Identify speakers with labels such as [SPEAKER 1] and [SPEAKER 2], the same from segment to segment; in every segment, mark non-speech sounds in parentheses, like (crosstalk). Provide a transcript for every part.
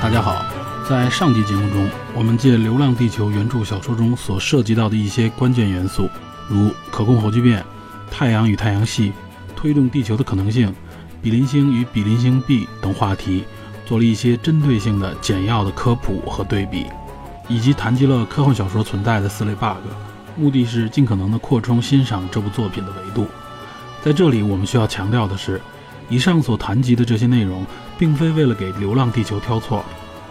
[SPEAKER 1] 大家好，在上集节目中，我们借《流浪地球》原著小说中所涉及到的一些关键元素，如可控核聚变、太阳与太阳系、推动地球的可能性、比邻星与比邻星 B 等话题，做了一些针对性的简要的科普和对比，以及谈及了科幻小说存在的四类 bug，目的是尽可能的扩充欣赏这部作品的维度。在这里，我们需要强调的是，以上所谈及的这些内容，并非为了给《流浪地球》挑错，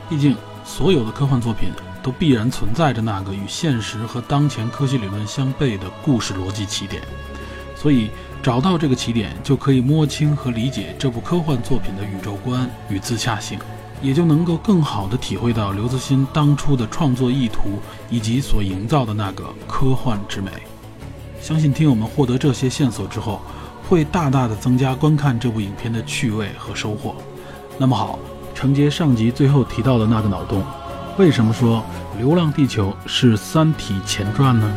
[SPEAKER 1] 毕竟所有的科幻作品都必然存在着那个与现实和当前科学理论相悖的故事逻辑起点，所以找到这个起点，就可以摸清和理解这部科幻作品的宇宙观与自洽性，也就能够更好地体会到刘慈欣当初的创作意图以及所营造的那个科幻之美。相信听友们获得这些线索之后，会大大的增加观看这部影片的趣味和收获。那么好，承接上集最后提到的那个脑洞，为什么说《流浪地球》是《三体》前传呢？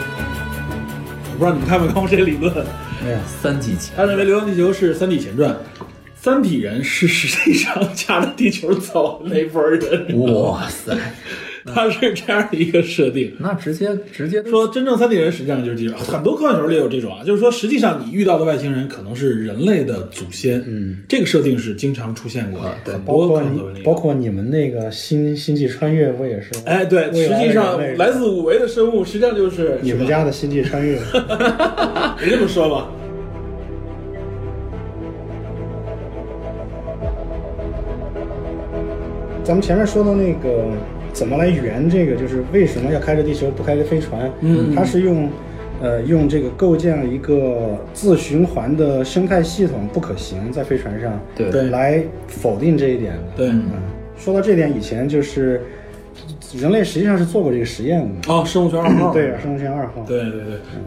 [SPEAKER 2] 我不知道你们看没看过这个理论？
[SPEAKER 3] 三体前
[SPEAKER 2] 他认为《流浪地球》是《三体前传》，三体人是实际上架着地球走的那波人，
[SPEAKER 3] 哇塞，
[SPEAKER 2] (laughs) 他是这样的一个设定。
[SPEAKER 3] 那直接直接
[SPEAKER 2] 说真正三体人实际上就是地球，很多科幻小说里有这种啊，就是说实际上你遇到的外星人可能是人类的祖先，嗯，这个设定是经常出现过的，很
[SPEAKER 4] 啊包
[SPEAKER 2] 多科
[SPEAKER 4] 括
[SPEAKER 2] 幻
[SPEAKER 4] 你
[SPEAKER 2] 作品里有。
[SPEAKER 4] 包括你们那个星星际穿越，不也是？
[SPEAKER 2] 哎，对，
[SPEAKER 4] 未
[SPEAKER 2] 实
[SPEAKER 4] 来的
[SPEAKER 2] 际上
[SPEAKER 4] 人类
[SPEAKER 2] 来自五维的生物，实际上就是
[SPEAKER 4] 你们
[SPEAKER 2] 是吧
[SPEAKER 4] 家的星际穿越，
[SPEAKER 2] 别这么说吧。
[SPEAKER 4] (laughs) 咱们前面说到那个怎么来圆这个，就是为什么要开着地球不开着飞船？嗯，它是用呃用这个构建了一个自循环的生态系统，不可行在飞船上，
[SPEAKER 3] 对
[SPEAKER 2] 对
[SPEAKER 4] 来否定这一点的。
[SPEAKER 2] 对，
[SPEAKER 4] 嗯，说到这点，以前就是人类实际上是做过这个实验的，
[SPEAKER 2] 哦，生物圈二号，
[SPEAKER 4] 嗯对，啊生物线二号，，
[SPEAKER 2] 对对对，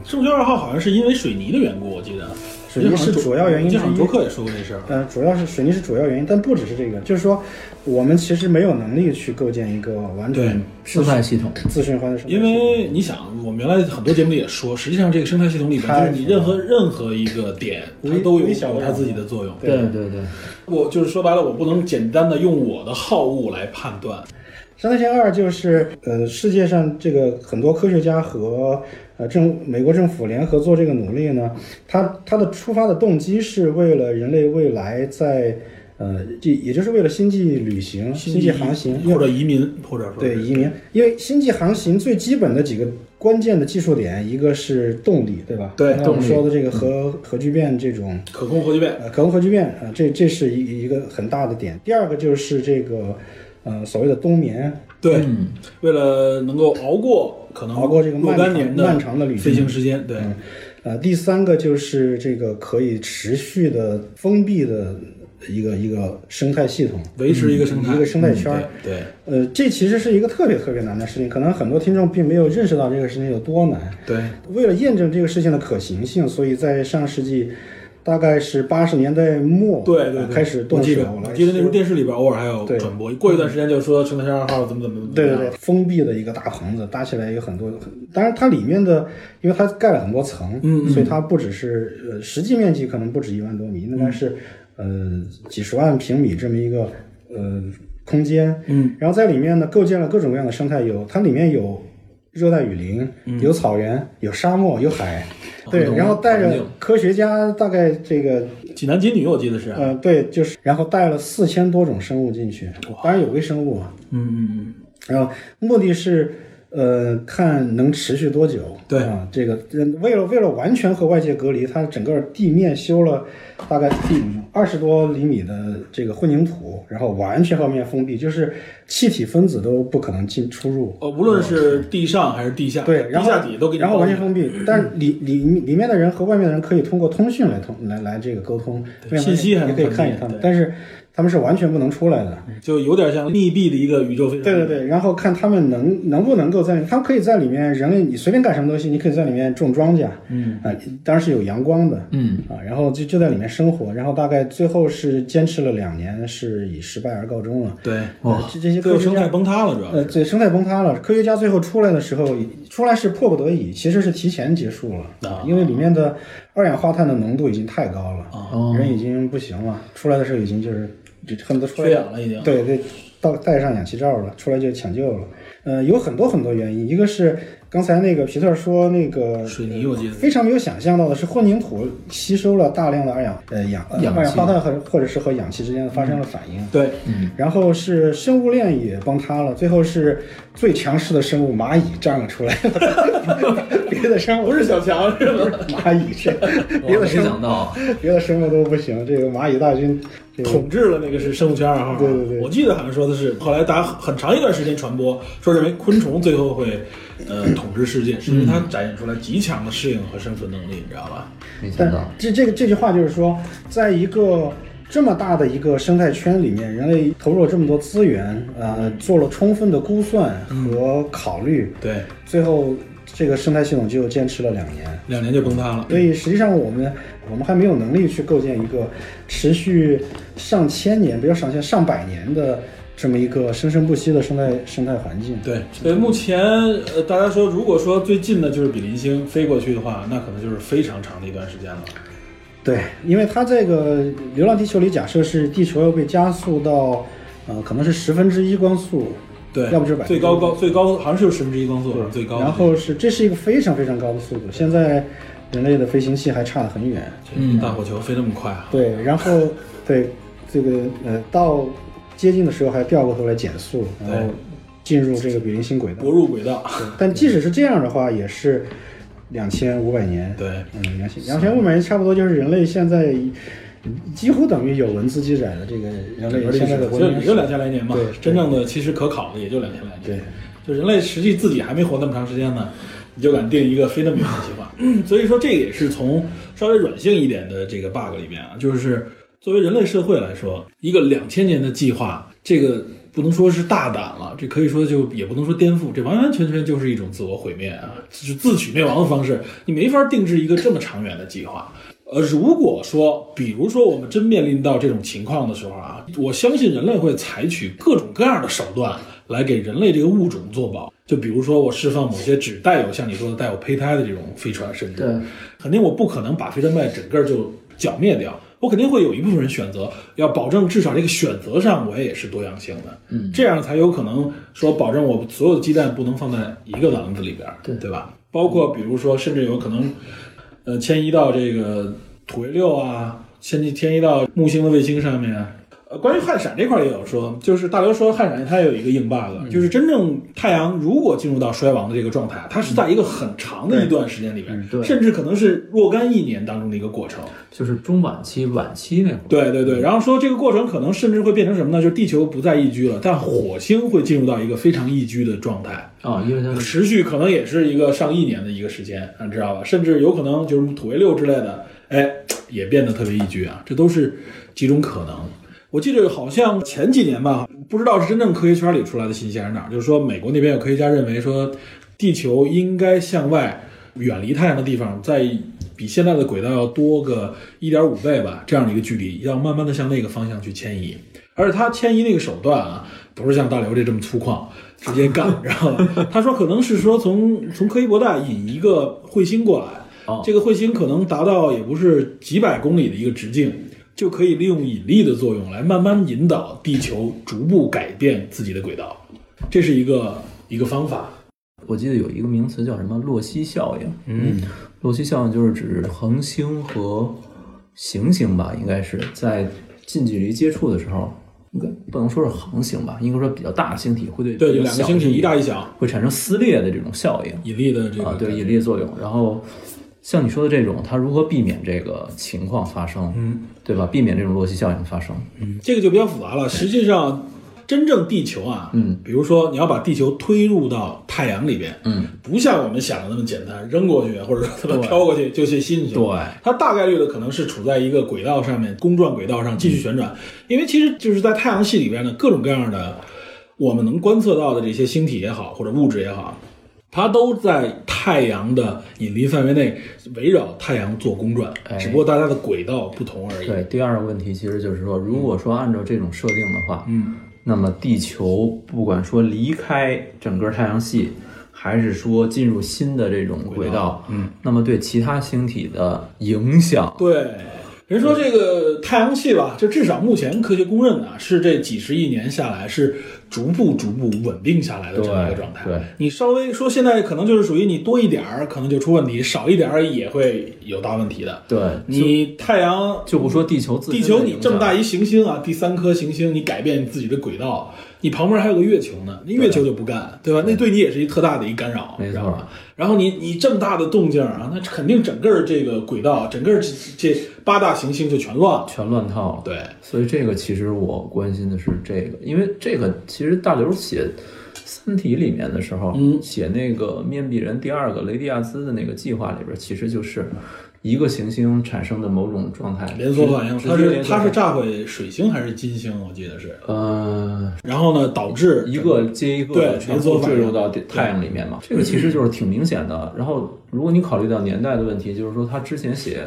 [SPEAKER 2] 生物圈二号好像是因为水泥的缘故，我记得
[SPEAKER 4] 水泥是主要原因
[SPEAKER 2] 就
[SPEAKER 4] 之一
[SPEAKER 2] 像卓克也说过这事儿。
[SPEAKER 4] 呃，主要是水泥是主要原因，但不只是这个，就是说我们其实没有能力去构建一个完
[SPEAKER 2] 对
[SPEAKER 4] 全
[SPEAKER 3] 生态系统，
[SPEAKER 4] 自循环的生态系
[SPEAKER 2] 因
[SPEAKER 4] 统。
[SPEAKER 2] 为你想，我们原来很多节目里也说，实际上这个生态系统里边，就是你任何任何一个点，它
[SPEAKER 4] 微
[SPEAKER 2] 都有
[SPEAKER 4] 微小的
[SPEAKER 2] 有它自己的作用。
[SPEAKER 3] 对对对，
[SPEAKER 2] 我就是说白了，我不能简单的用我的好恶来判断。
[SPEAKER 4] 生态线二就是呃，世界上这个很多科学家和呃政美国政府联合做这个努力呢，它它的出发的动机是为了人类未来在呃，这也就是为了星际旅行、星际航行，因为
[SPEAKER 2] 或者移民，或者说
[SPEAKER 4] 对移民，因为星际航行最基本的几个关键的技术点，一个是动力，对吧？
[SPEAKER 2] 对嗯
[SPEAKER 4] 刚才我们
[SPEAKER 3] 动力
[SPEAKER 4] 说的这个核核聚变这种，
[SPEAKER 2] 可控核聚变，
[SPEAKER 4] 呃，可控核聚变啊、呃这这是一一个很大的点。第二个就是这个，呃，所谓的冬眠，
[SPEAKER 2] 对，为了能够熬过可能
[SPEAKER 4] 嗯熬过这个
[SPEAKER 2] 若
[SPEAKER 4] 漫
[SPEAKER 2] 干
[SPEAKER 4] 长
[SPEAKER 2] 年
[SPEAKER 4] 漫长的旅程
[SPEAKER 2] 飞行时间，对，
[SPEAKER 4] 呃，第三个就是这个可以持续的封闭的一个一个生态系统，
[SPEAKER 2] 维持一个生态
[SPEAKER 4] 一个生态圈儿。
[SPEAKER 2] 嗯对对
[SPEAKER 4] 呃，这其实是一个特别特别难的事情，可能很多听众并没有认识到这个事情有多难。
[SPEAKER 2] 对，
[SPEAKER 4] 为了验证这个事情的可行性，所以在上世纪大概是八十年代末，
[SPEAKER 2] 对对
[SPEAKER 4] 呃
[SPEAKER 2] 对，
[SPEAKER 4] 开始
[SPEAKER 2] 我
[SPEAKER 4] 动
[SPEAKER 2] 记
[SPEAKER 4] 手
[SPEAKER 2] 得，
[SPEAKER 4] 来
[SPEAKER 2] 我记得那时候
[SPEAKER 4] 修
[SPEAKER 2] 电视里边偶尔还有
[SPEAKER 4] 对
[SPEAKER 2] 转播，过一段时间就说生态圈二号怎么怎么怎么
[SPEAKER 4] 对对
[SPEAKER 2] 样
[SPEAKER 4] 对，封闭的一个大棚子，搭起来有很多，当然它里面的，因为它盖了很多层，
[SPEAKER 2] 嗯嗯
[SPEAKER 4] 所以它不只是呃实际面积可能不止一万多米，应该是呃几十万平米这么一个呃空间，
[SPEAKER 2] 嗯，
[SPEAKER 4] 然后在里面呢构建了各种各样的生态有，它里面有热带雨林，
[SPEAKER 2] 嗯
[SPEAKER 4] 有草原，有沙漠，有海，
[SPEAKER 2] 哦
[SPEAKER 4] 对，然后带着科学家大概这个
[SPEAKER 2] 济南金女，我记得是，嗯
[SPEAKER 4] 呃对，就是然后带了四千多种生物进去，当然有微生物啊，
[SPEAKER 2] 嗯嗯，
[SPEAKER 4] 然后目的是，呃，看能持续多久。
[SPEAKER 2] 对
[SPEAKER 4] 啊，这个呃为了为了完全和外界隔离，它整个地面修了大概地二十多厘米的这个混凝土，然后完全和面封闭，就是气体分子都不可能进出入。
[SPEAKER 2] 呃，无论是地上还是地下，
[SPEAKER 4] 对，然
[SPEAKER 2] 地
[SPEAKER 4] 后
[SPEAKER 2] 下底都给你
[SPEAKER 4] 然后
[SPEAKER 2] 包
[SPEAKER 4] 完
[SPEAKER 2] 起
[SPEAKER 4] 全
[SPEAKER 2] 来
[SPEAKER 4] 封闭，但里里里面的人和外面的人可以通过通讯来通来来这个沟通，
[SPEAKER 2] 对信息还
[SPEAKER 4] 也
[SPEAKER 2] 能
[SPEAKER 4] 可以
[SPEAKER 2] 传递
[SPEAKER 4] 看见他们
[SPEAKER 2] 对，
[SPEAKER 4] 但是他们是完全不能出来的。
[SPEAKER 2] 就有点像密闭的一个宇宙飞船。
[SPEAKER 4] 对对对，然后看他们能能不能够在，他们可以在里面，人类你随便干什么东西，你可以在里面种庄稼，嗯啊、当然是有阳光的，嗯啊，然后就就在里面生活，然后大概最后是坚持了两年，是以失败而告终了。
[SPEAKER 2] 对
[SPEAKER 4] 哦，这这些
[SPEAKER 2] 最后
[SPEAKER 4] 科学
[SPEAKER 2] 生态
[SPEAKER 4] 家，
[SPEAKER 2] 崩塌了，主要是
[SPEAKER 4] 呃，对，生态崩塌了。科学家最后出来的时候，出来是迫不得已，其实是提前结束了，啊、因为里面的二氧化碳的浓度已经太高了，
[SPEAKER 2] 啊
[SPEAKER 4] 人已经不行了，出来的时候已经就是就恨不得出来
[SPEAKER 2] 缺氧了已经。
[SPEAKER 4] 对对，到戴上氧气罩了，出来就抢救了。呃，有很多很多原因，一个是刚才那个皮特说那个
[SPEAKER 2] 水泥我记得
[SPEAKER 4] 非常没有想象到的是，混凝土吸收了大量的二氧呃氧呃
[SPEAKER 3] 氧气嗯
[SPEAKER 4] 二氧化碳和或者是和氧气之间发生了反应。
[SPEAKER 2] 对，
[SPEAKER 4] 然后是生物链也崩塌了，最后是最强势的生物蚂蚁站了出来， (laughs) 别的生物
[SPEAKER 2] 不是小强是吧？
[SPEAKER 4] 蚂蚁是别
[SPEAKER 3] (laughs)
[SPEAKER 4] 的
[SPEAKER 3] 我没
[SPEAKER 4] 生
[SPEAKER 3] 想
[SPEAKER 4] 物
[SPEAKER 3] 到，
[SPEAKER 4] 别的生物都不行，这个蚂蚁大军这个
[SPEAKER 2] 统治了那个是生物圈二号。
[SPEAKER 4] 对对对
[SPEAKER 2] 我记得好像说的是，后来大家很长一段时间传播，说认为昆虫最后会呃统治世界，是因为它展现出来极强的适应和生存能力，你知道吧？
[SPEAKER 3] 没想
[SPEAKER 4] 但
[SPEAKER 3] 到，
[SPEAKER 4] 这这个这句话就是说，在一个这么大的一个生态圈里面，人类投入了这么多资源，呃，做了充分的估算和考虑，
[SPEAKER 2] 对，
[SPEAKER 4] 最后这个生态系统就坚持了两年。
[SPEAKER 2] 两年就崩塌了。
[SPEAKER 4] 所以实际上，我们我们还没有能力去构建一个持续上千年，不要上千上百年的这么一个生生不息的生态生态环境。
[SPEAKER 2] 对，呃，目前呃，大家说，如果说最近的就是比邻星飞过去的话，那可能就是非常长的一段时间了。
[SPEAKER 4] 对，因为它这个《流浪地球》里假设是地球要被加速到，呃，可能是十分之一光速，
[SPEAKER 2] 对，
[SPEAKER 4] 要不就是百分
[SPEAKER 2] 最
[SPEAKER 4] 之
[SPEAKER 2] 高高最高好像是十分之一光速，最高的。
[SPEAKER 4] 然后是这是一个非常非常高的速度，现在人类的飞行器还差得很远。
[SPEAKER 2] 嗯，大火球飞那么快啊！
[SPEAKER 4] 对，然后对这个呃，到接近的时候还掉过头来减速，然后进入这个比邻星轨道。
[SPEAKER 2] 泊入轨道，
[SPEAKER 4] 但即使是这样的话，也是两千五百年。
[SPEAKER 2] 对，
[SPEAKER 4] 嗯，两千两千五百年差不多就是人类现在几乎等于有文字记载的这个人类现在的文
[SPEAKER 2] 就
[SPEAKER 4] 明
[SPEAKER 2] 也
[SPEAKER 4] 史
[SPEAKER 2] 就两千来年嘛
[SPEAKER 4] 对，对
[SPEAKER 2] 真正的其实可考的也就两千来年。
[SPEAKER 4] 对，
[SPEAKER 2] 就人类实际自己还没活那么长时间呢，你就敢定一个非那么远的计划， (clears throat) 所以说这也是从稍微软性一点的这个 bug 里面啊，就是作为人类社会来说，一个两千年的计划，这个不能说是大胆了，这可以说就也不能说颠覆，这完完全全就是一种自我毁灭啊，就是自取灭亡的方式，你没法定制一个这么长远的计划。呃，如果说，比如说我们真面临到这种情况的时候啊，我相信人类会采取各种各样的手段来给人类这个物种做保。就比如说，我释放某些只带有像你说的带有胚胎的这种飞船，甚至
[SPEAKER 3] 对
[SPEAKER 2] 肯定我不可能把非常派整个就剿灭掉，我肯定会有一部分人选择要保证至少这个选择上我也是多样性的，嗯，这样才有可能说保证我所有的鸡蛋不能放在一个篮子里边儿，对对吧？包括比如说，甚至有可能，呃，迁移到这个土卫六啊，迁移迁移到木星的卫星上面啊。呃，关于氦闪这块儿也有说，就是大刘说氦闪它有一个硬 bug，、就是真正太阳如果进入到衰亡的这个状态，它是在一个很长的一段时间里面，
[SPEAKER 3] 对
[SPEAKER 2] 甚至可能是若干一年当中的一个过程。
[SPEAKER 3] 就是中晚期、晚期那会儿，
[SPEAKER 2] 对对对，然后说这个过程可能甚至会变成什么呢？就是地球不再宜居了，但火星会进入到一个非常宜居的状态。
[SPEAKER 3] 啊，因为它是
[SPEAKER 2] 持续可能也是一个上亿年的一个时间，啊，知道吧？甚至有可能就是土卫六之类的，哎，也变得特别宜居啊，这都是几种可能。我记得好像前几年吧，不知道是真正科学圈里出来的信息还是哪儿，就是说美国那边有科学家认为说，地球应该向外远离太阳的地方，在比现在的轨道要多个一点五倍吧，这样的一个距离，要慢慢的向那个方向去迁移。而且他迁移那个手段啊，不是像大刘这这么粗犷，直接干， (laughs) 知道吧？他说可能是说从从柯伊伯带引一个彗星过来，
[SPEAKER 3] 哦
[SPEAKER 2] 这个彗星可能达到也不是几百公里的一个直径，就可以利用引力的作用来慢慢引导地球逐步改变自己的轨道，这是一个一个方法。
[SPEAKER 3] 我记得有一个名词叫什么洛希效应。嗯，洛希效应就是指恒星和行星吧，应该是在近距离接触的时候，应该不能说是恒星吧，应该说比较大的星体会对
[SPEAKER 2] 对，
[SPEAKER 3] 这
[SPEAKER 2] 有
[SPEAKER 3] 个
[SPEAKER 2] 两个
[SPEAKER 3] 小
[SPEAKER 2] 星体
[SPEAKER 3] 引
[SPEAKER 2] 一大一小，
[SPEAKER 3] 会产生撕裂的这种效应
[SPEAKER 2] 引力的这个
[SPEAKER 3] 啊，对引力作用。然后像你说的这种，它如何避免这个情况发生？嗯，对吧？避免这种洛希效应发生。
[SPEAKER 2] 这个就比较复杂了。实际上，真正地球啊，
[SPEAKER 3] 嗯，
[SPEAKER 2] 比如说你要把地球推入到太阳里边，
[SPEAKER 3] 嗯，
[SPEAKER 2] 不像我们想的那么简单，扔过去或者说它们飘过去就去吸进去。
[SPEAKER 3] 对，
[SPEAKER 2] 它大概率的可能是处在一个轨道上面，公转轨道上继续旋转，因为其实就是在太阳系里边呢，各种各样的我们能观测到的这些星体也好，或者物质也好。它都在太阳的引力范围内围绕太阳做公转，
[SPEAKER 3] 哎
[SPEAKER 2] 只不过大家的轨道不同而已。
[SPEAKER 3] 对，第二个问题其实就是
[SPEAKER 2] 嗯
[SPEAKER 3] 说，如果说按照这种设定的话，嗯，那么地球不管说离开整个太阳系，还是说进入新的这种轨道，嗯，那么对其他星体的影响，
[SPEAKER 2] 对，人说这个太阳系吧，就至少目前科学公认的啊，是这几十亿年下来是逐步逐步稳定下来的这么一个
[SPEAKER 3] 对
[SPEAKER 2] 状态。
[SPEAKER 3] 对
[SPEAKER 2] 你稍微说现在可能就是属于你多一点儿可能就出问题，少一点儿也会有大问题的。
[SPEAKER 3] 对，
[SPEAKER 2] 你太阳。
[SPEAKER 3] 就不说地球自身
[SPEAKER 2] 地
[SPEAKER 3] 的影响，
[SPEAKER 2] 球，你这么大一行星啊，第三颗行星，你改变自己的轨道，你旁边还有个月球呢，那月球就不干，对吧？那对你也是一特大的一干扰，
[SPEAKER 3] 没错
[SPEAKER 2] 知道吧？然后你你这么大的动静儿啊，那肯定整个儿这个轨道，整个儿这这八大行星就全乱了。
[SPEAKER 3] 全乱套了，
[SPEAKER 2] 对，
[SPEAKER 3] 所以这个其实我关心的是这个，因为这个其实大刘写《三体》里面的时候，
[SPEAKER 2] 嗯
[SPEAKER 3] 写那个面壁人第二个雷迪亚斯的那个计划里边，其实就是一个行星产生的某种状态
[SPEAKER 2] 连锁反应，
[SPEAKER 3] 直
[SPEAKER 2] 它
[SPEAKER 3] 直接
[SPEAKER 2] 是
[SPEAKER 3] 连锁
[SPEAKER 2] 它
[SPEAKER 3] 反
[SPEAKER 2] 是
[SPEAKER 3] 应
[SPEAKER 2] 炸毁水星还是金星？我记得是。
[SPEAKER 3] 呃
[SPEAKER 2] 然后呢，导致
[SPEAKER 3] 一个接一个
[SPEAKER 2] 对
[SPEAKER 3] 的全
[SPEAKER 2] 连锁
[SPEAKER 3] 部
[SPEAKER 2] 反应
[SPEAKER 3] 坠入到太阳里面嘛，
[SPEAKER 2] 嗯
[SPEAKER 3] 这个其实就是挺明显的。然后如果你考虑到年代的问题，就是说他之前写。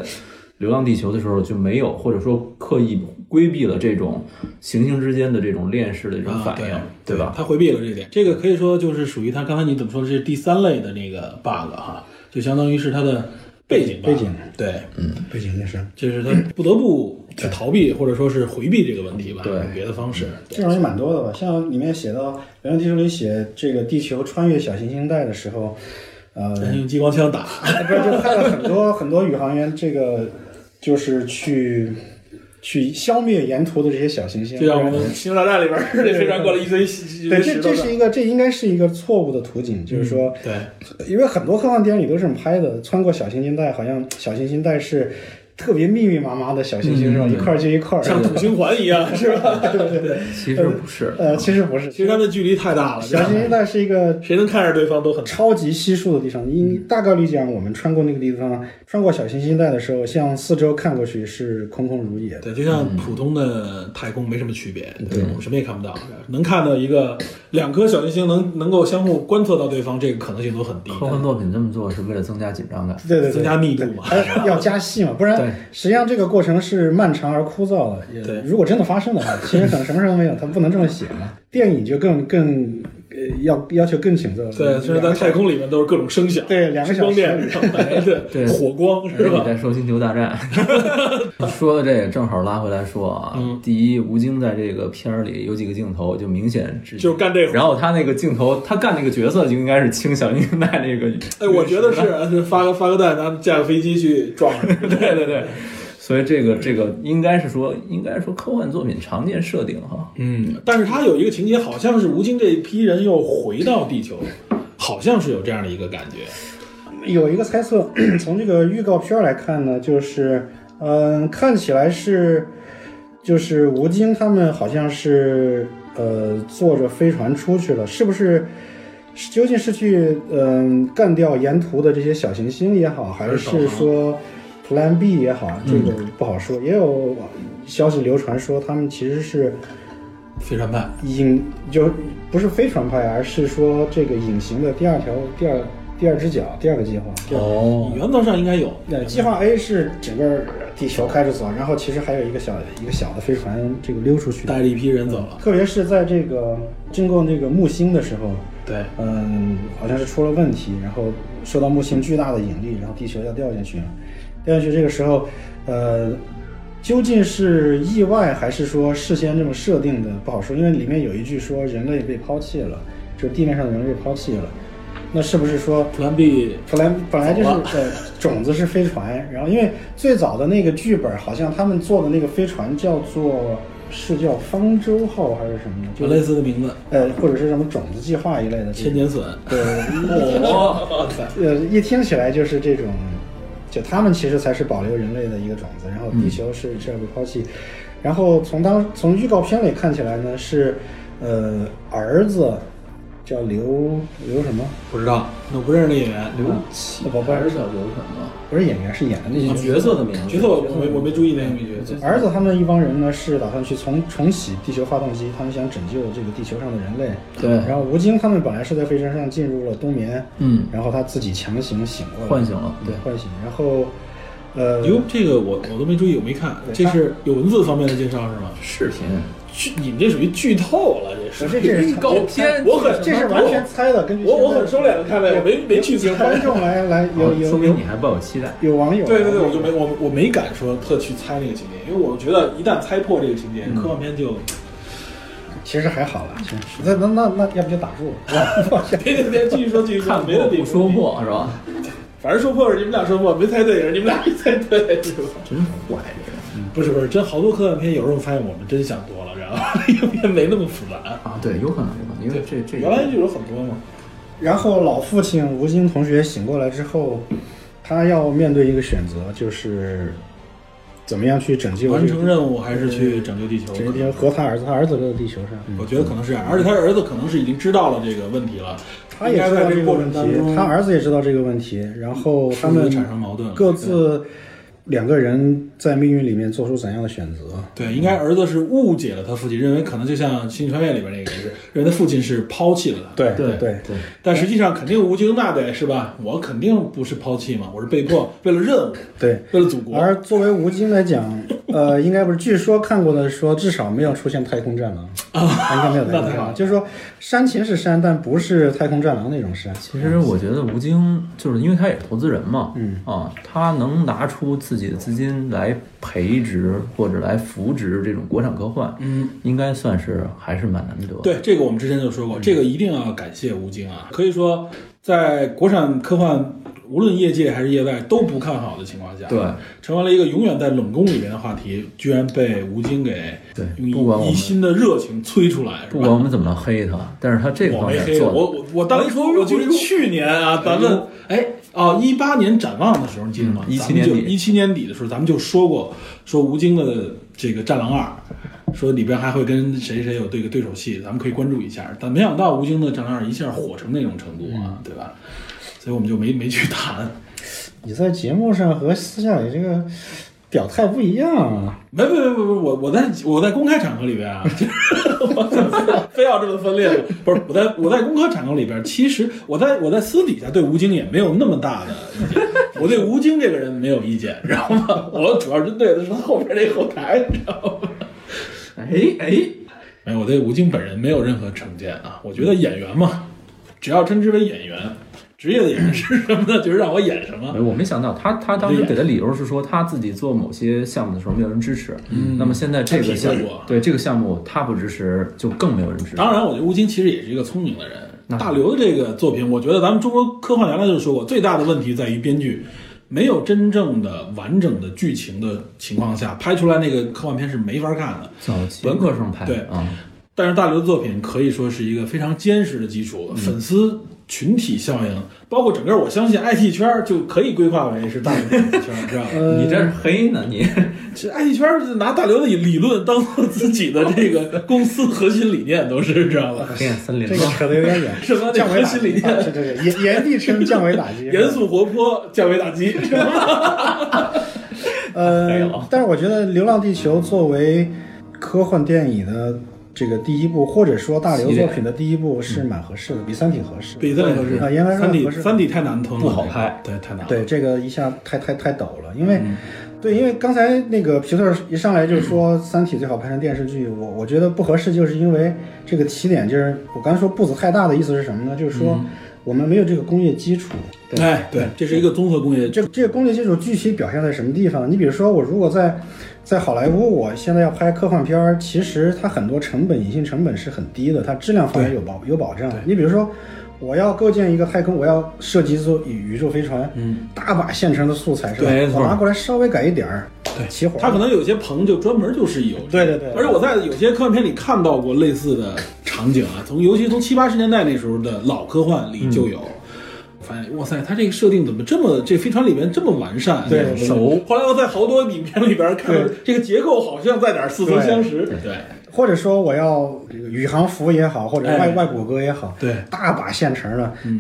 [SPEAKER 3] 《流浪地球》的时候就没有，或者说刻意规避了这种行星之间的这种链式的这种
[SPEAKER 2] 啊
[SPEAKER 3] 反应，
[SPEAKER 2] 对
[SPEAKER 3] 吧？
[SPEAKER 2] 他回避了这一点，这个可以说就是属于他刚才你怎么说的，这是第三类的那个 bug 哈，就相当于是他的背景 bug,
[SPEAKER 4] 背景
[SPEAKER 2] 对，
[SPEAKER 4] 背景那是。
[SPEAKER 2] 就是他不得不去逃避或者说是回避这个问题吧，
[SPEAKER 3] 对
[SPEAKER 2] 用别的方式。
[SPEAKER 4] 这种也蛮多的吧，像里面写到《流浪地球》里写这个地球穿越小行星带的时候，呃，
[SPEAKER 3] 嗯
[SPEAKER 2] 人用激光枪打，
[SPEAKER 4] 不是就害了很多很多宇航员，这个就是去去消灭沿途的这些小行星，
[SPEAKER 2] 就像我们《星球大战》里边儿 (laughs) 那飞船过来一堆一
[SPEAKER 4] 对，
[SPEAKER 2] 堆
[SPEAKER 4] 这
[SPEAKER 2] 石头
[SPEAKER 4] 这是
[SPEAKER 2] 的。嗯
[SPEAKER 4] 一个，这应该是一个错误的途径，就是说，
[SPEAKER 2] 对，
[SPEAKER 4] 因为很多科幻电影里都是这么拍的，穿过小行星带，好像小行星带是特别密密麻麻的小行星，是吧？一块儿接一块儿，
[SPEAKER 2] 嗯像土星环一样，
[SPEAKER 3] (laughs)
[SPEAKER 2] 是吧？
[SPEAKER 3] 其实不是，
[SPEAKER 4] 呃，其实不是，
[SPEAKER 2] 其实它们距离太大了，
[SPEAKER 4] 小行星带是一个
[SPEAKER 2] 谁能看着对方都很
[SPEAKER 4] 超级稀疏的地方，
[SPEAKER 2] 嗯
[SPEAKER 4] 因大概率讲，我们穿过那个地方，穿过小行星带的时候，向四周看过去是空空如也的。
[SPEAKER 2] 对，就像普通的太空没什么区别，对，我们什么也看不到，能看到一个两颗小行星能能够相互观测到对方，这个可能性都很低，
[SPEAKER 3] 科幻作品这么做是为了增加紧张感。
[SPEAKER 4] 对对对，
[SPEAKER 2] 增加密度嘛。
[SPEAKER 4] 哎要加戏嘛，不
[SPEAKER 3] 对
[SPEAKER 4] 然实际上这个过程是漫长而枯燥的。也
[SPEAKER 2] 对
[SPEAKER 4] 如果真的发生的话，其实可能什么事都没有，它不能这么写嘛。电影就更更呃要要求更请奏了。
[SPEAKER 2] 对，虽然在太空里面都是各种声响，
[SPEAKER 4] 对两个小
[SPEAKER 2] 光
[SPEAKER 4] 时
[SPEAKER 2] 电，哎对，
[SPEAKER 3] 对
[SPEAKER 2] 火光是
[SPEAKER 3] 而且你
[SPEAKER 2] 吧？
[SPEAKER 3] 在说《星球
[SPEAKER 2] (laughs)
[SPEAKER 3] 大战》，说的这个正好拉回来说啊。
[SPEAKER 2] 嗯
[SPEAKER 3] 第一，吴京在这个片儿里有几个镜头就明显致
[SPEAKER 2] 就是干这活儿
[SPEAKER 3] 然后他那个镜头，他干那个角色就应该是清小宁奈那个。
[SPEAKER 2] 哎，我觉得是，就是发个发个弹，咱们架个飞机去撞人。
[SPEAKER 3] (laughs) 对对对，所以这个这个应该是说，应该说科幻作品常见设定哈。
[SPEAKER 2] 嗯，但是他有一个情节，好像是吴京这一批人又回到地球，好像是有这样的一个感觉。
[SPEAKER 4] 有一个猜测， (clears throat) 从这个预告片儿来看呢，就是，嗯，看起来是，就是吴京他们好像是，呃，坐着飞船出去了，是不是？是究竟是去嗯、干掉沿途的这些小行星也好，还
[SPEAKER 2] 还是
[SPEAKER 4] 是
[SPEAKER 2] 导航
[SPEAKER 4] 说 Plan B 也好，这个不好说。也有消息流传说他们其实是
[SPEAKER 2] 飞船派，
[SPEAKER 4] 隐，就不是飞船派，而是说这个隐形的第二条、第二第二只脚、第二个计划。第二
[SPEAKER 3] 哦，
[SPEAKER 2] 原则上应该有，
[SPEAKER 4] 对，计划 A 是整个地球开着走，然后其实还有一个小一个小的飞船这个溜出去，
[SPEAKER 2] 带着一批人走了。
[SPEAKER 4] 特别是在这个经过那个木星的时候，
[SPEAKER 2] 对，
[SPEAKER 4] 嗯，好像是出了问题，然后受到木星巨大的引力，然后地球要掉进去了，掉进去这个时候，呃，究竟是意外还是说事先这么设定的不好说，因为里面有一句说人类被抛弃了，就是地面上的人类被抛弃了，那是不是说
[SPEAKER 2] Plan B
[SPEAKER 4] 本来本来就是
[SPEAKER 2] 走了
[SPEAKER 4] 呃，种子是飞船，然后因为最早的那个剧本好像他们做的那个飞船叫做是叫方舟号还是什么的，
[SPEAKER 2] 就
[SPEAKER 4] 就
[SPEAKER 2] 啊类似的名字，
[SPEAKER 4] 呃或者是什么种子计划一类的这
[SPEAKER 2] 千
[SPEAKER 4] 种，
[SPEAKER 2] 年隼。
[SPEAKER 4] 对，
[SPEAKER 2] 哇塞！
[SPEAKER 4] 呃一听起来就是这种，就他们其实才是保留人类的一个种子，然后地球是是要被抛弃，然后从当从预告片里看起来呢是，呃儿子叫刘刘什么？呃
[SPEAKER 2] 不知道，那我不认识那演员。
[SPEAKER 4] 嗯
[SPEAKER 3] 刘启
[SPEAKER 4] 不不
[SPEAKER 3] 还是叫刘什么？
[SPEAKER 4] 不是演员是演的那些
[SPEAKER 3] 角色的名字，
[SPEAKER 2] 角色我我没我没注意那个名角色。
[SPEAKER 4] 儿子他们一帮人呢是打算去重重启地球发动机，他们想拯救这个地球上的人类。
[SPEAKER 3] 对，
[SPEAKER 4] 然后吴京他们本来是在飞船上进入了冬眠，
[SPEAKER 3] 嗯，
[SPEAKER 4] 然后他自己强行醒过来，
[SPEAKER 3] 唤醒了，对
[SPEAKER 4] 对，唤醒。然后，呃，
[SPEAKER 2] 哟，这个我我都没注意，我没看，
[SPEAKER 4] 对
[SPEAKER 2] 这是有文字方面的介绍是吗？
[SPEAKER 3] 视频
[SPEAKER 2] 剧，你们这属于剧透了，这
[SPEAKER 4] 不
[SPEAKER 2] 是。
[SPEAKER 4] 是这是
[SPEAKER 3] 高片，
[SPEAKER 2] 我很
[SPEAKER 4] 这是完全猜的，根据
[SPEAKER 2] 我我
[SPEAKER 4] 现在
[SPEAKER 2] 很收敛的看了，我没没去
[SPEAKER 4] 有
[SPEAKER 2] 猜。
[SPEAKER 4] 观众来来有有
[SPEAKER 3] 哦说
[SPEAKER 4] 有
[SPEAKER 3] 明你还抱有期待。
[SPEAKER 4] 有网友
[SPEAKER 2] 对对对，我就没我我没敢说特去猜那个情节，因为我觉得一旦猜破这个情节，科幻片就，
[SPEAKER 4] 其实还好了，其实那那那那要不就打住了
[SPEAKER 2] 别别别继续说继续说，
[SPEAKER 3] 看
[SPEAKER 2] 没的
[SPEAKER 3] 破
[SPEAKER 2] 地
[SPEAKER 3] 不
[SPEAKER 2] 方
[SPEAKER 3] 说，破是吧？
[SPEAKER 2] 反正说破是你们俩说破，没猜对也是你们俩没猜对，是吧？
[SPEAKER 3] 真坏人
[SPEAKER 2] 不是不是，真好多科幻片，有时候发现我们真想多了，然后那个片没那么复 (laughs) 杂。
[SPEAKER 3] 啊！对，有可能，有可能，因为这这
[SPEAKER 2] 原来就有很多嘛，
[SPEAKER 4] 然后老父亲吴京同学醒过来之后，他要面对一个选择，就是怎么样去拯救
[SPEAKER 2] 完
[SPEAKER 4] 这个
[SPEAKER 2] 成任务还是去拯救地球。
[SPEAKER 4] 拯救地球和他儿子，他儿子留在地球上。
[SPEAKER 2] 我觉得可能是这样，而且他儿子可能是已经知道了这个问题了，
[SPEAKER 4] 他也知道
[SPEAKER 2] 应该在
[SPEAKER 4] 这
[SPEAKER 2] 这
[SPEAKER 4] 个
[SPEAKER 2] 过
[SPEAKER 4] 问
[SPEAKER 2] 程当
[SPEAKER 4] 题，
[SPEAKER 2] 中，
[SPEAKER 4] 他儿子也知道这个问题，然后他们
[SPEAKER 2] 产生矛盾了，
[SPEAKER 4] 各自两个人在命运里面做出怎样的选择？
[SPEAKER 2] 对，应该儿子是误解了他父亲，认为可能就像《星际穿越》里边那个也是，认为他父亲是抛弃了他。
[SPEAKER 4] 对
[SPEAKER 3] 对
[SPEAKER 4] 对，
[SPEAKER 3] 对，
[SPEAKER 2] 但实际上肯定吴京那得是吧？我肯定不是抛弃嘛，我是被迫为了任务，
[SPEAKER 4] 对。
[SPEAKER 2] 为了祖国。
[SPEAKER 4] 而作为吴京来讲，呃，应该不是，据说看过的说，至少没有出现太空战狼啊，应该没有太空战狼，就是说煽情是煽，但不是太空战狼那种煽。
[SPEAKER 3] 其实我觉得吴京就是因为他也是投资人嘛，
[SPEAKER 4] 嗯
[SPEAKER 3] 啊，他能拿出自己的资金来培植或者来扶植这种国产科幻，
[SPEAKER 2] 嗯，
[SPEAKER 3] 应该算是还是蛮难得。，
[SPEAKER 2] 对，这个我们之前就说过，这个
[SPEAKER 3] 嗯
[SPEAKER 2] 一定要感谢吴京啊。可以说，在国产科幻无论业界还是业外都不看好的情况下，
[SPEAKER 3] 对，
[SPEAKER 2] 成为了一个永远在冷宫里面的话题，居然被吴京给
[SPEAKER 3] 对
[SPEAKER 2] 用
[SPEAKER 3] 不管我
[SPEAKER 2] 一
[SPEAKER 3] 们
[SPEAKER 2] 一新的热情催出来，是
[SPEAKER 3] 不
[SPEAKER 2] 吧
[SPEAKER 3] 管我们怎么黑他，但是他这个
[SPEAKER 2] 我
[SPEAKER 3] 方
[SPEAKER 2] 没
[SPEAKER 3] 面
[SPEAKER 2] 黑
[SPEAKER 3] 做
[SPEAKER 2] 我
[SPEAKER 3] 的，
[SPEAKER 2] 我我当时说，我就是去年啊，咱们哎哦，一八年展望的时候，你记得吗？
[SPEAKER 3] 嗯
[SPEAKER 2] 咱们就
[SPEAKER 3] 17年底
[SPEAKER 2] 一七年底的时候，咱们就说过，说吴京的这个《战狼二》，说里边还会跟谁谁有对个对手戏，咱们可以关注一下。但没想到吴京的《战狼二》一下火成那种程度
[SPEAKER 3] 嗯
[SPEAKER 2] 啊，对吧？所以我们就没没去谈，
[SPEAKER 4] 你在节目上和私下里这个表态不一样啊，
[SPEAKER 2] 没没没没没，我我在我在公开场合里边啊，就是 (laughs) 我非要这么分裂吗，不是我在我在公开场合里边，其实我在我在私底下对吴京也没有那么大的意见，我对吴京这个人没有意见，你知道吗？我主要针对的是后边那后台，你知道吗？
[SPEAKER 3] 哎哎，
[SPEAKER 2] 没有，我对吴京本人没有任何成见啊，我觉得演员嘛，只要称之为演员，职业的演员是什么呢？就是让我演什么
[SPEAKER 3] 哎，。我没想到他他当时给的理由是说他自己做某些项目的时候没有人支持，那么现在
[SPEAKER 2] 嗯他
[SPEAKER 3] 这个
[SPEAKER 2] 体会
[SPEAKER 3] 项目
[SPEAKER 2] 过
[SPEAKER 3] 对这个项目他不支持，就更没有人支持。
[SPEAKER 2] 当然，我觉得吴京其实也是一个聪明的人。
[SPEAKER 3] 那
[SPEAKER 2] 大刘的这个作品，我觉得咱们中国科幻原来就说过，最大的问题在于编剧没有真正的完整的剧情的情况下，拍出来那个科幻片是没法看的。
[SPEAKER 3] 早期文科生拍
[SPEAKER 2] 对
[SPEAKER 3] 啊，
[SPEAKER 2] 但是大刘的作品可以说是一个非常坚实的基础，
[SPEAKER 4] 嗯
[SPEAKER 2] 粉丝群体效应，包括整个我相信 IT 圈儿就可以规划为是大刘的 IT 圈儿，知道
[SPEAKER 4] 呃
[SPEAKER 2] 吧？
[SPEAKER 3] 你这是黑呢你。
[SPEAKER 2] 这 IT 圈儿拿大刘的理论当做自己的这个公司核心理念，都是知道吧？
[SPEAKER 3] 黑暗森林
[SPEAKER 4] 这个扯得有点远。
[SPEAKER 2] 什么那
[SPEAKER 4] 降维
[SPEAKER 2] 核
[SPEAKER 4] 打
[SPEAKER 2] 心理
[SPEAKER 4] 击，
[SPEAKER 2] 念？
[SPEAKER 4] 啊对对对，严严厉称降维打击，
[SPEAKER 2] (laughs) 严肃活泼，降维打击。
[SPEAKER 3] 没
[SPEAKER 4] 呃
[SPEAKER 3] 有，
[SPEAKER 4] 但是我觉得《流浪地球》作为科幻电影的这个第一部，或者说大刘作品的第一部，是蛮合适的，比《三体》合适。
[SPEAKER 2] (laughs) 比赛合适
[SPEAKER 4] 啊严格来说
[SPEAKER 2] 三体
[SPEAKER 4] 合适
[SPEAKER 2] 三体太难吞了，
[SPEAKER 3] 不好拍
[SPEAKER 2] 对，太难了。
[SPEAKER 4] 对，这个一下太太太陡了，因为、
[SPEAKER 2] 嗯
[SPEAKER 4] 对，因为刚才那个皮特一上来就说《三体》最好拍成电视剧，我我觉得不合适，就是因为这个起点就是我刚才说步子太大的意思是什么呢？就是说我们没有这个工业基础，
[SPEAKER 3] 对
[SPEAKER 2] 哎，对，这是一个综合工业。
[SPEAKER 4] 这个这个工业基础具体表现在什么地方？你比如说，我如果在在好莱坞，我现在要拍科幻片儿，其实它很多成本，隐性成本是很低的，它质量方面有保有保障。你比如说，我要构建一个太空，我要设计一艘宇宇宙飞船，嗯，大把现成的素材是吧
[SPEAKER 3] 对没？错
[SPEAKER 4] 我拿过来稍微改一点儿，齐活儿。
[SPEAKER 2] 它可能有些棚就专门就是有这个，
[SPEAKER 4] 对对对
[SPEAKER 2] 而且我在有些科幻片里看到过类似的场景啊，从尤其从七八十年代那时候的老科幻里就
[SPEAKER 4] 嗯
[SPEAKER 2] 有。发现哇塞，它这个设定怎么这么这飞船里面这么完善？
[SPEAKER 4] 对
[SPEAKER 2] 这个
[SPEAKER 3] 熟
[SPEAKER 2] 后来我在好多影片里边看到
[SPEAKER 4] 对
[SPEAKER 2] 这个结构好像在哪儿似曾相识。对
[SPEAKER 4] 或者说我要这个宇航服也好，或者外、
[SPEAKER 2] 哎
[SPEAKER 4] 外骨骼也好，
[SPEAKER 2] 对
[SPEAKER 4] 大把现成的，嗯、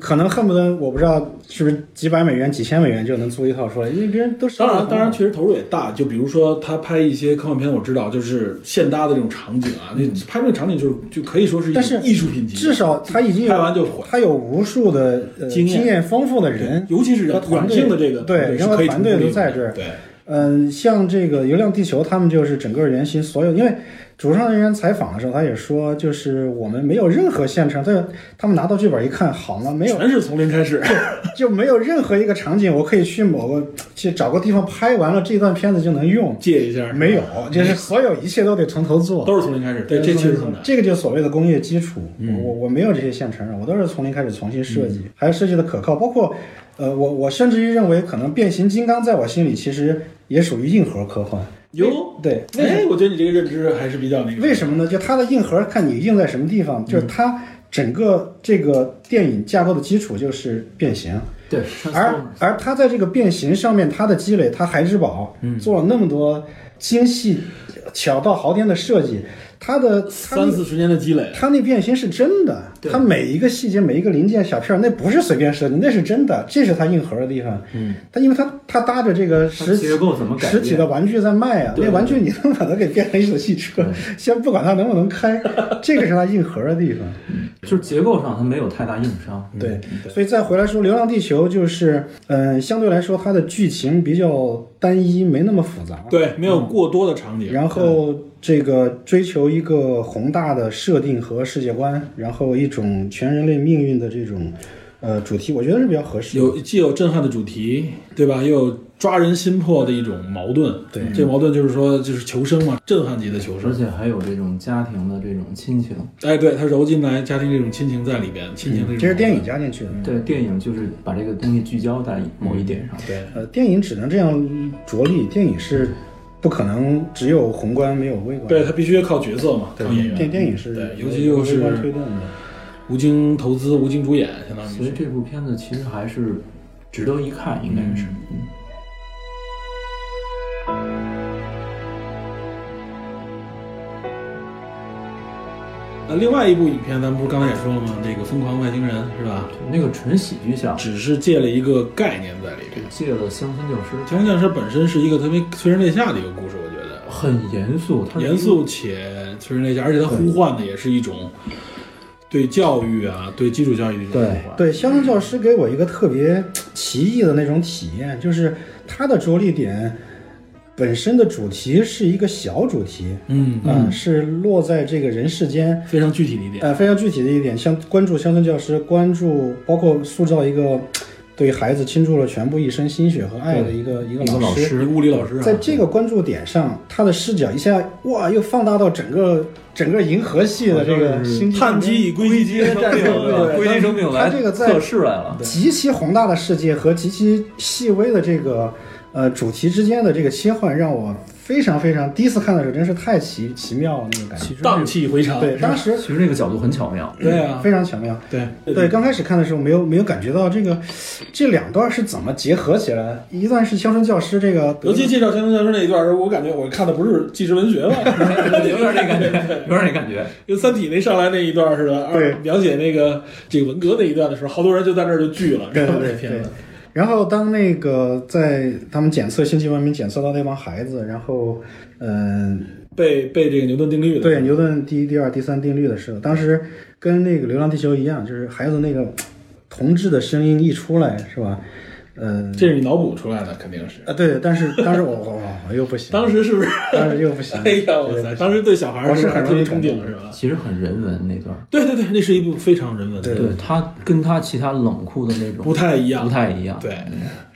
[SPEAKER 4] 可能恨不得我不知道是不是几百美元、几千美元就能租一套出来，因为别人都
[SPEAKER 2] 当然，当然，确实投入也大。就比如说他拍一些科幻片，我知道就是现搭的这种场景啊，那拍那个场景就是就可以说是一
[SPEAKER 4] 嗯但是
[SPEAKER 2] 种艺术品级，
[SPEAKER 4] 至少他已经有
[SPEAKER 2] 拍完就毁
[SPEAKER 4] 他有无数的、呃、
[SPEAKER 2] 经验
[SPEAKER 4] 丰富的人，
[SPEAKER 2] 尤其是
[SPEAKER 4] 和
[SPEAKER 2] 软
[SPEAKER 4] 团
[SPEAKER 2] 软
[SPEAKER 4] 队
[SPEAKER 2] 性的这个
[SPEAKER 4] 对，
[SPEAKER 2] 是
[SPEAKER 4] 然后
[SPEAKER 2] 可以
[SPEAKER 4] 团队
[SPEAKER 2] 独立
[SPEAKER 4] 都在
[SPEAKER 2] 的
[SPEAKER 4] 这儿。
[SPEAKER 2] 对，
[SPEAKER 4] 嗯，像这个《流浪地球》，他们就是整个原型所有，因为主创人员采访的时候，他也说，就是我们没有任何现成，他他们拿到剧本一看，好吗？没有，
[SPEAKER 2] 全是从零开始。
[SPEAKER 4] (laughs) 就没有任何一个场景，我可以去某个去找个地方拍完了，这段片子就能用。
[SPEAKER 2] 借一下，
[SPEAKER 4] 没有，就是所有一切都得从头做。
[SPEAKER 2] 都是从零开始。对，这确实很难。嗯
[SPEAKER 4] 这个就是所谓的工业基础。我我没有这些现成的，我都是从零开始重新设计，还有设计的可靠。包括，呃，我我甚至于认为，可能变形金刚在我心里其实也属于硬核科幻。
[SPEAKER 2] 哟，
[SPEAKER 4] 对，为什
[SPEAKER 2] 哎，我觉得你这个认知还是比较那个。
[SPEAKER 4] 为什么呢？就它的硬核，看你硬在什么地方。
[SPEAKER 2] 嗯
[SPEAKER 4] 就是它整个这个电影架构的基础就是变形，
[SPEAKER 3] 对，
[SPEAKER 4] 而而它在这个变形上面，它的积累，它孩之宝，
[SPEAKER 2] 嗯
[SPEAKER 4] 做了那么多精细、巧到毫天的设计，它的它
[SPEAKER 2] 三四十年的积累，
[SPEAKER 4] 它那变形是真的，它每一个细节、每一个零件、小片儿，那不是随便设计，那是真的，这是它硬核的地方。嗯，它因为它它搭着这个实体
[SPEAKER 3] 结构怎么改
[SPEAKER 4] 实体的玩具在卖啊，
[SPEAKER 3] 对
[SPEAKER 4] 那
[SPEAKER 3] 对嗯
[SPEAKER 4] 玩具你能把它给变成一手汽车，先不管它能不能
[SPEAKER 3] (laughs)
[SPEAKER 4] 开，这个是它硬核的地方。
[SPEAKER 3] 就是结构上它没有太大硬伤。
[SPEAKER 4] 对，所以再回来说，《流浪地球》就是，嗯、相对来说它的剧情比较单一，没那么复杂。
[SPEAKER 2] 对，没
[SPEAKER 4] 嗯
[SPEAKER 2] 有过多的场景。
[SPEAKER 4] 然后这个追求一个宏大的设定和世界观，然后一种全人类命运的这种呃主题，我觉得是比较合适的。
[SPEAKER 2] 有既有震撼的主题，对吧？又有抓人心魄的一种矛盾。
[SPEAKER 4] 对，
[SPEAKER 2] 这矛盾就是说，就是求生嘛，震撼级的求
[SPEAKER 3] 而
[SPEAKER 2] 生。
[SPEAKER 3] 且还有这种家庭的这种亲情。
[SPEAKER 2] 哎，对，他揉进来家庭这种亲情在里边，亲情的种。
[SPEAKER 4] 嗯这是电影。加进去的。
[SPEAKER 3] 对，电影就是把这个东西聚焦在某一点上。
[SPEAKER 2] 对，
[SPEAKER 4] 呃，电影只能这样着力，电影是不可能只有宏观没有微观。
[SPEAKER 2] 对他必须要靠角色嘛，靠演员。
[SPEAKER 4] 电电影是
[SPEAKER 2] 对，尤其又
[SPEAKER 4] 微观推
[SPEAKER 2] 是
[SPEAKER 4] 动的。
[SPEAKER 2] 无精投资、无精主演，相当于
[SPEAKER 3] 所以
[SPEAKER 2] 是。
[SPEAKER 3] 这部片子其实还是值得一看，应该是。嗯
[SPEAKER 2] 那啊另外一部影片，咱们不是刚才也说了吗？这个《疯狂外星人》是吧？
[SPEAKER 3] 那个纯喜剧项，
[SPEAKER 2] 只是借了一个概念在里边。
[SPEAKER 3] 借了《乡村教师》，
[SPEAKER 2] 《强降师》本身是一个特别催人泪下的一个故事，我觉得
[SPEAKER 3] 很严肃，它是
[SPEAKER 2] 严肃且催人泪下，而且它呼唤的也是一种对教育啊、对基础教育的一种呼唤。
[SPEAKER 4] 对，乡村教师给我一个特别奇异的那种体验，就是它的着力点本身的主题是一个小主题，
[SPEAKER 2] 嗯，
[SPEAKER 4] 嗯、是落在这个人世间，
[SPEAKER 2] 非常具体的一点。
[SPEAKER 4] 呃，非常具体的一点，像关注乡村教师，关注包括塑造一个对孩子倾注了全部一生心血和爱的一个一个
[SPEAKER 3] 一个老
[SPEAKER 4] 呃师。
[SPEAKER 3] 师
[SPEAKER 2] 一个物理老师啊，
[SPEAKER 4] 在这个关注点上，他的视角一下哇，又放大到整个整个银河系的这个星际
[SPEAKER 2] 碳基与硅基结合
[SPEAKER 3] 对
[SPEAKER 2] 对啊
[SPEAKER 3] 归因生命来
[SPEAKER 4] 它这个在
[SPEAKER 3] 测试来了，
[SPEAKER 4] 极其宏大的世界和极其细微的这个呃主题之间的这个切换，让我非常非常第一次看的时候，真是太奇奇妙了那个感觉。
[SPEAKER 2] 荡气回肠。
[SPEAKER 4] 对，当时
[SPEAKER 3] 其实那个角度很巧
[SPEAKER 2] (laughs)
[SPEAKER 3] 妙。
[SPEAKER 2] 啊对啊，
[SPEAKER 4] 非常巧妙。
[SPEAKER 2] 对嗯
[SPEAKER 4] 对，刚开始看的时候没有没有感觉到这个这两段是怎么结合起来的，一段是乡村教师这个德
[SPEAKER 2] 尤其介绍《乡村教师》那一段儿时候，我感觉我看的不是纪实文学吧，
[SPEAKER 3] 有点那感觉，有点那感觉。
[SPEAKER 2] 跟《三体》那上来那一段儿似的，
[SPEAKER 4] 对
[SPEAKER 2] 二描写那个这个文革那一段的时候，好多人就在那儿就聚了，
[SPEAKER 4] 对
[SPEAKER 2] 知道吗
[SPEAKER 4] 对对
[SPEAKER 2] 这片
[SPEAKER 4] 对
[SPEAKER 2] 子。。
[SPEAKER 4] 然后当那个在他们检测星际文明检测到那帮孩子，然后嗯、
[SPEAKER 2] 被被这个牛顿定律的
[SPEAKER 4] 对牛顿第一、第二、第三定律的时候，当时跟那个《流浪地球》一样，就是孩子那个同志的声音一出来，是吧？嗯、
[SPEAKER 2] 这是你脑补出来的，肯定是。
[SPEAKER 4] 啊对，但是当时我我我我又不行，
[SPEAKER 2] 当时是不是？
[SPEAKER 4] 当时又不行，
[SPEAKER 2] (laughs) 哎呀，哇塞！当时对小孩儿
[SPEAKER 4] 我是
[SPEAKER 2] 还
[SPEAKER 4] 很
[SPEAKER 2] 特别
[SPEAKER 4] 容易
[SPEAKER 2] 憧
[SPEAKER 4] 感动
[SPEAKER 2] 憬，是吧？
[SPEAKER 3] 其实很人文那段儿，
[SPEAKER 2] 对对对，那是一部非常人文的，
[SPEAKER 3] 对他跟他其他冷酷的那种
[SPEAKER 2] 不太一样
[SPEAKER 3] 不太一样。
[SPEAKER 2] 对，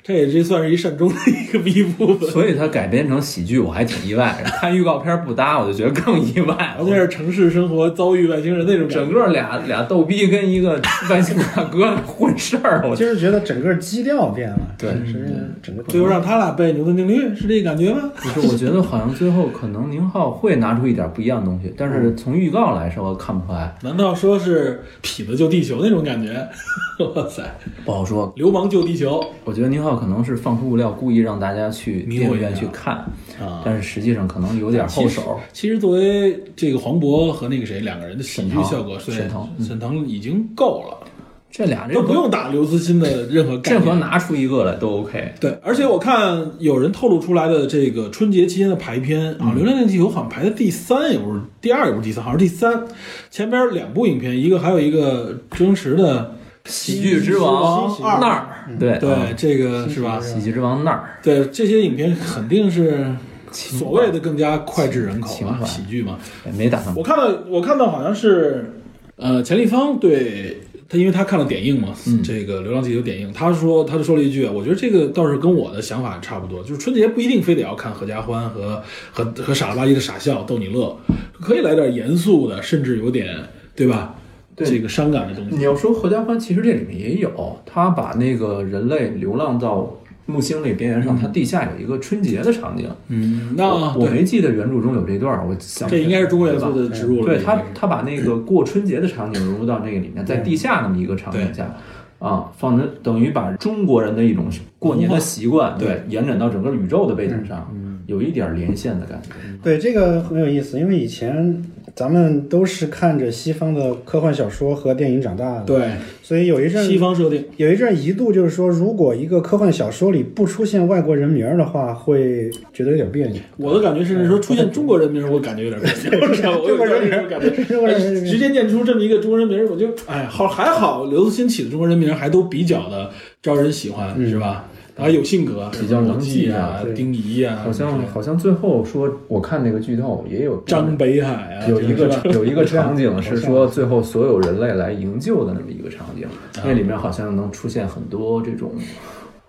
[SPEAKER 2] 这也这算是一善终的一个一部 (laughs)
[SPEAKER 3] (laughs)
[SPEAKER 2] 分。
[SPEAKER 3] 所以他改编成喜剧，我还挺意外的。 (laughs) 看预告片不搭，我就觉得更意外 (laughs)
[SPEAKER 2] 而且
[SPEAKER 3] 了。
[SPEAKER 2] 是城市生活遭遇外星人那种感
[SPEAKER 3] 整
[SPEAKER 2] 觉，
[SPEAKER 3] 个俩俩逗逼跟一个外星大哥混事儿，我 (laughs)
[SPEAKER 4] 我就是觉得整个基调变了，
[SPEAKER 3] 对
[SPEAKER 4] 是整个
[SPEAKER 2] 最后让他俩背牛顿定律，是这感觉吗？
[SPEAKER 3] 就是我觉得好像最后可能宁浩会拿出一点不一样的东西，但是从预告来说看不出来，
[SPEAKER 2] 难道说是痞子救地球那种感觉？ (laughs) 哇塞，
[SPEAKER 3] 不好说。
[SPEAKER 2] 流氓救地球
[SPEAKER 3] 我觉得宁浩可能是放出物料，故意让大家去
[SPEAKER 2] 迷惑
[SPEAKER 3] 电影
[SPEAKER 2] 一
[SPEAKER 3] 院
[SPEAKER 2] 下
[SPEAKER 3] 去看，
[SPEAKER 2] 啊！
[SPEAKER 3] 但是实际上可能有点后手。
[SPEAKER 2] 其实作为这个黄渤和那个谁两个人的喜
[SPEAKER 3] 沈
[SPEAKER 2] 剧
[SPEAKER 3] 腾
[SPEAKER 2] 效果，对
[SPEAKER 3] 沈腾嗯
[SPEAKER 2] 沈腾已经够了，
[SPEAKER 3] 这俩人
[SPEAKER 2] 都不用打刘慈欣的任何概
[SPEAKER 3] 任
[SPEAKER 2] 念。
[SPEAKER 3] 何拿出一个来都 OK。
[SPEAKER 2] 对，而且我看有人透露出来的这个春节期间的排片啊，《流浪地球》好像排的第三，也不是第二，也不是第三，好像是第三。前边两部影片，一个还有一个周星驰的《
[SPEAKER 3] 喜剧之王
[SPEAKER 2] 喜剧之
[SPEAKER 3] 那儿，对
[SPEAKER 2] 对，
[SPEAKER 3] 啊
[SPEAKER 2] 这个哎哦是吧？
[SPEAKER 3] 喜剧之王那儿，
[SPEAKER 2] 对，这些影片肯定是所谓的更加脍炙人口
[SPEAKER 3] 情
[SPEAKER 2] 嘛，
[SPEAKER 3] 怀
[SPEAKER 2] 喜剧嘛。
[SPEAKER 3] 也没打算
[SPEAKER 2] 我看到，我看到好像是，呃，钱立芳对他，因为他看了点映嘛，
[SPEAKER 3] 嗯
[SPEAKER 2] 这个《流浪地球》点映，他说他就说了一句，我觉得这个倒是跟我的想法差不多，就是春节不一定非得要看合家欢和和和傻了吧唧的傻笑逗你乐，可以来点严肃的，甚至有点对吧？
[SPEAKER 3] 对
[SPEAKER 2] 这个伤感的东西。
[SPEAKER 3] 你要说合家欢，其实这里面也有，他把那个人类流浪到木星里边缘上，它地下有一个春节的场景。
[SPEAKER 2] 嗯，那
[SPEAKER 3] 我我
[SPEAKER 2] 对，
[SPEAKER 3] 没记得原著中有这段儿，我想
[SPEAKER 2] 这应该是中国元素
[SPEAKER 3] 对吧
[SPEAKER 2] 的植入了。
[SPEAKER 3] 对他
[SPEAKER 2] 应该是，
[SPEAKER 3] 他把那个过春节的场景融入到那个里面，在地下那么一个场景下，啊，放着等于把中国人的一种过年的习惯，
[SPEAKER 2] 对嗯
[SPEAKER 3] 对，延展到整个宇宙的背景上，有一点连线的感觉。
[SPEAKER 4] 对，这个很有意思，因为以前咱们都是看着西方的科幻小说和电影长大的，，
[SPEAKER 2] 对
[SPEAKER 4] 所以有一阵
[SPEAKER 2] 西方设定，
[SPEAKER 4] 有一阵一度就是说，如果一个科幻小说里不出现外国人名儿的话，会觉得有点别扭。
[SPEAKER 2] 我的感觉甚至说出现中国人名儿，我感觉有点别扭，
[SPEAKER 3] (laughs)
[SPEAKER 2] 是吧 (laughs) 我有点这种感觉。
[SPEAKER 4] 中国人名
[SPEAKER 2] 哎直接念出这么一个中国人名儿，我就哎，好还好，刘慈欣起的中国人名儿还都比较的招人喜欢，是吧？然后有性格，
[SPEAKER 3] 比较
[SPEAKER 2] 王
[SPEAKER 3] 能
[SPEAKER 2] 继
[SPEAKER 3] 记
[SPEAKER 2] 啊
[SPEAKER 4] 对、
[SPEAKER 2] 丁仪啊，
[SPEAKER 3] 好像好像最后说，我看那个剧透也有
[SPEAKER 2] 张北海啊，
[SPEAKER 3] 有一个
[SPEAKER 2] 这是吧
[SPEAKER 3] 有一个场景是说最后所有人类来营救的那么一个场景，那里面好像能出现很多这种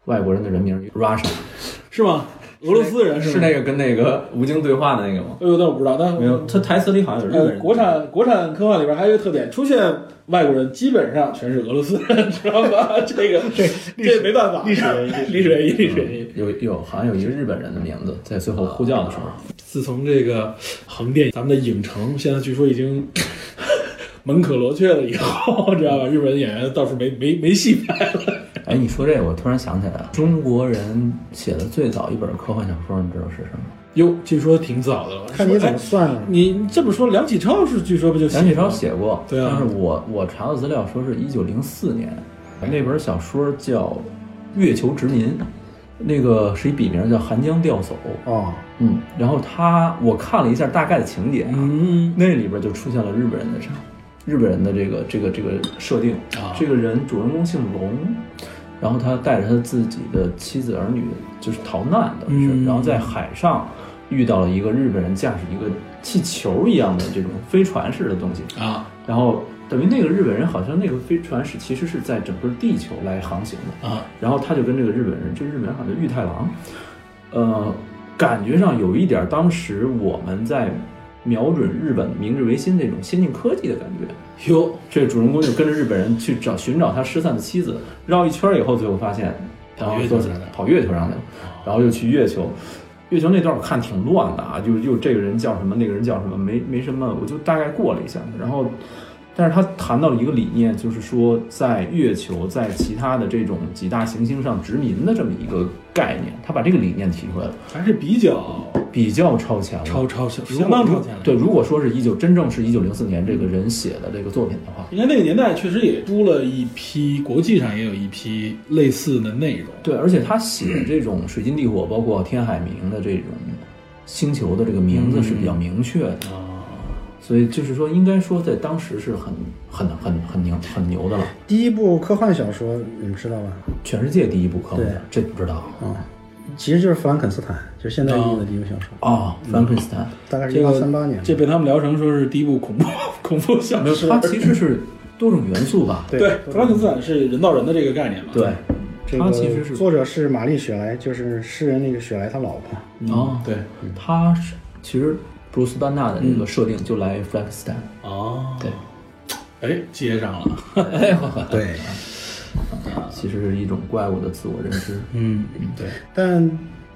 [SPEAKER 3] 外国人的人名，Russia
[SPEAKER 2] 是吗？俄罗斯人
[SPEAKER 3] 是
[SPEAKER 2] 吗？
[SPEAKER 3] 那个跟那个吴京对话的那个吗？
[SPEAKER 2] 哎呦，但我不知道，但
[SPEAKER 3] 没有，他台词里好像有日本
[SPEAKER 2] 呃，
[SPEAKER 3] 人。
[SPEAKER 2] 国产国产科幻里边还有一个特点，出现外国人基本上全是俄罗斯人， (laughs) 知道吧？这个这这没办法，历史历史原因，历史原因。
[SPEAKER 3] 有有好像有一个日本人的名字，在最后呼叫的时候，
[SPEAKER 2] 自从这个横店咱们的影城现在据说已经 (laughs) 门可罗雀了以后， (laughs) 知道吧？日本演员倒是没没没戏拍了。
[SPEAKER 3] 哎，你说这个，我突然想起来了，中国人写的最早一本科幻小说，你知道是什么吗？
[SPEAKER 2] 哟，据说挺早的了，
[SPEAKER 4] 看你怎么
[SPEAKER 2] 哎
[SPEAKER 4] 算了。
[SPEAKER 2] 你这么说，梁启超是据说不就写
[SPEAKER 3] 梁启超写过，
[SPEAKER 2] 对啊
[SPEAKER 3] 但是我我查到资料说是一九零四年，那本小说叫《月球殖民》，那个是一笔名叫寒江钓叟，
[SPEAKER 4] 哦，
[SPEAKER 3] 嗯，然后他我看了一下大概的情节啊，
[SPEAKER 2] 嗯，
[SPEAKER 3] 那里边就出现了日本人的场，日本人的这个这个这个设定
[SPEAKER 2] 啊
[SPEAKER 3] 这个人主人公姓龙，然后他带着他自己的妻子儿女就是逃难等于是，
[SPEAKER 2] 嗯
[SPEAKER 3] 然后在海上遇到了一个日本人驾驶一个气球一样的这种飞船式的东西，
[SPEAKER 2] 啊
[SPEAKER 3] 然后等于那个日本人好像那个飞船是其实是在整个地球来航行的，
[SPEAKER 2] 啊，
[SPEAKER 3] 然后他就跟这个日本人，这日本人好像叫玉太郎，呃，感觉上有一点当时我们在瞄准日本明治维新这种先进科技的感觉。
[SPEAKER 2] 哟，
[SPEAKER 3] 这个主人公就跟着日本人去找寻找他失散的妻子，绕一圈儿以后，最后发现，然后
[SPEAKER 2] 跑月球
[SPEAKER 3] 就
[SPEAKER 2] 上去了
[SPEAKER 3] 跑月球上去了，然后又去月球。月球那段我看挺乱的啊，就就这个人叫什么，那个人叫什么，没没什么，我就大概过了一下。然后，但是他谈到了一个理念，就是说在月球在其他的这种几大行星上殖民的这么一个概念，他把这个理念提出来了，
[SPEAKER 2] 还是比较
[SPEAKER 3] 比较超前了。
[SPEAKER 2] 超超相
[SPEAKER 3] 如
[SPEAKER 2] 相
[SPEAKER 3] 果
[SPEAKER 2] 当超前了。
[SPEAKER 3] 对，如果说是一九真正是一九零四年这个人写的这个作品的话，
[SPEAKER 2] 应该那个年代确实也出了一批，国际上也有一批类似的内容。
[SPEAKER 3] 对，而且他写这种水晶地火，包括天海明的这种星球的这个名字是比较明确的，所以就是说，应该说在当时是很很很很牛很牛的了。
[SPEAKER 4] 第一部科幻小说你们知道吧？
[SPEAKER 3] 全世界第一部科幻
[SPEAKER 4] 对，
[SPEAKER 3] 这不知道
[SPEAKER 4] 其实就是《弗兰肯斯坦》，就是现代意义的第一部小说，
[SPEAKER 3] 啊。弗兰肯斯坦，
[SPEAKER 4] 大概
[SPEAKER 2] 哦
[SPEAKER 4] 是
[SPEAKER 2] 这
[SPEAKER 4] 一八
[SPEAKER 2] 个
[SPEAKER 4] 三八年。
[SPEAKER 2] 这被他们聊成说是第一部恐怖恐怖小
[SPEAKER 3] 没有，
[SPEAKER 2] 说。
[SPEAKER 3] 它其实是多种元素吧？
[SPEAKER 4] 对
[SPEAKER 2] 对，弗兰肯斯坦是人造人的这个概念嘛？
[SPEAKER 3] 对，
[SPEAKER 4] 这
[SPEAKER 3] 它其实
[SPEAKER 4] 个
[SPEAKER 3] 是
[SPEAKER 4] 作者是玛丽雪莱，就是诗人那个雪莱他老婆。
[SPEAKER 3] 啊，
[SPEAKER 2] 对，
[SPEAKER 3] 它是其实布鲁斯班纳的这个设定就来弗兰肯斯坦。
[SPEAKER 2] 哦，
[SPEAKER 3] 对，
[SPEAKER 2] 哎，接上了。
[SPEAKER 3] 哎，
[SPEAKER 4] 对，
[SPEAKER 3] 其实是一种怪物的自我认知。
[SPEAKER 2] 嗯，对，
[SPEAKER 4] 但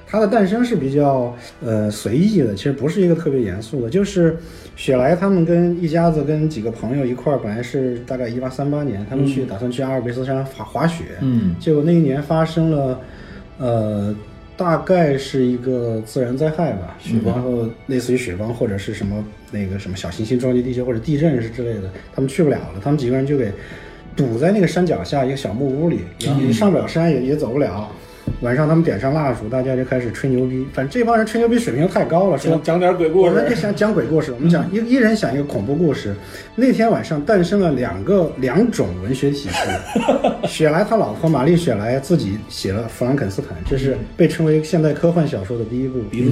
[SPEAKER 4] 它的诞生是比较呃随意的，其实不是一个特别严肃的。就是雪莱他们跟一家子跟几个朋友一块儿，本来是大概一八三八年，他们去、打算去阿尔卑斯山滑滑雪，
[SPEAKER 3] 嗯，
[SPEAKER 4] 结果那一年发生了，呃，大概是一个自然灾害吧，雪崩后类似于雪崩或者是什么那个什么小行星撞击地球或者地震是之类的，他们去不了了，他们几个人就给堵在那个山脚下一个小木屋里，然后也上不了山也也走不了。晚上他们点上蜡烛，大家就开始吹牛逼。反正这帮人吹牛逼水平太高了，说
[SPEAKER 2] 讲讲点鬼故
[SPEAKER 4] 我们就
[SPEAKER 2] 事。
[SPEAKER 4] 想讲鬼故事，我
[SPEAKER 2] (laughs)
[SPEAKER 4] 们讲一一人想一个恐怖故事。那天晚上诞生了两个两种文学体
[SPEAKER 2] (laughs)
[SPEAKER 4] 系，雪莱他老婆玛丽雪莱自己写了《弗兰肯斯坦》，这是被称为现代科幻小说的第一部，
[SPEAKER 2] 嗯
[SPEAKER 4] 鼻子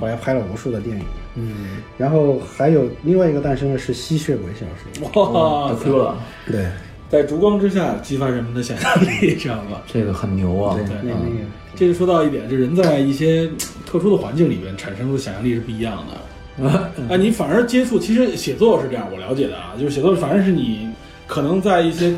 [SPEAKER 4] 后来拍了无数的电影。嗯，然后还有另外一个诞生的是吸血鬼小说，
[SPEAKER 2] 哇
[SPEAKER 3] 大，Q 了，
[SPEAKER 4] 对，
[SPEAKER 2] 在烛光之下激发人们的想象力， (laughs) 知道吗？
[SPEAKER 3] 这个很牛啊！
[SPEAKER 4] 那那个
[SPEAKER 2] 这就说到一点，就人在一些特殊的环境里面产生出的想象力是不一样的。
[SPEAKER 4] 嗯
[SPEAKER 2] 啊，你反而接触，其实写作是这样，我了解的啊，就是写作反而是你可能在一些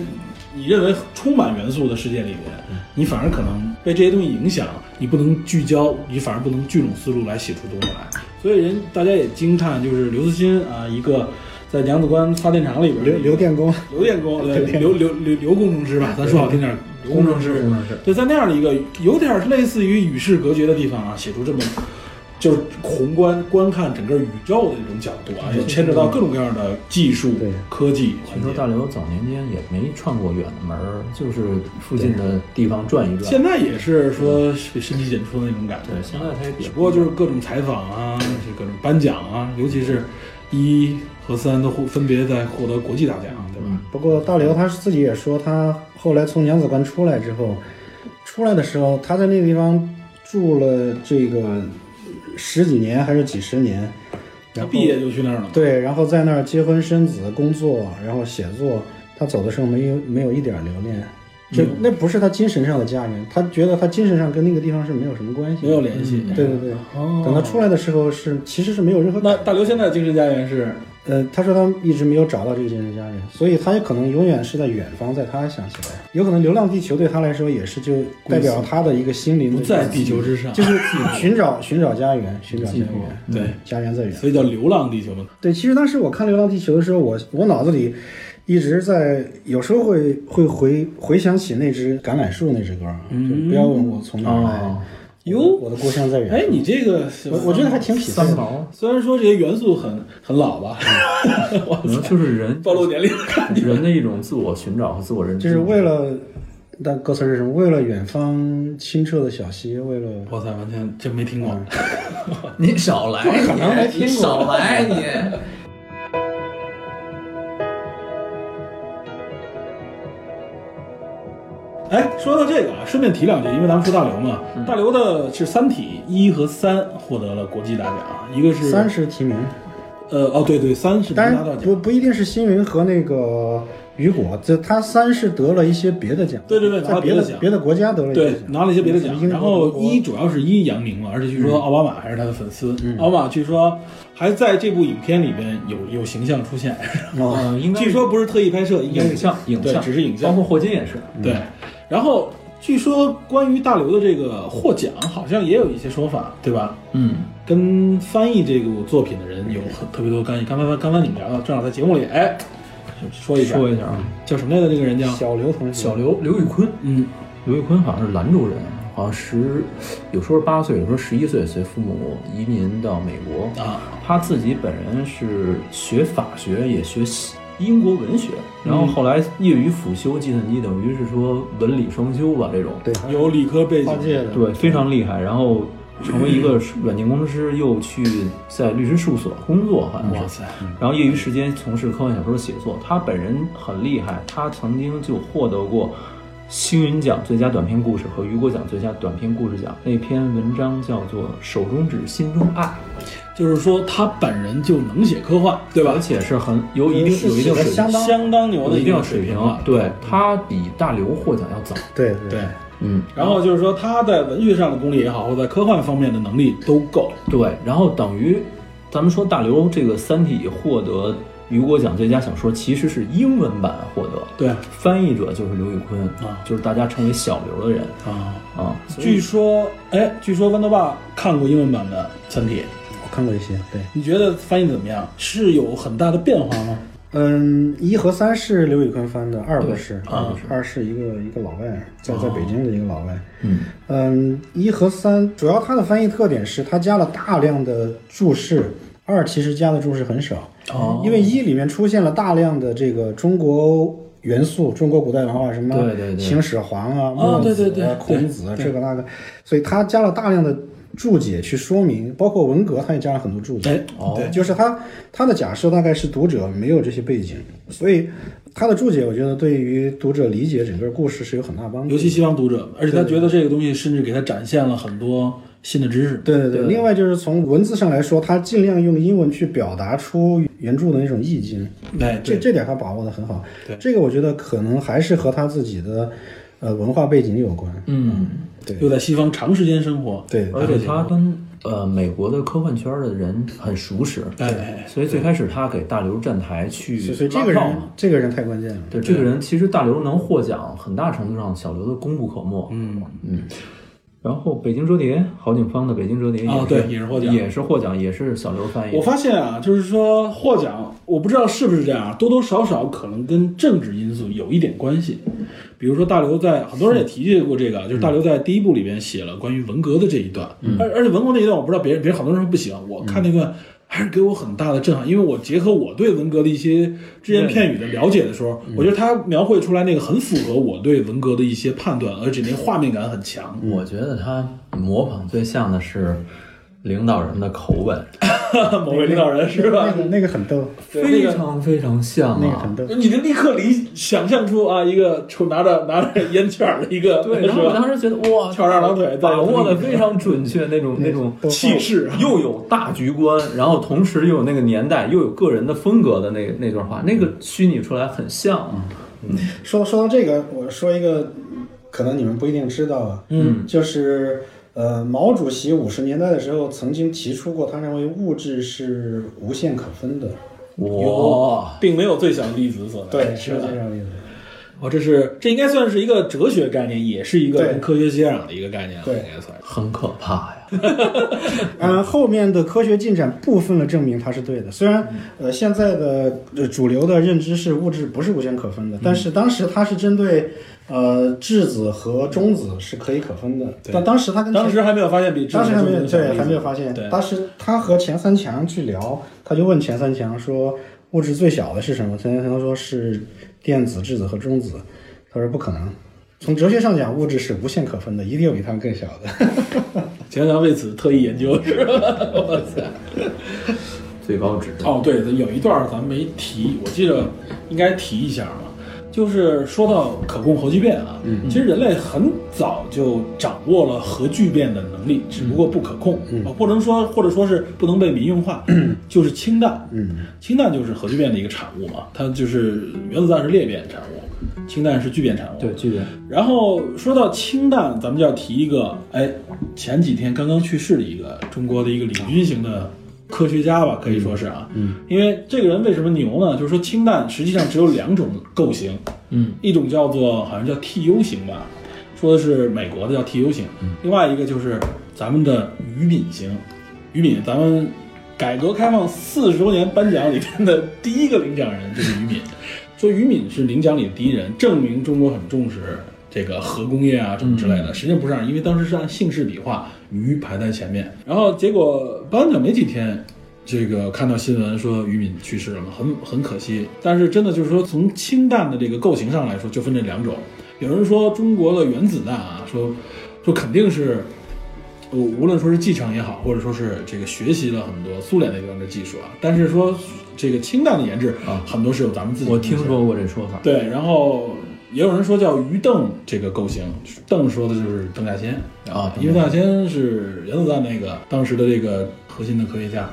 [SPEAKER 2] 你认为充满元素的世界里面，
[SPEAKER 4] 嗯
[SPEAKER 2] 你反而可能被这些东西影响，你不能聚焦，你反而不能聚拢思路来写出东西来。所以人大家也惊叹，就是刘慈欣啊，一个在娘子关发电厂里边
[SPEAKER 4] 刘刘电工，
[SPEAKER 2] 刘电工，呃刘刘刘刘工程师吧，咱说好听点儿，刘工程师，
[SPEAKER 3] 工程师
[SPEAKER 2] 对，在那样的一个有点儿类似于与世隔绝的地方啊，写出这么就是宏观观看整个宇宙的一种角度啊，也牵扯到各种各样的技术
[SPEAKER 4] 对、
[SPEAKER 2] 科技环
[SPEAKER 3] 听说
[SPEAKER 2] 节。
[SPEAKER 3] 大刘早年间也没串过远门儿，就是附近的地方转一转。
[SPEAKER 2] 现在也是说是身体检出的那种感觉
[SPEAKER 3] 啊
[SPEAKER 2] 啊
[SPEAKER 3] 对，，现在他也比
[SPEAKER 2] 只不过就是各种采访啊，是各种颁奖啊，尤其是一和三都获分别在获得国际大奖，对
[SPEAKER 3] 嗯
[SPEAKER 2] 吧？
[SPEAKER 4] 不过大刘他自己也说，他后来从娘子关出来之后，出来的时候他在那个地方住了这个十几年还是几十年，
[SPEAKER 2] 他毕业就去那儿了嘛。
[SPEAKER 4] 对，然后在那儿结婚生子、工作，然后写作。他走的时候没有没有一点留恋，
[SPEAKER 2] 嗯
[SPEAKER 4] 这、那不是他精神上的家人，他觉得他精神上跟那个地方是没有什么关系，
[SPEAKER 2] 没有。联
[SPEAKER 3] 嗯
[SPEAKER 2] 系。
[SPEAKER 4] 对对对，
[SPEAKER 2] 哦
[SPEAKER 4] 等他出来的时候是其实是没有任何
[SPEAKER 2] 那大刘现在的精神家园是
[SPEAKER 4] 呃，他说他一直没有找到这个精神家园，所以他有可能永远是在远方，在他乡起来。有可能《流浪地球》对他来说也是就代表他的一个心灵的
[SPEAKER 2] 不在地球之上，
[SPEAKER 4] 就是寻找寻找家园，寻找家园，
[SPEAKER 2] 对，
[SPEAKER 4] 家园在远。
[SPEAKER 2] 所以叫流浪地球嘛。
[SPEAKER 4] 对，其实当时我看《流浪地球》的时候，我我脑子里一直在，有时候会会回回想起那只橄榄树那支歌，啊就不要问我从哪儿来
[SPEAKER 3] 哦，
[SPEAKER 2] 嗯哟
[SPEAKER 4] 我的故乡在远方。
[SPEAKER 2] 哎，你这个
[SPEAKER 4] 我我觉得还挺匹配
[SPEAKER 3] (laughs) 三
[SPEAKER 4] 的。
[SPEAKER 3] 毛，
[SPEAKER 2] 虽然说这些元素很很老吧，我
[SPEAKER 3] 可能就是人
[SPEAKER 2] 暴露年龄。
[SPEAKER 3] 人的一种自我寻找和自我认
[SPEAKER 4] 就
[SPEAKER 3] 知。
[SPEAKER 4] 是为
[SPEAKER 2] 嗯
[SPEAKER 4] 了，但歌词是什么？为了远方清澈的小溪，为了
[SPEAKER 2] 哇塞，完全真没听过。
[SPEAKER 3] 你少来，可能没听少来你。
[SPEAKER 2] 哎，说到这个啊，顺便提两句，因为咱们说大刘嘛，大刘的是《三体》一和三获得了国际大奖，一个是
[SPEAKER 4] 三十提名，
[SPEAKER 2] 呃哦对对，三是没
[SPEAKER 4] 当
[SPEAKER 2] 拿到
[SPEAKER 4] 然
[SPEAKER 2] 奖
[SPEAKER 4] 不。不一定是星云和那个雨果，这他三是得了一些别的奖，
[SPEAKER 2] 对对对拿
[SPEAKER 4] 在
[SPEAKER 2] 了
[SPEAKER 4] 别
[SPEAKER 2] 别的
[SPEAKER 4] 的
[SPEAKER 2] 奖
[SPEAKER 4] 别的国家得了一些
[SPEAKER 2] 对，
[SPEAKER 4] 奖，
[SPEAKER 2] 拿了一些别的奖
[SPEAKER 4] 英。国
[SPEAKER 2] 然后一
[SPEAKER 4] 英国
[SPEAKER 2] 主要是一扬名了，而且据说奥巴马还是他的粉丝。奥巴马据说还在这部影片里边有有形象出现，
[SPEAKER 4] 啊
[SPEAKER 3] 嗯，应该
[SPEAKER 2] 据说不是特意拍摄，应该是
[SPEAKER 3] 影像，影
[SPEAKER 2] 对
[SPEAKER 3] 像嗯
[SPEAKER 2] 只是影像
[SPEAKER 3] 包括霍金也是。
[SPEAKER 2] 对，然后据说关于大刘的这个获奖，好像也有一些说法，对吧？
[SPEAKER 3] 嗯，
[SPEAKER 2] 跟翻译这个作品的人有很特别多干系。刚才刚才你们聊到，正好在节目里，哎，说一下，
[SPEAKER 3] 说一下啊，
[SPEAKER 2] 叫什么来着？这个人叫
[SPEAKER 4] 小刘同学，
[SPEAKER 3] 小刘刘宇坤，
[SPEAKER 2] 嗯，
[SPEAKER 3] 刘宇坤好像是兰州人，好像十，有时候八岁，有时候十一岁，随父母移民到美国。
[SPEAKER 2] 啊，
[SPEAKER 3] 他自己本人是学法学，也学西英国文学，
[SPEAKER 4] 嗯
[SPEAKER 3] 然后后来业余辅修计算机，等于是说文理双修吧，这种。
[SPEAKER 4] 对，
[SPEAKER 2] 有理科背
[SPEAKER 4] 跨界
[SPEAKER 2] 景，
[SPEAKER 4] 的，
[SPEAKER 3] 对，非常厉害。然后成为一个软件工程师，又去在律师事务所工作，好像
[SPEAKER 2] 哇
[SPEAKER 3] 是。
[SPEAKER 2] 塞，
[SPEAKER 3] 然后业余时间从事科幻小说的写作。他本人很厉害，他曾经就获得过星云奖最佳短篇故事和雨果奖最佳短篇故事奖。那篇文章叫做《手中指，心中爱》，
[SPEAKER 2] 就是说他本人就能写科幻，对吧
[SPEAKER 3] 而？且是很有一定
[SPEAKER 4] 哎是
[SPEAKER 3] 有一定
[SPEAKER 4] 写得
[SPEAKER 3] 水
[SPEAKER 4] 相
[SPEAKER 3] 平，
[SPEAKER 4] 当
[SPEAKER 2] 相当牛
[SPEAKER 3] 有
[SPEAKER 2] 的
[SPEAKER 3] 一
[SPEAKER 2] 个
[SPEAKER 3] 定
[SPEAKER 2] 水
[SPEAKER 3] 水
[SPEAKER 2] 平
[SPEAKER 3] 平
[SPEAKER 2] 了。。
[SPEAKER 3] 对他比大刘获奖要早。
[SPEAKER 4] 对
[SPEAKER 2] 对，
[SPEAKER 3] 嗯，
[SPEAKER 2] 然后就是说他在文学上的功力也好，或者在科幻方面的能力都够。
[SPEAKER 3] 对，然后等于咱们说大刘这个《三体》获得雨果奖最佳小说其实是英文版获得，
[SPEAKER 2] 对
[SPEAKER 3] 翻译者就是刘宇昆
[SPEAKER 2] 啊
[SPEAKER 3] 就是大家称为小刘的人
[SPEAKER 2] 啊。
[SPEAKER 3] 啊。所以
[SPEAKER 2] 据说，哎，据说豌豆爸看过英文版的《三体》，
[SPEAKER 4] 我看过一些，对，
[SPEAKER 2] 你觉得翻译怎么样？是有很大的变化吗？
[SPEAKER 4] 嗯，一和三是刘宇昆翻的，二不
[SPEAKER 3] 对啊
[SPEAKER 4] 是，
[SPEAKER 3] 二不是
[SPEAKER 4] 二是一个一个老外，在在北京的一个老外。
[SPEAKER 3] 嗯，
[SPEAKER 4] 嗯，一和三主要它的翻译特点是它加了大量的注释，二其实加的注释很少。
[SPEAKER 3] 哦，
[SPEAKER 4] 因为一里面出现了大量的这个中国元素，中国古代文化什么
[SPEAKER 3] 对哦对对
[SPEAKER 4] 秦始皇啊、墨
[SPEAKER 2] 对对
[SPEAKER 4] 子
[SPEAKER 2] 对
[SPEAKER 4] 啊、孔子啊这个那个，所以他加了大量的注解去说明，包括文革他也加了很多注
[SPEAKER 2] 哎
[SPEAKER 4] 解。，
[SPEAKER 3] 哦
[SPEAKER 2] 对，
[SPEAKER 4] 就是他他的假设大概是读者没有这些背景，所以他的注解我觉得对于读者理解整个故事是有很大帮助的。
[SPEAKER 2] 尤其西方读者，而且他觉得这个东西甚至给他展现了很多新的知识。
[SPEAKER 4] 对对对，另外就是从文字上来说，他尽量用英文去表达出原著的那种意境，
[SPEAKER 2] 哎，
[SPEAKER 4] 这
[SPEAKER 2] 对，
[SPEAKER 4] 这点他把握的很好。这个我觉得可能还是和他自己的呃文化背景有关。
[SPEAKER 3] 嗯，
[SPEAKER 4] 对
[SPEAKER 2] 又在西方长时间生活，
[SPEAKER 4] 对，
[SPEAKER 3] 而且他跟呃美国的科幻圈的人很熟识，
[SPEAKER 2] 哎哎，
[SPEAKER 3] 所以最开始他给大刘站台去
[SPEAKER 2] 嗯
[SPEAKER 4] 所以所以这
[SPEAKER 3] 拉
[SPEAKER 4] 个
[SPEAKER 3] 票
[SPEAKER 4] 人
[SPEAKER 3] 嘛。
[SPEAKER 4] 这个人太关键了。
[SPEAKER 3] 对这个人，其实大刘能获奖，很大程度上小刘的功不可没。嗯嗯。然后《北京折叠》，郝景芳的《北京折叠》也是、
[SPEAKER 2] 啊对也是获奖
[SPEAKER 3] 也是获奖，也是小刘翻译。
[SPEAKER 2] 我发现啊，就是说获奖，我不知道是不是这样，多多少少可能跟政治因素有一点关系。比如说大刘在，很多人也提及过这个，就是大刘在第一部里边写了关于文革的这一段，而而且文革那一段，我不知道别人，别人好多人说不行，我看那段。还是给我很大的震撼，因为我结合我对文革的一些只言片语的了解的时候，我觉得他描绘出来那个很符合我对文革的一些判断，而且那画面感很强。 (laughs)
[SPEAKER 3] 我觉得他模仿最像的是领导人的口吻，
[SPEAKER 2] 某位领导人是吧？
[SPEAKER 4] 那个那个很逗，
[SPEAKER 2] 对那
[SPEAKER 3] 非
[SPEAKER 2] 个
[SPEAKER 3] 常非常像
[SPEAKER 4] 那个
[SPEAKER 3] 啊
[SPEAKER 4] 很。逗。
[SPEAKER 2] 你能立刻理想象出啊，一个手拿着拿着烟圈儿的一个，
[SPEAKER 3] 对，
[SPEAKER 2] 是
[SPEAKER 3] 然后我
[SPEAKER 2] 吧？
[SPEAKER 3] 当时觉得
[SPEAKER 2] (laughs)
[SPEAKER 3] 哇，
[SPEAKER 2] 翘着二郎腿在
[SPEAKER 3] 把握的非常准确，那种那种
[SPEAKER 4] 都
[SPEAKER 2] 气势啊
[SPEAKER 3] 又有大局观，然后同时又有那个年代，又有个人的风格的那那段话，那个虚拟出来很像。
[SPEAKER 4] 说说到这个，我说一个，可能你们不一定知道啊，嗯，就是呃，毛主席五十年代的时候曾经提出过，他认为物质是无限可分的。
[SPEAKER 3] 哇，
[SPEAKER 2] 并没有最小的粒子所在，
[SPEAKER 4] 对，
[SPEAKER 2] 是
[SPEAKER 4] 是
[SPEAKER 2] 吧
[SPEAKER 4] 这？样的意思。
[SPEAKER 2] 哦，这是这应该算是一个哲学概念，也是一个
[SPEAKER 4] 对
[SPEAKER 2] 跟科学接壤的一个概念了，
[SPEAKER 4] 对
[SPEAKER 2] 应该算是。
[SPEAKER 3] 很可怕呀！
[SPEAKER 4] 嗯，后面的科学进展部分的证明它是对的。虽然
[SPEAKER 2] 嗯
[SPEAKER 4] 呃现在的呃主流的认知是物质不是无限可分
[SPEAKER 2] 嗯
[SPEAKER 4] 的，但是当时它是针对呃质子和中子是可以可分的。但当时它跟
[SPEAKER 2] 当
[SPEAKER 4] 前
[SPEAKER 2] 时还没有发现比质
[SPEAKER 4] 当时还没有
[SPEAKER 2] 更小的
[SPEAKER 4] 对
[SPEAKER 2] 粒子
[SPEAKER 4] 还没有发现
[SPEAKER 2] 对，
[SPEAKER 4] 当时他和钱三强去聊，他就问钱三强说物质最小的是什么？钱三强说是电子、质子和中子。他说不可能。从哲学上讲，物质是无限可分的，一定有比它们更小的。 (laughs)
[SPEAKER 2] 钱翔为此特意研究，是吧？我操！
[SPEAKER 3] 最高指
[SPEAKER 2] 哦，对，有一段儿咱们没提，我记得应该提一下嘛，就是说到可控核聚变啊，其实人类很早就掌握了核聚变的能力，只不过不可控，啊不能说或者说是不能被民用化，就是氢弹，氢弹就是核聚变的一个产物嘛，它就是原子弹是裂变产物，氢弹是聚变产物，
[SPEAKER 3] 对，巨人
[SPEAKER 2] 然后说到氢弹，咱们就要提一个，哎，前几天刚刚去世的一个中国的一个领军型的科学家吧，可以说是啊，嗯，因为这个人为什么牛呢？就是说氢弹实际上只有两种构型，
[SPEAKER 3] 嗯，
[SPEAKER 2] 一种叫做好像叫 TU 型吧，说的是美国的叫 TU 型，另外一个就是咱们的于敏型，于敏，咱们改革开放四十周年颁奖里边的第一个领奖人就是于敏。说于敏是领奖里的第一人，证明中国很重视这个核工业啊，什么之类的。实际上不是这样，因为当时是按姓氏笔画，于排在前面。然后结果颁奖没几天，这个看到新闻说于敏去世了嘛，很很可惜。但是真的就是说，从氢弹的这个构型上来说，就分这两种。有人说中国的原子弹啊，说说肯定是我无论说是继承也好，或者说是这个学习了很多苏联那边的技术啊，但是说这个氢弹的研制
[SPEAKER 3] 啊
[SPEAKER 2] 很多是有咱们自己的
[SPEAKER 3] 我
[SPEAKER 2] 技术
[SPEAKER 3] 听说过这说法。
[SPEAKER 2] 对，然后也有人说叫于邓这个构型，邓说的就是邓稼先
[SPEAKER 3] 啊
[SPEAKER 2] 因为邓稼先是原子弹那个当时的这个核心的科学家，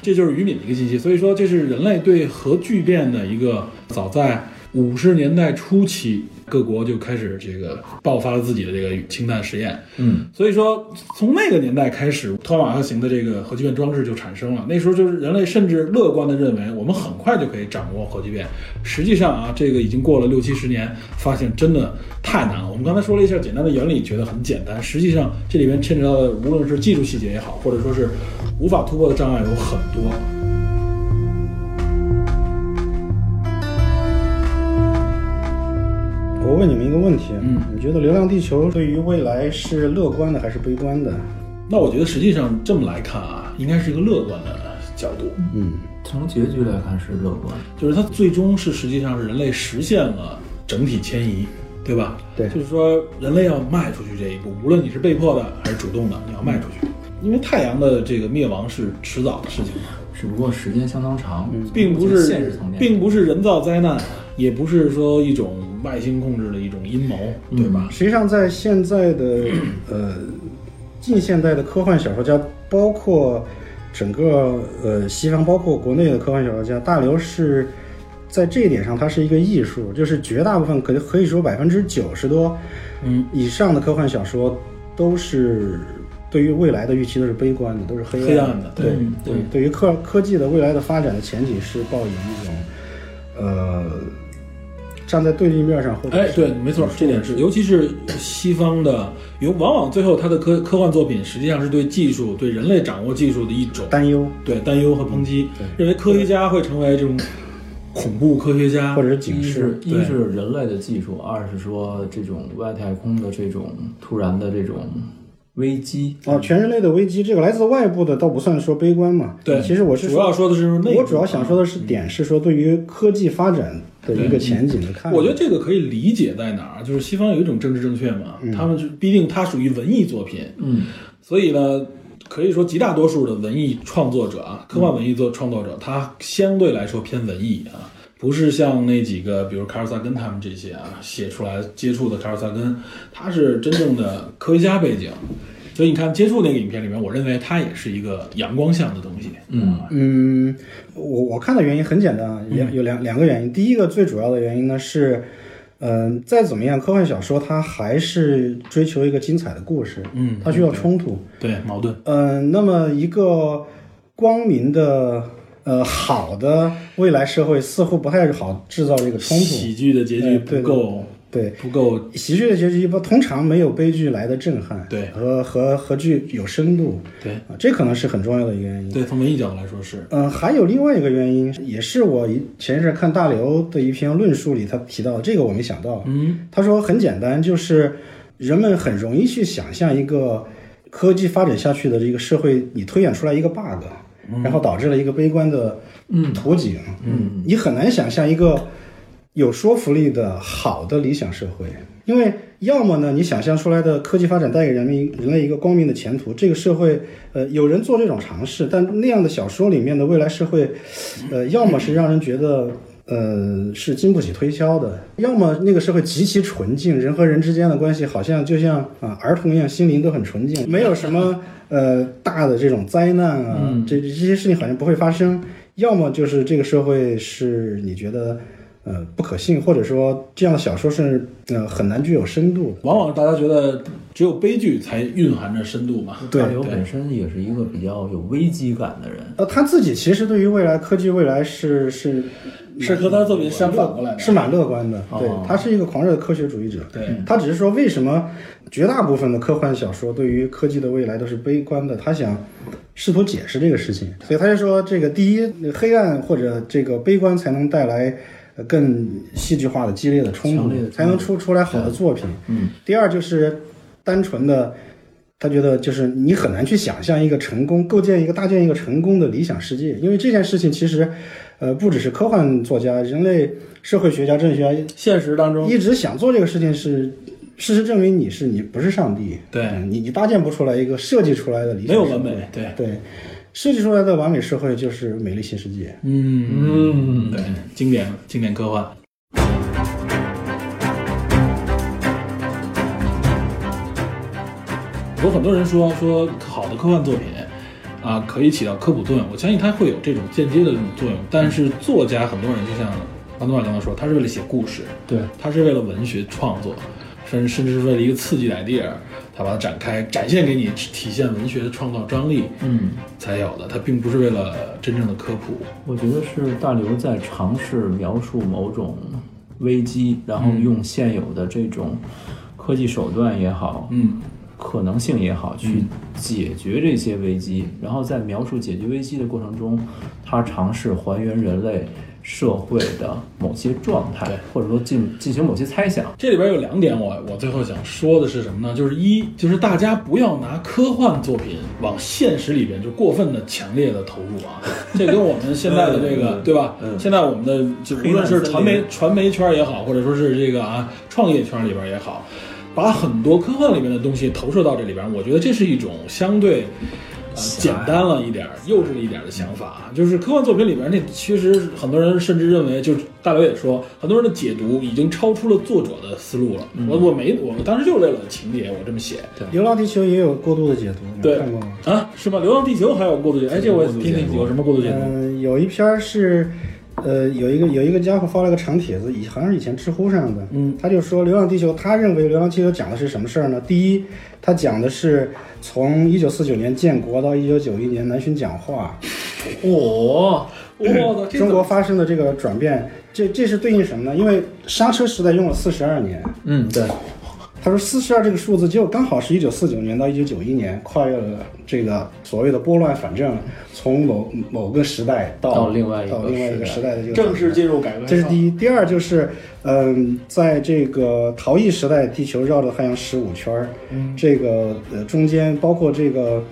[SPEAKER 2] 这就是于敏的一个信息。所以说，这是人类对核聚变的一个早在。五十年代初期，各国就开始这个爆发了自己的这个氢弹实验。
[SPEAKER 3] 嗯，
[SPEAKER 2] 所以说，从那个年代开始，托马克型的这个核聚变装置就产生了。那时候就是人类甚至乐观的认为，我们很快就可以掌握核聚变。实际上啊，这个已经过了六七十年，发现真的太难了。我们刚才说了一下简单的原理，觉得很简单，实际上这里面牵扯到的，无论是技术细节也好，或者说是无法突破的障碍有很多。
[SPEAKER 4] 我问你们一个问题，
[SPEAKER 2] 嗯，
[SPEAKER 4] 你觉得《流浪地球》对于未来是乐观的还是悲观的？
[SPEAKER 2] 那我觉得实际上这么来看啊，应该是一个乐观的角度，
[SPEAKER 4] 嗯，
[SPEAKER 3] 从结局来看是乐观，
[SPEAKER 2] 就是它最终是实际上是人类实现了整体迁移，对吧？
[SPEAKER 4] 对
[SPEAKER 2] 就是说人类要迈出去这一步，无论你是被迫的还是主动的，你要迈出去，因为太阳的这个灭亡是迟早的事情嘛，
[SPEAKER 3] 只不过时间相当长，
[SPEAKER 2] 并不
[SPEAKER 3] 从
[SPEAKER 2] 是
[SPEAKER 3] 现实层面，
[SPEAKER 2] 并不是人造灾难，也不是说一种外星控制的一种阴谋，对吧？
[SPEAKER 4] 实际上在现在的呃近现代的科幻小说家，包括整个呃西方，包括国内的科幻小说家，大刘是在这一点上，它是一个艺术，就是绝大部分可可以说百分之九十多
[SPEAKER 2] 嗯
[SPEAKER 4] 以上的科幻小说都是。对于未来的预期都是悲观的，都是黑
[SPEAKER 2] 黑
[SPEAKER 4] 暗
[SPEAKER 2] 暗的
[SPEAKER 4] 对
[SPEAKER 3] 嗯对
[SPEAKER 4] 对于科科技的未来的发展的前景是抱有一种，呃，站在对立面上或者
[SPEAKER 2] 哎，
[SPEAKER 4] 是
[SPEAKER 2] 对，没错，这点是，尤其是西方的，有往往最后他的科科幻作品实际上是对技术、对人类掌握技术的一种
[SPEAKER 4] 担忧，
[SPEAKER 2] 对担忧和抨击，认为科学家会成为这种恐怖科学家
[SPEAKER 4] 或者是警
[SPEAKER 3] 一
[SPEAKER 4] 示。
[SPEAKER 3] 是一是人类的技术，二是说这种外太空的这种突然的这种危机，
[SPEAKER 4] 啊，全人类的危机，这个来自外部的倒不算说悲观嘛。
[SPEAKER 2] 对
[SPEAKER 4] 其实我是
[SPEAKER 2] 主要
[SPEAKER 4] 说，
[SPEAKER 2] 说的是内部嗯
[SPEAKER 4] 我主要想说的是点是说对于科技发展的一个前景的看法。
[SPEAKER 2] 我觉得这个可以理解在哪儿，就是西方有一种政治正确嘛，
[SPEAKER 4] 嗯
[SPEAKER 2] 他们是毕竟它属于文艺作品，
[SPEAKER 3] 嗯，
[SPEAKER 2] 所以呢，可以说极大多数的文艺创作者啊，
[SPEAKER 4] 嗯
[SPEAKER 2] 科幻文艺作创作者，他相对来说偏文艺啊，不是像那几个，比如卡尔萨根他们这些啊，写出来接触的卡尔萨根，他是真正的科学家背景。所以你看，接触那个影片里面，我认为它也是一个阳光向的东西。嗯，
[SPEAKER 4] 嗯，我我看的原因很简单啊，也有两两个原因。第一个最主要的原因呢是，嗯、再怎么样，科幻小说它还是追求一个精彩的故事，
[SPEAKER 2] 嗯
[SPEAKER 4] 它需要冲突。
[SPEAKER 2] 对，矛盾。
[SPEAKER 4] 嗯，那么一个光明的、呃好的未来社会似乎不太好制造这个冲突。
[SPEAKER 2] 喜剧的结局
[SPEAKER 4] 哎
[SPEAKER 2] 不
[SPEAKER 4] 对
[SPEAKER 2] 够，
[SPEAKER 4] 对，
[SPEAKER 2] 不够。
[SPEAKER 4] 喜剧的结局一般通常没有悲剧来的震撼，
[SPEAKER 2] 对
[SPEAKER 4] 和和和剧有深度
[SPEAKER 2] 对
[SPEAKER 4] 啊，这可能是很重要的一个原因。
[SPEAKER 2] 对，从文艺角度来说是。
[SPEAKER 4] 嗯，还有另外一个原因，也是我一前一阵看大刘的一篇论述里，他提到的这个我没想到。
[SPEAKER 2] 嗯，
[SPEAKER 4] 他说很简单，就是人们很容易去想象一个科技发展下去的这个社会，你推演出来一个 bug，、然后导致了一个悲观的图景。嗯，你很难想象一个有说服力的好的理想社会，因为要么呢，你想象出来的科技发展带给人民人类一个光明的前途，这个社会，呃，有人做这种尝试，但那样的小说里面的未来社会，呃，要么是让人觉得。呃，是经不起推敲的。要么那个社会极其纯净，人和人之间的关系好像就像啊、儿童一样，心灵都很纯净，没有什么呃大的这种灾难啊，这这些事情好像不会发生。要么就是这个社会是你觉得呃不可信，或者说这样的小说是呃很难具有深度的。
[SPEAKER 2] 往往大家觉得只有悲剧才蕴含着深度嘛。
[SPEAKER 4] 对
[SPEAKER 3] 大刘本身也是一个比较有危机感的人，
[SPEAKER 4] 呃，他自己其实对于未来科技未来是是
[SPEAKER 2] 是和他的作品相反过来的。
[SPEAKER 4] 是蛮乐观的。对
[SPEAKER 3] 哦，
[SPEAKER 4] 他是一个狂热的科学主义者。
[SPEAKER 2] 对，
[SPEAKER 4] 他只是说为什么绝大部分的科幻小说对于科技的未来都是悲观的，他想试图解释这个事情，所以他就说这个第一，那个黑暗或者这个悲观才能带来。呃更戏剧化的、激烈的冲
[SPEAKER 3] 强烈的
[SPEAKER 4] 突，嗯
[SPEAKER 3] 冲突
[SPEAKER 4] 才能出出来好的作品。
[SPEAKER 3] 嗯，
[SPEAKER 4] 第二就是单纯的，他觉得就是你很难去想象一个成功构建一个搭建一个成功的理想世界，因为这件事情其实，呃，不只是科幻作家、人类社会学家、政治学家
[SPEAKER 2] 现实当中，
[SPEAKER 4] 一直想做这个事情是，事实证明你是你不是上帝，
[SPEAKER 2] 对
[SPEAKER 4] 嗯你你搭建不出来一个设计出来的理
[SPEAKER 2] 没
[SPEAKER 4] 想
[SPEAKER 2] 有
[SPEAKER 4] 社
[SPEAKER 2] 完
[SPEAKER 4] 会
[SPEAKER 2] 美，对，
[SPEAKER 4] 对，设计出来的完美社会就是美丽新世界。
[SPEAKER 2] 嗯，对，经典经典科幻。有很多人说说好的科幻作品啊，可以起到科普作用，我相信它会有这种间接的这种作用。但是作家很多人就像安东尔刚才说，他是为了写故事，
[SPEAKER 3] 对，
[SPEAKER 2] 他是为了文学创作，甚甚至是为了一个刺激的 idea，他把它展开展现给你，体现文学的创造张力
[SPEAKER 3] 嗯，
[SPEAKER 2] 才有的。他并不是为了真正的科普。
[SPEAKER 3] 我觉得是大刘在尝试描述某种危机，然
[SPEAKER 2] 嗯
[SPEAKER 3] 后用现有的这种科技手段也好，
[SPEAKER 2] 嗯，
[SPEAKER 3] 可能性也好，去解决这些危机。然后在描述解决危机的过程中，他尝试还原人类社会的某些状态，或者说进进行某些猜想。
[SPEAKER 2] 这里边有两点我，我最后想说的是什么呢？就是一，就是大家不要拿科幻作品往现实里边就过分的强烈的投入
[SPEAKER 3] (laughs)
[SPEAKER 2] 啊，这跟我们现在的这个、
[SPEAKER 3] 嗯
[SPEAKER 2] 对吧？
[SPEAKER 3] 嗯
[SPEAKER 2] 现在我们的就无论是传媒传媒圈也好，或者说是这个啊创业圈里边也好，把很多科幻里面的东西投射到这里边，我觉得这是一种相对。呃简单了一点儿，幼稚一点儿的想法，啊就是科幻作品里边儿那，其实很多人甚至认为，就是大刘也说，很多人的解读已经超出了作者的思路了。我我没，我当时就是为了情节，我这么写。
[SPEAKER 4] 《流浪地球》也有过度的解读，你
[SPEAKER 2] 对
[SPEAKER 4] 看过吗？
[SPEAKER 2] 啊，是吧？《流浪地球》还有过度解，哎，这我也听听有什么过度解读？
[SPEAKER 4] 嗯、有一篇儿是，呃，有一个有一个家伙发了个长帖子，以好像是以前知乎上的，
[SPEAKER 2] 嗯，
[SPEAKER 4] 他就说《流浪地球》，他认为《流浪地球》讲的是什么事儿呢？第一，他讲的是从一九四九年建国到一九九一年南巡讲话，
[SPEAKER 2] (laughs)
[SPEAKER 3] 哦，
[SPEAKER 2] 我操，这
[SPEAKER 4] 中国发生的这个转变，这这是对应什么呢？因为刹车时代用了四十二年，
[SPEAKER 3] 嗯，对，
[SPEAKER 4] 他说四十二这个数字就刚好是一九四九年到一九九一年，跨越了这个所谓的拨乱反正，从某某个时代到
[SPEAKER 3] 到另外一个
[SPEAKER 4] 到另外一个
[SPEAKER 3] 时
[SPEAKER 4] 时代的这个
[SPEAKER 5] 正式进入改革开放。
[SPEAKER 4] 这是第一，第二就是，嗯，在这个陶艺时代，地球绕着太阳十五圈儿，
[SPEAKER 2] 嗯
[SPEAKER 4] 这个呃中间包括这个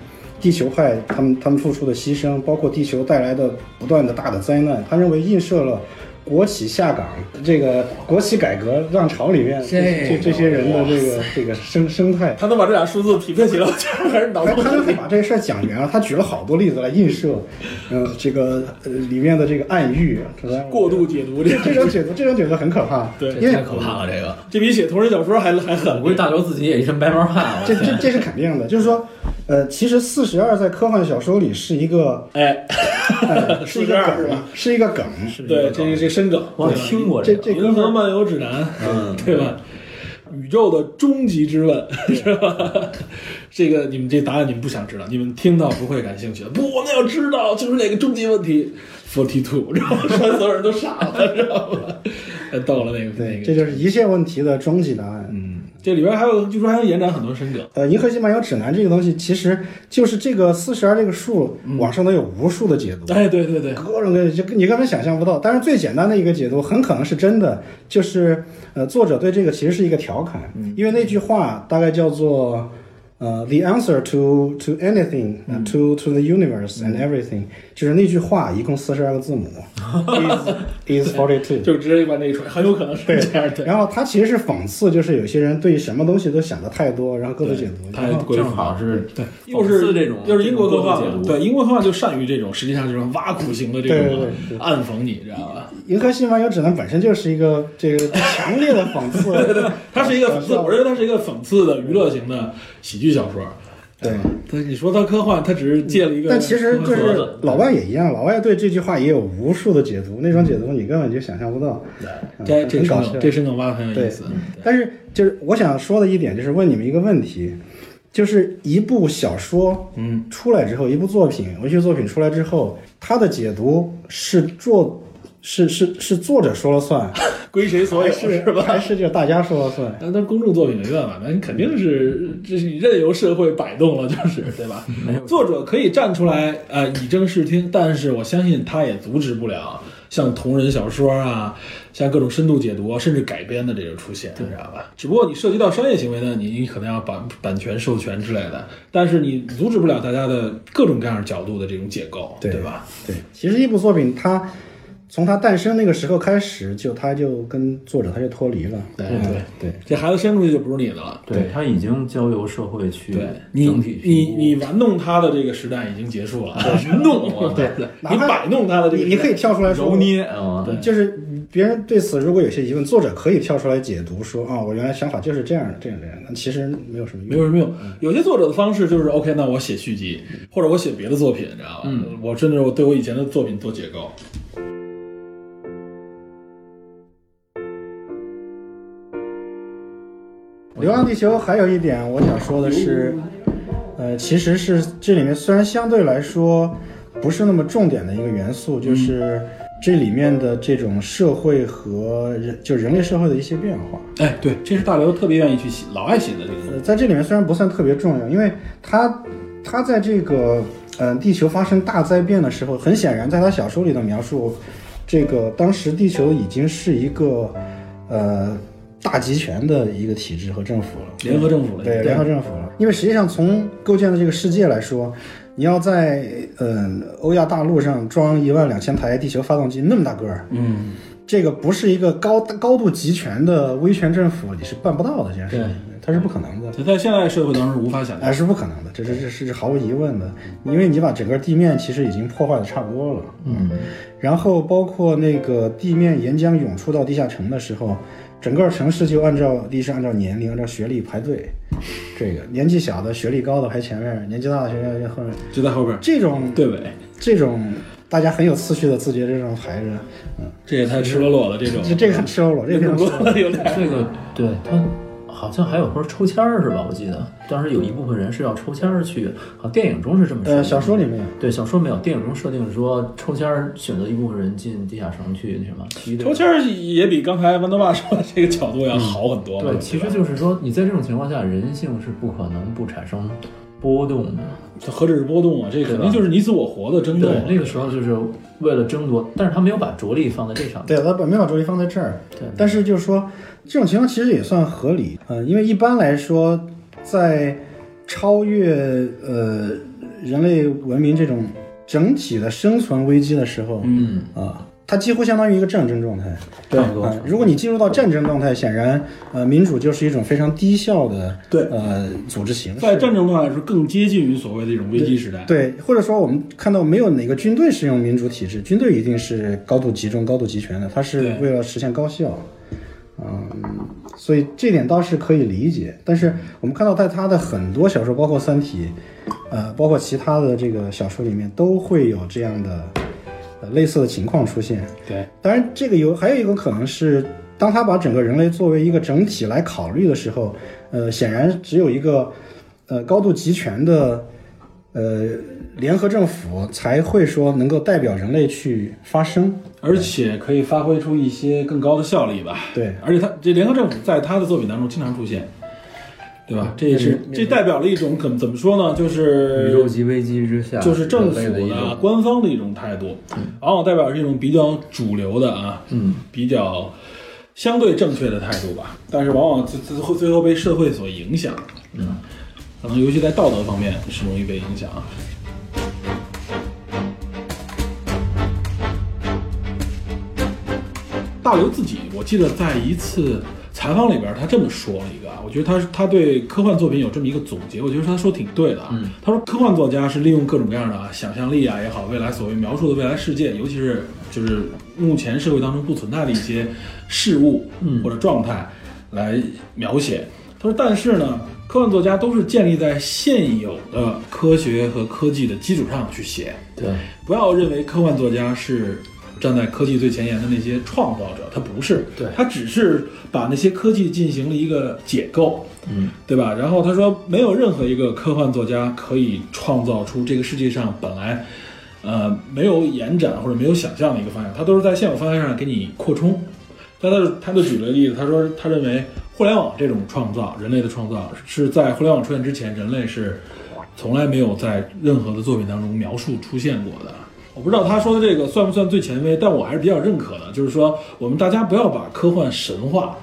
[SPEAKER 4] 地球派他们他们付出的牺牲，包括地球带来的不断的大的灾难，他认为映射了。国企下岗，这个国企改革浪潮里面，这这这些人的这个这个生生态，
[SPEAKER 2] 他能把这俩数字匹配起来，我觉得还是脑
[SPEAKER 4] 然后
[SPEAKER 2] 洞
[SPEAKER 4] 他
[SPEAKER 2] 很
[SPEAKER 4] 就
[SPEAKER 2] 大。
[SPEAKER 4] 把这事儿讲圆了，他举了好多例子来映射，呃，这个呃里面的这个暗喻，这个
[SPEAKER 2] 过度解读这
[SPEAKER 4] (laughs) 这这种解读，这种解读很可怕。
[SPEAKER 2] 对
[SPEAKER 4] 因为
[SPEAKER 3] 怕了，这个。
[SPEAKER 2] 这比写同人小说还还狠
[SPEAKER 3] 我。估计大刘自己也一身白毛汗。啊
[SPEAKER 4] 这这这是肯定的，就是说，呃，其实四十二在科幻小说里是一个，
[SPEAKER 2] 哎，
[SPEAKER 4] 呃、 (laughs) 是一个
[SPEAKER 2] 42是
[SPEAKER 4] 梗，是一个梗。
[SPEAKER 2] 对，这个这深梗，
[SPEAKER 3] 我听过
[SPEAKER 4] 这
[SPEAKER 3] 个，
[SPEAKER 4] 这
[SPEAKER 2] 《银河漫游指南》，
[SPEAKER 3] 嗯
[SPEAKER 2] (laughs) 对吧？宇宙的终极之问， (laughs) 是吧？这个你们这答案你们不想知道，你们听到不会感兴趣的。不，我们要知道就是哪个终极问题，forty two，然后所有人都傻了，知道吗？哎到了那个那
[SPEAKER 4] 对，
[SPEAKER 2] 个，
[SPEAKER 4] 这就是一切问题的终极答案。
[SPEAKER 2] 嗯，这里边还有据说还能延展很多深梗，
[SPEAKER 4] 呃，《银河系漫游指南》这个东西，其实就是这个四十二这个数，
[SPEAKER 2] 嗯
[SPEAKER 4] 网上能有无数的解读，
[SPEAKER 2] 哎，对对对，
[SPEAKER 4] 各种各样就你根本想象不到。但是最简单的一个解读，很可能是真的，就是呃，作者对这个其实是一个调侃，
[SPEAKER 2] 嗯
[SPEAKER 4] 因为那句话大概叫做。呃、t h e answer to to anything、to
[SPEAKER 2] 嗯
[SPEAKER 4] to the universe and everything，、就是那句话，一共四十二个
[SPEAKER 2] (laughs)
[SPEAKER 4] 字母，is is forty two。
[SPEAKER 2] 就直接把那个出来，很有可能是
[SPEAKER 4] 对
[SPEAKER 2] 这样的。
[SPEAKER 4] 然后它其实是讽刺，就是有些人对什么东西都想的太多，然后各自解读。
[SPEAKER 2] 太鬼
[SPEAKER 3] 正好是对，
[SPEAKER 2] 又是
[SPEAKER 3] 这种，
[SPEAKER 2] 又是英国科
[SPEAKER 3] 这
[SPEAKER 2] 幻
[SPEAKER 3] 种
[SPEAKER 2] 嘛，
[SPEAKER 3] 过度解读
[SPEAKER 2] 对英国科幻就善于这种，实际上就是挖苦型的这
[SPEAKER 4] 对对
[SPEAKER 2] 种
[SPEAKER 4] 对对
[SPEAKER 2] 暗讽你，知道吧？
[SPEAKER 4] 银河系漫游指南本身就是一个这个强烈的讽
[SPEAKER 2] (laughs)
[SPEAKER 4] 刺，
[SPEAKER 2] 它是一个讽刺，我认为它是一个讽刺的娱乐型的喜剧小说。
[SPEAKER 4] 对。
[SPEAKER 2] 它你说它科幻，它只是借了一个，
[SPEAKER 4] 但其实就
[SPEAKER 2] 科幻
[SPEAKER 4] 是
[SPEAKER 2] 的
[SPEAKER 4] 老外也一样，老外对这句话也有无数的解读，那种解读你根本就想象不到。
[SPEAKER 2] 这这深
[SPEAKER 4] 很搞
[SPEAKER 2] 梗，
[SPEAKER 4] 笑
[SPEAKER 2] 这深梗挖的很有意思。
[SPEAKER 4] 但是就是我想说的一点，就是问你们一个问题，就是一部小说，嗯，出来之后，一部作品，文学作品出来之后，它的解读是作是是是作者说了算，
[SPEAKER 2] 归谁 (laughs) 所有
[SPEAKER 4] 还是
[SPEAKER 2] 是吧？
[SPEAKER 4] 还是就大家说了算？
[SPEAKER 2] 那那公众作品没办法，那你肯定是这是你任由社会摆动了，就是对吧？作者可以站出来，呃，以正视听，但是我相信他也阻止不了像同人小说啊，像各种深度解读啊，甚至改编的这种出现，你知道吧？只不过你涉及到商业行为呢，你你可能要版版权授权之类的，但是你阻止不了大家的各种各样角度的这种解构，对
[SPEAKER 4] 对
[SPEAKER 2] 吧？
[SPEAKER 4] 对，其实一部作品它。从它诞生那个时候开始，就它就跟作者他就脱离了。
[SPEAKER 2] 对
[SPEAKER 4] 嗯
[SPEAKER 2] 对
[SPEAKER 4] 对，
[SPEAKER 2] 这孩子生出去就不是你的了。
[SPEAKER 3] 对他已经交由社会去
[SPEAKER 2] 对你，
[SPEAKER 3] 整体
[SPEAKER 2] 你你玩弄他的这个时代已经结束了， (laughs) 弄我
[SPEAKER 4] 对
[SPEAKER 2] 你摆弄他的这个时代，
[SPEAKER 4] 你你可以跳出来说，
[SPEAKER 3] 揉捏啊，
[SPEAKER 4] 就是别人对此如果有些疑问，作者可以跳出来解读说啊、我原来想法就是这样的，这样这样的，其实没有什么
[SPEAKER 2] 没
[SPEAKER 4] 用。
[SPEAKER 2] 有什么用。有些作者的方式就是 OK，那我写续集，或者我写别的作品，你知道吧？我甚至我对我以前的作品做解构。
[SPEAKER 4] 《流浪地球》还有一点我想说的是，呃，其实是这里面虽然相对来说不是那么重点的一个元素，就是这里面的这种社会和人就人类社会的一些变化。
[SPEAKER 2] 哎，对，这是大刘特别愿意去写，老爱写的这个东西。
[SPEAKER 4] 呃，在这里面虽然不算特别重要，因为他他在这个嗯、呃地球发生大灾变的时候，很显然在他小说里的描述，这个当时地球已经是一个呃大集权的一个体制和政府了。
[SPEAKER 2] 联合政府了，
[SPEAKER 4] 对联合政府了。因为实际上从构建的这个世界来说，你要在嗯、欧亚大陆上装一万两千台地球发动机，那么大个儿，
[SPEAKER 2] 嗯，
[SPEAKER 4] 这个不是一个高高度集权的威权政府你是办不到的这件事情
[SPEAKER 3] 对，
[SPEAKER 4] 它是不可能的。
[SPEAKER 2] 这在现代社会当中是无法想象。
[SPEAKER 4] 哎，是不可能的，这这这是毫无疑问的，因为你把整个地面其实已经破坏的差不多了，嗯，然后包括那个地面岩浆涌出到地下城的时候，整个城市就按照历史、按照年龄、按照学历排队，这个年纪小的、学历高的排前面，年纪大的、学历后面，
[SPEAKER 2] 就在后边儿，
[SPEAKER 4] 这种
[SPEAKER 2] 对尾，
[SPEAKER 4] 这种大家很有次序的自觉这种排着，嗯，
[SPEAKER 2] 这也太赤裸裸了，这种
[SPEAKER 4] 这这个很赤裸裸，这个非常赤裸裸。
[SPEAKER 2] 有点。
[SPEAKER 3] 这个对他好像还有说抽签儿是吧？我记得当时有一部分人是要抽签儿去，好像电影中是这么说的。
[SPEAKER 4] 呃，小说里面有
[SPEAKER 3] 对小说没有，电影中设定是说抽签儿选择一部分人进地下城去那什么踢的。
[SPEAKER 2] 抽签儿也比刚才豌豆爸说的这个角度要好很多嘛。
[SPEAKER 3] 嗯对，其实就是说你在这种情况下，人性是不可能不产生波动的。
[SPEAKER 2] 这何止是波动啊，这肯定就是你死我活的争斗
[SPEAKER 3] 对
[SPEAKER 2] 啊。，
[SPEAKER 3] 那个时候就是为了争夺，但是他没有把着力放在这上面。
[SPEAKER 4] 对，他把没把注意力放在这儿。
[SPEAKER 3] 对
[SPEAKER 4] 但是就是说，这种情况其实也算合理，嗯、因为一般来说，在超越呃人类文明这种整体的生存危机的时候，嗯啊、它几乎相当于一个战争状态。
[SPEAKER 3] 对
[SPEAKER 4] 啊、如果你进入到战争状态，显然呃民主就是一种非常低效的
[SPEAKER 2] 对
[SPEAKER 4] 呃组织形式。
[SPEAKER 2] 在战争状态时更接近于所谓的这种危机时代。
[SPEAKER 4] 对，或者说我们看到没有哪个军队是用民主体制，军队一定是高度集中、高度集权的，它是
[SPEAKER 2] 对
[SPEAKER 4] 为了实现高效。嗯，所以这点倒是可以理解。但是我们看到，在他的很多小说，包括《三体》，呃，包括其他的这个小说里面，都会有这样的呃类似的情况出现。
[SPEAKER 2] 对，
[SPEAKER 4] 当然，这个有还有一个可能是，当他把整个人类作为一个整体来考虑的时候，呃，显然只有一个呃高度集权的呃联合政府才会说能够代表人类去发声。
[SPEAKER 2] 而且可以发挥出一些更高的效力吧。
[SPEAKER 4] 对，
[SPEAKER 2] 而且他这联合政府在他的作品当中经常出现，对吧？这也是这代表了一种怎怎么说呢？就是
[SPEAKER 3] 宇宙级危机之下，
[SPEAKER 2] 就是政府
[SPEAKER 3] 人类的一
[SPEAKER 2] 的
[SPEAKER 3] 种嗯
[SPEAKER 2] 官方的一种态度，往往代表是一种比较主流的啊，嗯，比较相对正确的态度吧。但是往往最最后最后被社会所影响，嗯，可能尤其在道德方面是容易被影响啊。大刘自己，我记得在一次采访里边，他这么说了一个啊，我觉得他他对科幻作品有这么一个总结，我觉得他说挺对的啊。他说科幻作家是利用各种各样的啊想象力啊也好，未来所谓描述的未来世界，尤其是就是目前社会当中不存在的一些事物或者状态来描写。他说，但是呢，科幻作家都是建立在现有的科学和科技的基础上去写。
[SPEAKER 3] 对
[SPEAKER 2] 不要认为科幻作家是站在科技最前沿的那些创造者，他不是，
[SPEAKER 3] 对
[SPEAKER 2] 他只是把那些科技进行了一个解构，嗯，对吧？然后他说，没有任何一个科幻作家可以创造出这个世界上本来。呃，没有延展或者没有想象的一个方向，他都是在现有方向上给你扩充。但他就他就举了个例子，他说他认为互联网这种创造，人类的创造是在互联网出现之前，人类是从来没有在任何的作品当中描述出现过的。我不知道他说的这个算不算最前卫，但我还是比较认可的。就是说，我们大家不要把科幻神话，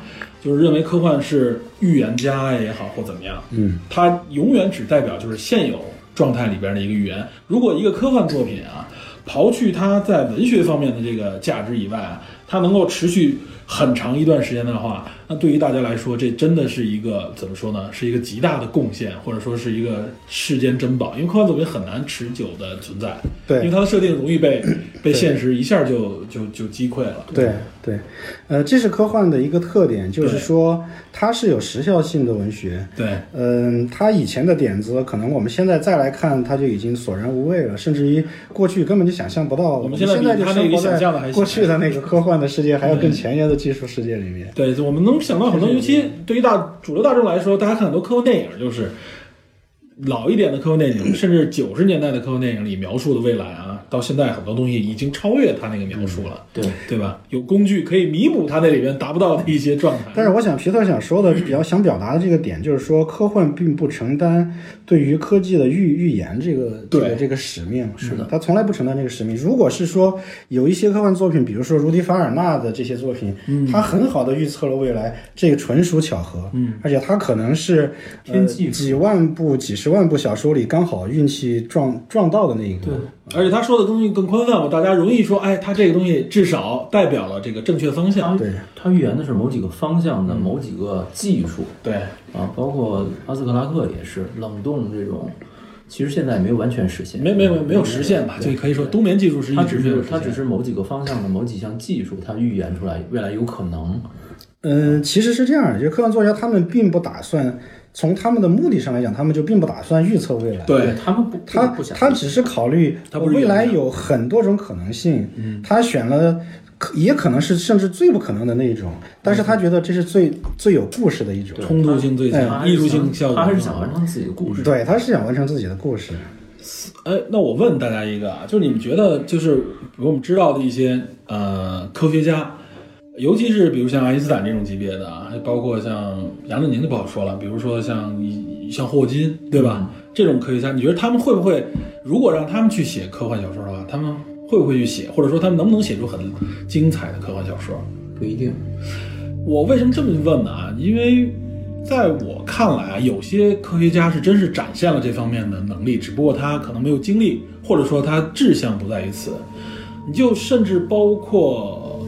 [SPEAKER 2] 就是认为科幻是预言家也好或怎么样，嗯，它永远只代表就是现有状态里边的一个预言。如果一个科幻作品啊，刨去它在文学方面的这个价值以外啊，它能够持续很长一段时间的话，那对于大家来说，这真的是一个怎么说呢？是一个极大的贡献，或者说是一个世间珍宝。因为科幻作品很难持久的存在，
[SPEAKER 4] 对
[SPEAKER 2] 因为它的设定容易被被现实一下就就就击溃了。
[SPEAKER 4] 对对，呃，这是科幻的一个特点，就是说它是有时效性的文学。
[SPEAKER 2] 对，
[SPEAKER 4] 嗯，它以前的点子，可能我们现在再来看，它就已经索然无味了，甚至于过去根本就想象不到。
[SPEAKER 2] 我
[SPEAKER 4] 我
[SPEAKER 2] 们
[SPEAKER 4] 们
[SPEAKER 2] 现在比
[SPEAKER 4] 在就
[SPEAKER 2] 它那
[SPEAKER 4] 生
[SPEAKER 2] 个
[SPEAKER 4] 活
[SPEAKER 2] 想象的还
[SPEAKER 4] 在过去的那嗯个科幻的世界，还有更前沿的技术世界里面。
[SPEAKER 2] 对，我们能想到很多，尤其对于大主流大众来说，大家看很多科幻电影，就是老一点的科幻电影，甚至九十年代的科幻电影里描述的未来啊，到现在很多东西已经超越它那个描述了，
[SPEAKER 3] 对
[SPEAKER 2] 对吧？有工具可以弥补它那里面达不到的一些状态。
[SPEAKER 4] 但是我想皮特想说的比较想表达的这个点，就是说科幻并不承担对于科技的预预言这个这个
[SPEAKER 2] 对
[SPEAKER 4] 这个使命，是的，他从来不承担这个使命。如果是说有一些科幻作品，比如说如迪法尔纳的这些作品，他很好的预测了未来，这个纯属巧合，嗯，而且他可能是
[SPEAKER 3] 天
[SPEAKER 4] 呃
[SPEAKER 3] 气
[SPEAKER 4] 几万部、几十万部小说里刚好运气撞撞到的那一个，
[SPEAKER 2] 而且他说的东西更宽泛嘛，大家容易说，哎，他这个东西至少代表了这个正确方向。
[SPEAKER 4] 对
[SPEAKER 3] 它预言的是某几个方向
[SPEAKER 2] 嗯
[SPEAKER 3] 的某几个技术
[SPEAKER 2] 对，
[SPEAKER 3] 啊，包括阿斯克拉克也是冷冻这种，其实现在也没有完全实现，
[SPEAKER 2] 没没有没有实现吧，就可以说冬眠技术是一
[SPEAKER 3] 它
[SPEAKER 2] 直
[SPEAKER 3] 只
[SPEAKER 2] 没有
[SPEAKER 3] 是
[SPEAKER 2] 实
[SPEAKER 3] 它只
[SPEAKER 2] 现
[SPEAKER 3] 是某几个方向的某几项技术，它预言出来未来有可能。
[SPEAKER 4] 嗯，其实是这样的，就是科幻作家他们并不打算从他们的目的上来讲，他们就并不打算预测未来。
[SPEAKER 2] 对，
[SPEAKER 3] 他们不
[SPEAKER 4] 他
[SPEAKER 3] 不想
[SPEAKER 4] 他只是考虑
[SPEAKER 2] 他不是
[SPEAKER 4] 未来
[SPEAKER 2] 原料嗯
[SPEAKER 4] 有很多种可能性，他选了可也可能是甚至最不可能的那一种，但是他觉得这是最最有故事的一种。
[SPEAKER 2] 冲突性最
[SPEAKER 3] 他
[SPEAKER 2] 强，
[SPEAKER 3] 还是
[SPEAKER 2] 哎艺术性
[SPEAKER 3] 想
[SPEAKER 2] 效果
[SPEAKER 3] 他还是
[SPEAKER 2] 更好
[SPEAKER 3] 想完成自己的故事。
[SPEAKER 4] 对，他是想完成自己的故事。
[SPEAKER 2] 哎，那我问大家一个啊，就是你们觉得，就是比如我们知道的一些呃科学家，尤其是比如像爱因斯坦这种级别的啊，还包括像杨振宁就不好说了，比如说像一像霍金，对吧？这种科学家，你觉得他们会不会，如果让他们去写科幻小说的话，他们会不会去写，或者说他们能不能写出很精彩的科幻小说？
[SPEAKER 3] 不一定，
[SPEAKER 2] 我为什么这么问呢？啊，因为在我看来啊，有些科学家是真是展现了这方面的能力，只不过他可能没有精力，或者说他志向不在于此。你就甚至包括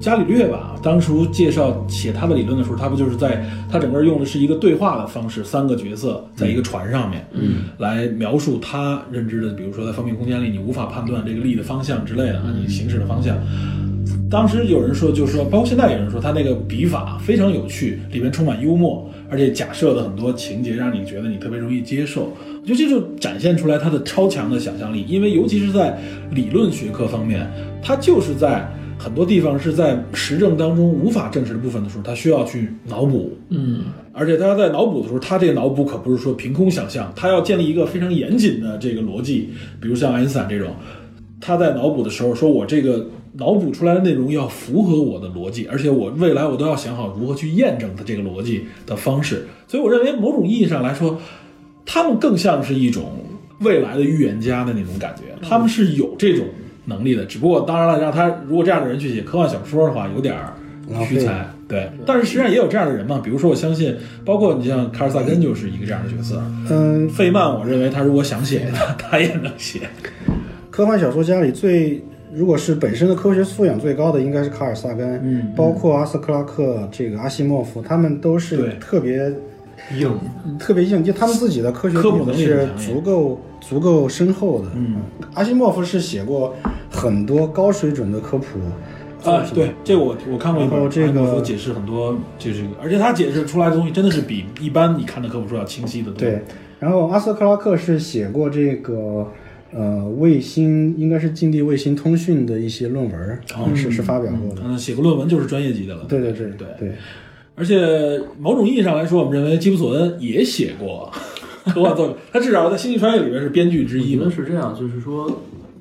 [SPEAKER 2] 伽利略吧，当初介绍写他的理论的时候，他不就是在他整个用的是一个对话的方式，三个角色在一个船上面，嗯，来描述他认知的，比如说在封闭空间里你无法判断这个力的方向之类的啊，你行驶的方向。当时有人说，就是说，包括现在有人说，他那个笔法非常有趣，里面充满幽默，而且假设的很多情节让你觉得你特别容易接受。我觉得这就展现出来他的超强的想象力，因为尤其是在理论学科方面，他就是在很多地方是在实证当中无法证实的部分的时候，他需要去脑补，
[SPEAKER 3] 嗯，
[SPEAKER 2] 而且他在脑补的时候，他这个脑补可不是说凭空想象，他要建立一个非常严谨的这个逻辑。比如像爱因斯坦这种，他在脑补的时候说，我这个脑补出来的内容要符合我的逻辑，而且我未来我都要想好如何去验证他这个逻辑的方式。所以我认为，某种意义上来说，他们更像是一种未来的预言家的那种感觉，他们是有这种能力的。只不过，当然了，让他如果这样的人去写科幻小说的话，有点儿虚才。对，但是实际上也有这样的人嘛，比如说，我相信，包括你像卡尔萨根就是一个这样的角色。
[SPEAKER 4] 嗯，
[SPEAKER 2] 费曼，我认为他如果想写，他他也能写。
[SPEAKER 4] 科幻小说家里最如果是本身的科学素养最高的，应该是卡尔萨根，嗯，包括阿斯克拉克、这个阿西莫夫，他们都
[SPEAKER 2] 对
[SPEAKER 4] 是特别
[SPEAKER 3] 硬
[SPEAKER 4] 特别硬，就他们自己的科学
[SPEAKER 2] 科普
[SPEAKER 4] 底子
[SPEAKER 2] 能力很
[SPEAKER 4] 是
[SPEAKER 2] 强
[SPEAKER 4] 足够足够深厚的。嗯，阿西莫夫是写过很多高水准的科普作
[SPEAKER 2] 啊，
[SPEAKER 4] 品，
[SPEAKER 2] 对，这个我我看过一
[SPEAKER 4] 然
[SPEAKER 2] 本，
[SPEAKER 4] 后这个
[SPEAKER 2] 艾默夫解释很多，就是，而且他解释出来的东西真的是比一般你看的科普书要清晰的多。
[SPEAKER 4] 对，然后阿斯克拉克是写过这个呃卫星，应该是近地卫星通讯的一些论文，
[SPEAKER 2] 哦
[SPEAKER 4] 是是发表过的。
[SPEAKER 2] 嗯，写个论文就是专业级的了。
[SPEAKER 4] 对对对
[SPEAKER 2] 对
[SPEAKER 4] 对，
[SPEAKER 2] 而且某种意义上来说，我们认为基普索恩也写过 (laughs) 科幻作品，他至少在《星际穿越》里面是编剧之一
[SPEAKER 3] 我觉
[SPEAKER 2] 嘛
[SPEAKER 4] 嗯
[SPEAKER 3] 得。是这样，就是说，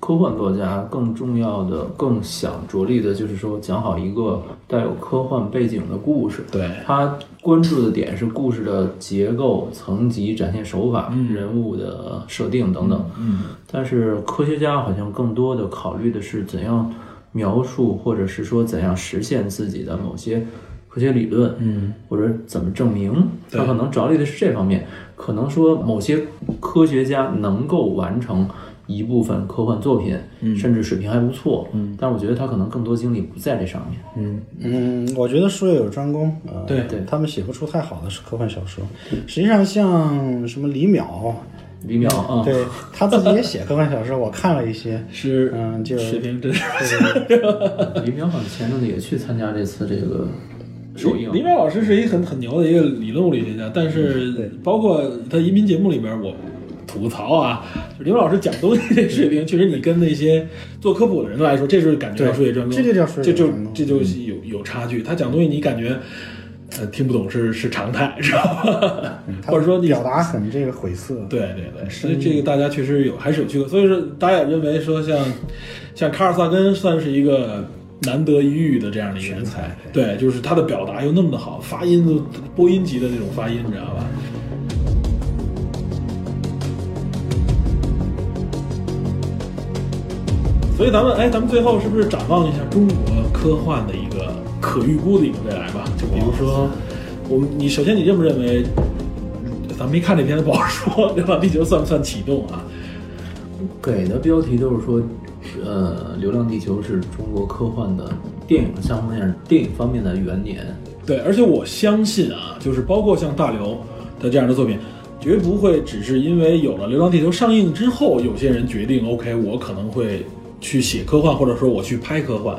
[SPEAKER 3] 科幻作家更重要的、更想着力的，就是说讲好一个带有科幻背景的故事。
[SPEAKER 2] 对
[SPEAKER 3] 他关注的点是故事的结构、层级、展现手法、人物的设定等等。嗯，但是科学家好像更多的考虑的是怎样描述，或者是说怎样实现自己的某些科学理论，嗯，或者怎么证明。他可能着力的是这方面，可能说某些科学家能够完成。一部分科幻作品，甚至水平还不错，嗯，但我觉得他可能更多精力不在这上面，
[SPEAKER 4] 嗯，我觉得术业有专攻，呃、
[SPEAKER 2] 对
[SPEAKER 3] 对
[SPEAKER 4] 他们写不出太好的科幻小说。实际上，像什么李淼，
[SPEAKER 3] 李淼啊，
[SPEAKER 2] 哦
[SPEAKER 4] 对他自己也写科幻小
[SPEAKER 2] (laughs)
[SPEAKER 4] 说，我看了一些，
[SPEAKER 2] 是
[SPEAKER 4] 嗯，就
[SPEAKER 2] 水平真是。
[SPEAKER 3] 李淼好像前阵子也去参加这次这个首映，
[SPEAKER 2] 李淼老师是一个很很牛的一个理论物理学家，但
[SPEAKER 4] 嗯
[SPEAKER 2] 是包括他移民节目里边，我吐槽啊，李淼老师讲东西这水平，确实你跟那些做科普的人来说，这是感觉到术业专攻，
[SPEAKER 4] 对这就叫术业
[SPEAKER 2] 这就
[SPEAKER 4] 专攻嗯
[SPEAKER 2] 这就是有有差距。他讲东西你感觉。呃，听不懂是是常态， (laughs) 是吧？
[SPEAKER 4] 嗯他
[SPEAKER 2] 或者说你
[SPEAKER 4] 表达很这个晦涩，
[SPEAKER 2] 对对对，所以这个大家确实有还是有去过，所以说大家也认为说像像卡尔萨根算是一个难得一遇的这样的一个人才，对，就是他的表达又那么的好，发音都播音级的那种发音，你知道吧？所以咱们哎，咱们最后是不是展望一下中国科幻的一个可预估的一个未来吧？就比如说，我们你首先你认不认为，咱没看这片子不好说， (laughs) 对吧？地球算不算启动啊？
[SPEAKER 3] 给的标题都是说，呃，《流浪地球》是中国科幻的电影相方面电影方面的元年，
[SPEAKER 2] 对，而且我相信啊，就是包括像大刘的这样的作品，绝不会只是因为有了《流浪地球》上映之后，有些人决定 OK，我可能会去写科幻，或者说我去拍科幻。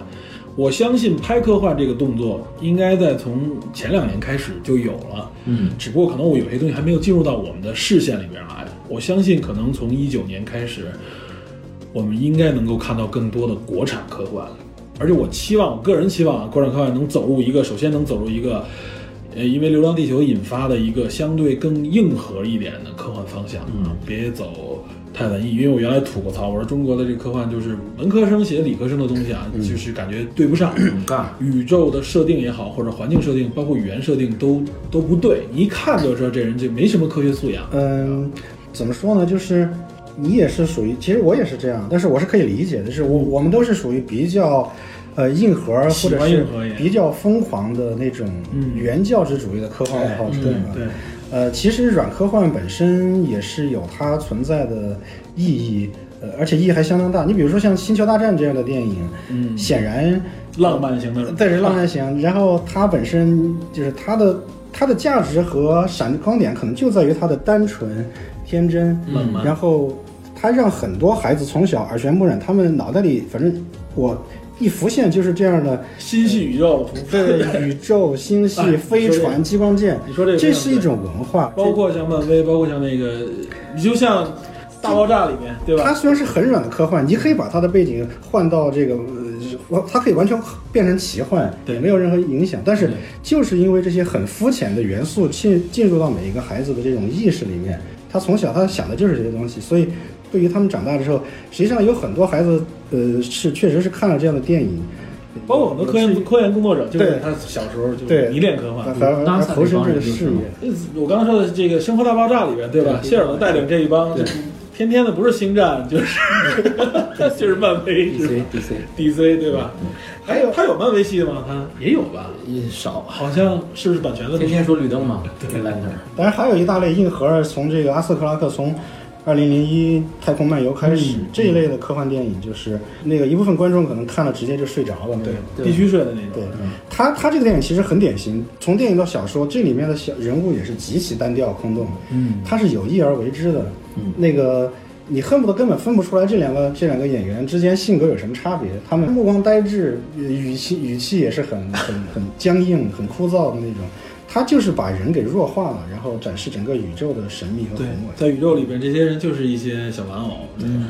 [SPEAKER 2] 我相信拍科幻这个动作应该在从前两年开始就有了，
[SPEAKER 3] 嗯，
[SPEAKER 2] 只不过可能我有些东西还没有进入到我们的视线里边来。我相信可能从一九年开始，我们应该能够看到更多的国产科幻，而且我期望，我个人期望啊，国产科幻能走入一个，首先能走入一个，呃，因为《流浪地球》引发的一个相对更硬核一点的科幻方向啊，
[SPEAKER 4] 嗯
[SPEAKER 2] 别走太文艺，因为我原来吐过槽，我说中国的这科幻就是文科生写理科生的东西啊，
[SPEAKER 4] 嗯
[SPEAKER 2] 就是感觉对不上，
[SPEAKER 3] 很尬。
[SPEAKER 2] 宇宙的设定也好，或者环境设定，包括语言设定都都不对，你一看就知道这人就没什么科学素养。
[SPEAKER 4] 嗯，怎么说呢？就是你也是属于，其实我也是这样，但是我是可以理解的，就是我我们都是属于比较。呃，硬核或
[SPEAKER 2] 嗯喜
[SPEAKER 4] 者
[SPEAKER 2] 欢
[SPEAKER 4] 是
[SPEAKER 2] 硬核一点
[SPEAKER 4] 比较疯狂的那种
[SPEAKER 2] 嗯哎
[SPEAKER 4] 原教旨主义的科幻爱好者
[SPEAKER 2] 对
[SPEAKER 4] 吧
[SPEAKER 2] 嗯对，
[SPEAKER 4] 呃，其实软科幻本身也是有它存在的意义，呃，而且意义还相当大。你比如说像《星球大战》这样的电影，
[SPEAKER 2] 嗯
[SPEAKER 4] 显然
[SPEAKER 2] 浪漫型的，
[SPEAKER 4] 但是浪漫型，然后它本身就是它的它的价值和闪光点，可能就在于它的单纯、天真，
[SPEAKER 2] 浪漫
[SPEAKER 4] 然后它让很多孩子从小耳濡目染，他们脑袋里反正我一浮现就是这样的，
[SPEAKER 2] 新系宇宙图谱
[SPEAKER 4] 对宇宙、星
[SPEAKER 2] 哎
[SPEAKER 4] 系、飞
[SPEAKER 2] 你说这个
[SPEAKER 4] 船、激光剑，
[SPEAKER 2] 你说这个非
[SPEAKER 4] 这
[SPEAKER 2] 常
[SPEAKER 4] 是一种文化，
[SPEAKER 2] 包括像漫威，包括像那个，你就像大爆炸里面，对
[SPEAKER 4] 它
[SPEAKER 2] 吧？
[SPEAKER 4] 虽然是很软的科幻，你可以把它的背景换到这个，呃，它可以完全变成奇幻，
[SPEAKER 2] 对
[SPEAKER 4] 也没有任何影响。但是
[SPEAKER 2] 对
[SPEAKER 4] 就是因为这些很肤浅的元素进进入到每一个孩子的这种意识里面，他从小他想的就是这些东西，所以对于他们长大之后，实际上有很多孩子，呃，是确实是看了这样的电影，
[SPEAKER 2] 包括很多科研科研工作者，就是
[SPEAKER 4] 对
[SPEAKER 2] 他小时候就
[SPEAKER 4] 对
[SPEAKER 2] 迷恋科幻
[SPEAKER 4] 反。而
[SPEAKER 3] 当
[SPEAKER 4] 而
[SPEAKER 3] 下
[SPEAKER 4] 投身这
[SPEAKER 3] 这帮
[SPEAKER 4] 个
[SPEAKER 3] 人就是
[SPEAKER 4] 事业。
[SPEAKER 2] 我刚刚说的这个《生活大爆炸》里面，对吧？
[SPEAKER 3] 对
[SPEAKER 2] 谢尔德带领这一帮，就
[SPEAKER 3] 对
[SPEAKER 2] 天天的不是星战，就是 (laughs) 就是漫威是吧
[SPEAKER 3] DC DC
[SPEAKER 2] DC，对吧？还有他有漫威系的吗？他也有吧？
[SPEAKER 3] 也少，
[SPEAKER 2] 好像是不是版权问
[SPEAKER 3] 天
[SPEAKER 2] 题？
[SPEAKER 3] 天说绿灯嘛，对蓝灯。
[SPEAKER 4] 当然还有一大类硬核，从这个阿瑟克拉克从二零零一《太空漫游》开
[SPEAKER 2] 嗯
[SPEAKER 4] 始、这一类的科幻电影，就是那个一部分观众可能看了直接就睡着了。那种
[SPEAKER 2] 对，必须睡的那种。嗯
[SPEAKER 4] 对，他他这个电影其实很典型，从电影到小说，这里面的小人物也是极其单调空洞，
[SPEAKER 2] 嗯，
[SPEAKER 4] 他是有意而为之的。嗯，那个你恨不得根本分不出来这两个这两个演员之间性格有什么差别，他们目光呆滞，呃语气语气也是很很很僵硬、很枯燥的那种。他就是把人给弱化了，然后展示整个宇宙的神秘和
[SPEAKER 2] 对
[SPEAKER 4] 宏伟，。
[SPEAKER 2] 在宇宙里边，这些人就是一些小玩偶。嗯，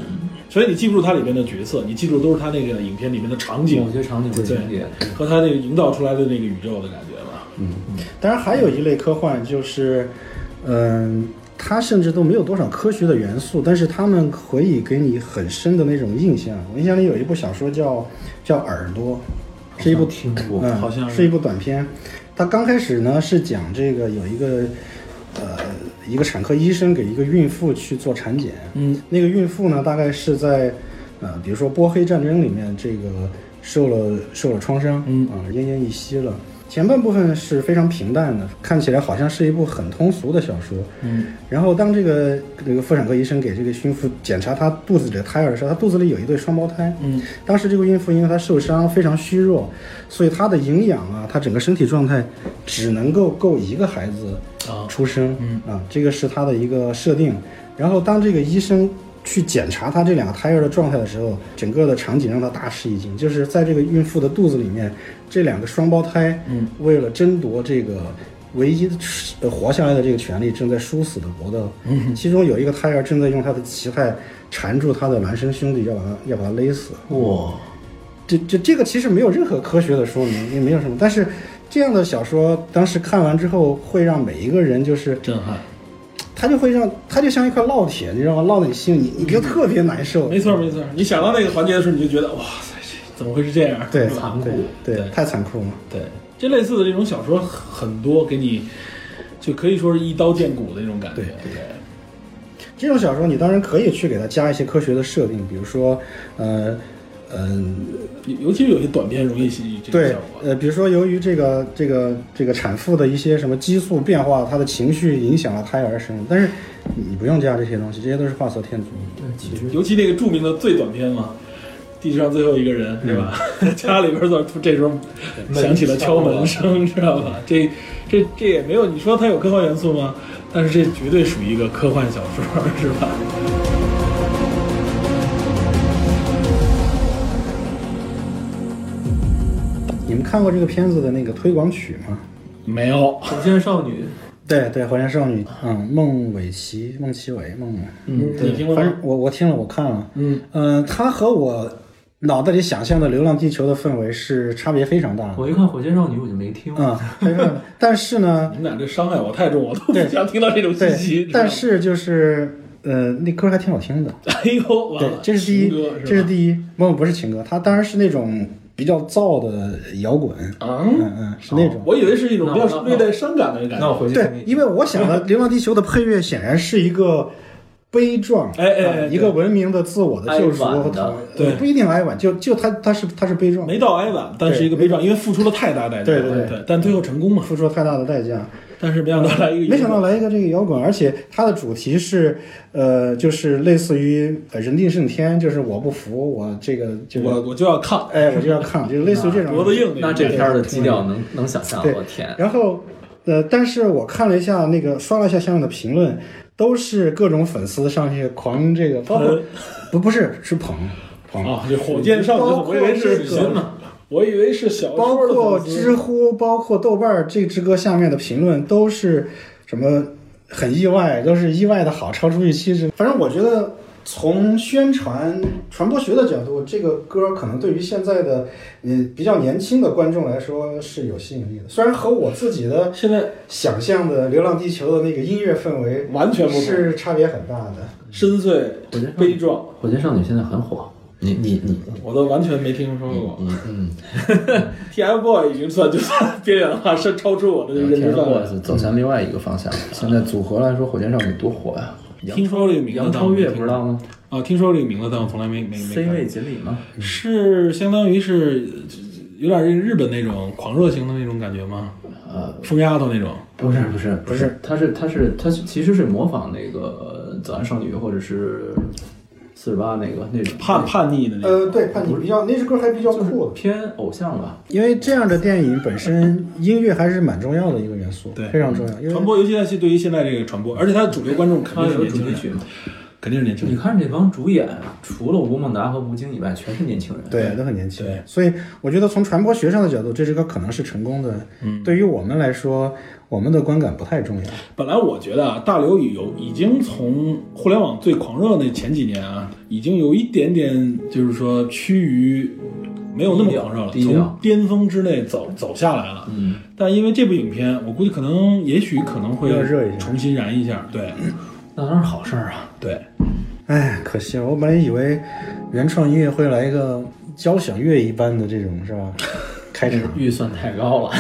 [SPEAKER 2] 所以你记不住他里边的角色，你记住都是他那个影片里面的场景
[SPEAKER 3] 某些场景会情节，
[SPEAKER 2] 和他那个营造出来的那个宇宙的感觉吧。
[SPEAKER 4] 当然还有一类科幻就是，嗯、它甚至都没有多少科学的元素，但是他们可以给你很深的那种印象。我印象里有一部小说叫叫《耳朵》，是一部
[SPEAKER 3] 听过，
[SPEAKER 4] 嗯，
[SPEAKER 2] 好像是
[SPEAKER 4] 是一部短片。它刚开始呢是讲这个有一个呃一个产科医生给一个孕妇去做产检，
[SPEAKER 2] 嗯，
[SPEAKER 4] 那个孕妇呢大概是在呃比如说波黑战争里面这个受了受了创伤，
[SPEAKER 2] 嗯
[SPEAKER 4] 啊奄奄一息了。前半部分是非常平淡的，看起来好像是一部很通俗的小说。嗯，然后当这个这个妇产科医生给这个孕妇检查她肚子里的胎儿的时候，她肚子里有一对双胞胎。嗯，当时这个孕妇因为她受伤非常虚弱，所以她的营养啊，她整个身体状态只能够够一个孩子出生。嗯啊，这个是她的一个设定。然后当这个医生。去检查她这两个胎儿的状态的时候，整个的场景让她大吃一惊。就是在这个孕妇的肚子里面，这两个双胞胎，嗯，为了争夺这个唯一呃活下来的这个权利，正在殊死的搏斗。嗯，其中有一个胎儿正在用他的脐带缠住他的孪生兄弟，要把他要把他勒死。
[SPEAKER 3] 哇，
[SPEAKER 4] 这这这个其实没有任何科学的说明，也没有什么。但是这样的小说，当时看完之后，会让每一个人就是
[SPEAKER 2] 震撼。
[SPEAKER 4] 它就会让它就像一块烙铁，你知道吗？烙在你心里，你你就特别难受。
[SPEAKER 2] 嗯没错没错，你想到那个环节的时候，你就觉得哇塞，这怎么会是这样？
[SPEAKER 4] 对，
[SPEAKER 2] 吧
[SPEAKER 4] 残酷，对，
[SPEAKER 2] 对
[SPEAKER 4] 太残酷了。
[SPEAKER 2] 对，这类似的这种小说很多，给你就可以说是一刀见骨的那种感觉。
[SPEAKER 4] 对
[SPEAKER 2] 对，
[SPEAKER 4] 这种小说你当然可以去给它加一些科学的设定，比如说，呃，嗯、
[SPEAKER 2] 尤尤其是有些短片容易吸这个
[SPEAKER 4] 对
[SPEAKER 2] 效果，。
[SPEAKER 4] 呃，比如说由于这个这个这个产妇的一些什么激素变化，她的情绪影响了胎儿生，但是你不用加这些东西，这些都是画蛇添足。
[SPEAKER 3] 对，其实
[SPEAKER 2] 尤其那个著名的最短片嘛，地球上最后一个人，对吧？(laughs)
[SPEAKER 4] 嗯
[SPEAKER 2] 家里边儿突这时候响起了敲门声，知道
[SPEAKER 4] 嗯
[SPEAKER 2] 吧？这这这也没有，你说它有科幻元素吗？但是这绝对属于一个科幻小说，是吧？
[SPEAKER 4] 你们看过这个片子的那个推广曲吗？
[SPEAKER 2] 没有，
[SPEAKER 3] 火箭少女，
[SPEAKER 4] 对对，《火焰少女》嗯，孟伟琪、孟奇伟、孟伟，
[SPEAKER 3] 嗯，
[SPEAKER 2] 你听过
[SPEAKER 4] 反
[SPEAKER 2] 吗
[SPEAKER 4] 正？我我听了，我看了，
[SPEAKER 3] 嗯
[SPEAKER 4] 嗯，它和我脑袋里想象的《流浪地球》的氛围是差别非常大的，
[SPEAKER 3] 我一看火箭少女我就没听，
[SPEAKER 4] 嗯，非常但是
[SPEAKER 2] (laughs)
[SPEAKER 4] 呢，
[SPEAKER 2] 你们俩这伤害我太重，我都不想听到这种信息。
[SPEAKER 4] 对
[SPEAKER 2] 知，道吗
[SPEAKER 4] 但是就是呃，那歌还挺好听的，
[SPEAKER 2] 哎呦，完
[SPEAKER 4] 对
[SPEAKER 2] 了，
[SPEAKER 4] 这是第一
[SPEAKER 2] 情歌，
[SPEAKER 4] 这是
[SPEAKER 2] 吧
[SPEAKER 4] 第一，不不是情歌，它当然是那种比较燥的摇滚，
[SPEAKER 2] 嗯，
[SPEAKER 4] 嗯嗯，是那种。
[SPEAKER 2] 我以为是一种比
[SPEAKER 3] 那
[SPEAKER 2] 较
[SPEAKER 3] 我
[SPEAKER 2] 略带伤感的感
[SPEAKER 3] 那我
[SPEAKER 2] 觉。
[SPEAKER 3] 回去
[SPEAKER 4] 对，因为我想的《流浪地球》的配乐显然是一个悲壮，
[SPEAKER 2] 哎哎哎
[SPEAKER 4] 啊一个文明的自我的救赎
[SPEAKER 3] 哀
[SPEAKER 4] 和
[SPEAKER 3] 婉的
[SPEAKER 4] 逃，
[SPEAKER 2] 对
[SPEAKER 4] 不一定哀婉，就就他他是他是悲壮，
[SPEAKER 2] 没到哀婉，但是一个悲壮，因为付出了太大代价。
[SPEAKER 4] 对对
[SPEAKER 2] 对
[SPEAKER 4] 对
[SPEAKER 2] 但最后成功嘛。
[SPEAKER 4] 付出了太大的代价，
[SPEAKER 2] 但是没想到来一个，
[SPEAKER 4] 没想到来一个这个摇滚，而且它的主题是，呃，就是类似于呃人定胜天，就是我不服，我这个就是
[SPEAKER 2] 我我就要看
[SPEAKER 4] 哎，我就要抗，就是类似于这种
[SPEAKER 2] 脖子硬那
[SPEAKER 3] 那
[SPEAKER 2] 种
[SPEAKER 3] 这
[SPEAKER 2] 感觉
[SPEAKER 3] 片儿的基调能能想象，
[SPEAKER 4] 对
[SPEAKER 3] 我天，
[SPEAKER 4] 然后，呃，但是我看了一下那个，刷了一下下面的评论，都是各种粉丝上去狂这个，包括
[SPEAKER 2] 喷
[SPEAKER 4] 不不是是捧捧，
[SPEAKER 2] 啊，这火箭少
[SPEAKER 4] 包
[SPEAKER 2] 女，
[SPEAKER 4] 括
[SPEAKER 2] 我以为是
[SPEAKER 4] 这个
[SPEAKER 2] 小嘛，我以为是小
[SPEAKER 4] 包
[SPEAKER 2] 说的
[SPEAKER 4] 括
[SPEAKER 2] 粉丝
[SPEAKER 4] 知乎， (laughs) 包括豆瓣儿这支歌下面的评论都是什么很意外，都是意外的好，超出预期之。反正我觉得。从宣传传播学的角度，这个歌可能对于现在的嗯比较年轻的观众来说是有吸引力的。虽然和我自己的
[SPEAKER 2] 现在
[SPEAKER 4] 想象的《流浪地球》的那个音乐氛围呃
[SPEAKER 2] 完全不同，
[SPEAKER 4] 是差别很大的。
[SPEAKER 2] 深邃
[SPEAKER 3] 火箭少
[SPEAKER 2] 悲
[SPEAKER 3] 女，
[SPEAKER 2] 壮，
[SPEAKER 3] 火箭少女现在很火，你你你
[SPEAKER 2] 我都完全没听说
[SPEAKER 3] 你
[SPEAKER 2] 过。
[SPEAKER 3] 你嗯，
[SPEAKER 2] (laughs) TFBOY 已经算就算边缘化，是超出我的认知
[SPEAKER 3] 天
[SPEAKER 2] 范
[SPEAKER 3] 过
[SPEAKER 2] 围。
[SPEAKER 3] 是走向另外一个方向，现在组合来说，火箭少女多火呀，
[SPEAKER 2] 嗯
[SPEAKER 3] 杨
[SPEAKER 2] 听说这个名字，
[SPEAKER 3] 杨
[SPEAKER 2] 但我
[SPEAKER 3] 超
[SPEAKER 2] 没
[SPEAKER 3] 越
[SPEAKER 2] 听
[SPEAKER 3] 不知道吗
[SPEAKER 2] 啊，听说这个名字，但我从来没没没
[SPEAKER 3] ？C
[SPEAKER 2] 看
[SPEAKER 3] 位锦鲤吗？
[SPEAKER 2] 是相当于是呃有点日本那种狂热型的那种感觉吗？
[SPEAKER 3] 呃，
[SPEAKER 2] 疯丫头那种
[SPEAKER 3] 不是不是
[SPEAKER 4] 不是，
[SPEAKER 3] 他是他是他是其实是模仿那个呃《早安少女》或者是四十八那个那种
[SPEAKER 2] 叛叛逆的那种。
[SPEAKER 4] 呃，对，叛逆比较那支歌还比较酷的，
[SPEAKER 3] 偏偶像吧。
[SPEAKER 4] 因为这样的电影本身音乐还是蛮重要的一个元素，
[SPEAKER 2] 对
[SPEAKER 4] 非常重要。因
[SPEAKER 2] 传
[SPEAKER 4] 为
[SPEAKER 2] 播，尤其是对于现在这个传播，而且它的主流观众肯
[SPEAKER 3] 它
[SPEAKER 2] 定是
[SPEAKER 3] 有
[SPEAKER 2] 年
[SPEAKER 3] 主
[SPEAKER 2] 轻
[SPEAKER 3] 题
[SPEAKER 2] 人，
[SPEAKER 3] 曲嘛？
[SPEAKER 2] 肯定是年轻
[SPEAKER 3] 你
[SPEAKER 2] 人。
[SPEAKER 3] 看这帮主演，啊除了吴孟达和吴京以外，全是年轻人。
[SPEAKER 4] 对，都很年轻
[SPEAKER 2] 对，
[SPEAKER 4] 所以我觉得从传播学上的角度，这支歌可能是成功的。嗯，对于我们来说，我们的观感不太重要。
[SPEAKER 2] 本来我觉得啊，大刘已有已经从互联网最狂热那前几年啊，已经有一点点就是说趋于没有那么狂热了，
[SPEAKER 3] 低调低调
[SPEAKER 2] 从巅峰之内走走下来了。
[SPEAKER 3] 嗯，
[SPEAKER 2] 但因为这部影片，我估计可能也许可能会
[SPEAKER 4] 要热一下
[SPEAKER 2] 重新燃一下。
[SPEAKER 3] (clears throat)
[SPEAKER 2] 对
[SPEAKER 3] 那当然是好事儿啊。
[SPEAKER 2] 对， (laughs)
[SPEAKER 4] 哎，可惜了，我本来以为原创音乐会来一个交响乐一般的这种是吧？开场，
[SPEAKER 3] 预算太高了。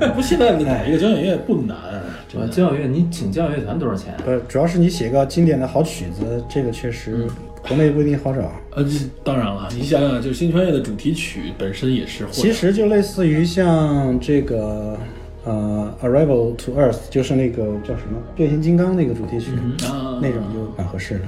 [SPEAKER 3] 呃
[SPEAKER 2] 不，现在哪一个交响乐不难， (laughs) 真的。
[SPEAKER 3] 交响乐，你请交响乐团多少钱？啊
[SPEAKER 4] 呃，主要是你写个经典的好曲子，这个确实国内不一定好找。
[SPEAKER 2] 呃，这当然了，你想想，就是新穿越的主题曲本身也是会，
[SPEAKER 4] 其实就类似于像这个呃《Arrival to Earth》，就是那个叫什么《变形金刚》那个主题曲，
[SPEAKER 2] 啊
[SPEAKER 4] 那种就蛮合适的。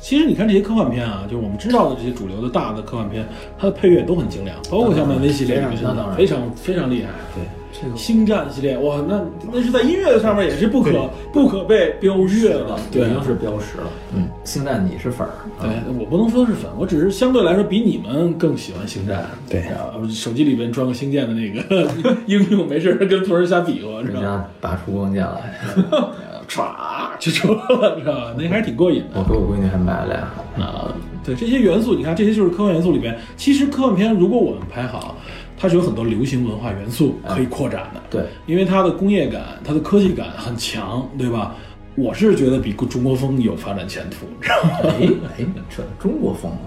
[SPEAKER 2] 其实你看这些科幻片啊，就是我们知道的这些主流的大的科幻片，它的配乐都很精良，包括像漫威系列里面
[SPEAKER 4] 非常
[SPEAKER 2] 啊的非常非常厉害。
[SPEAKER 4] 对，这个
[SPEAKER 2] 星战系列哇，那那是在音乐上面也是不可不可被标越的，对啊
[SPEAKER 3] 已，经是标识了。嗯，星战你是粉儿，
[SPEAKER 2] 对我不能说是粉，我只是相对来说比你们更喜欢星战。
[SPEAKER 4] 对
[SPEAKER 2] 啊，手机里边装个星舰的那个
[SPEAKER 3] (laughs)
[SPEAKER 2] 应用，没事儿跟同人瞎比划，知
[SPEAKER 3] 人
[SPEAKER 2] 道吗？
[SPEAKER 3] 家拔出光剑来， (laughs)
[SPEAKER 2] 唰就出了，知道吧？那还是挺过瘾的。
[SPEAKER 3] 我给我闺女还买了呀。
[SPEAKER 2] 啊，对这些元素，你看这些就是科幻元素里边。其实科幻片如果我们排好，它是有很多流行文化元素可以扩展的，
[SPEAKER 3] 对，
[SPEAKER 2] 因为它的工业感、它的科技感很强，对吧？我是觉得比中国风有发展前途，你知道吗？ (laughs)
[SPEAKER 3] 哎哎，这中国风啊，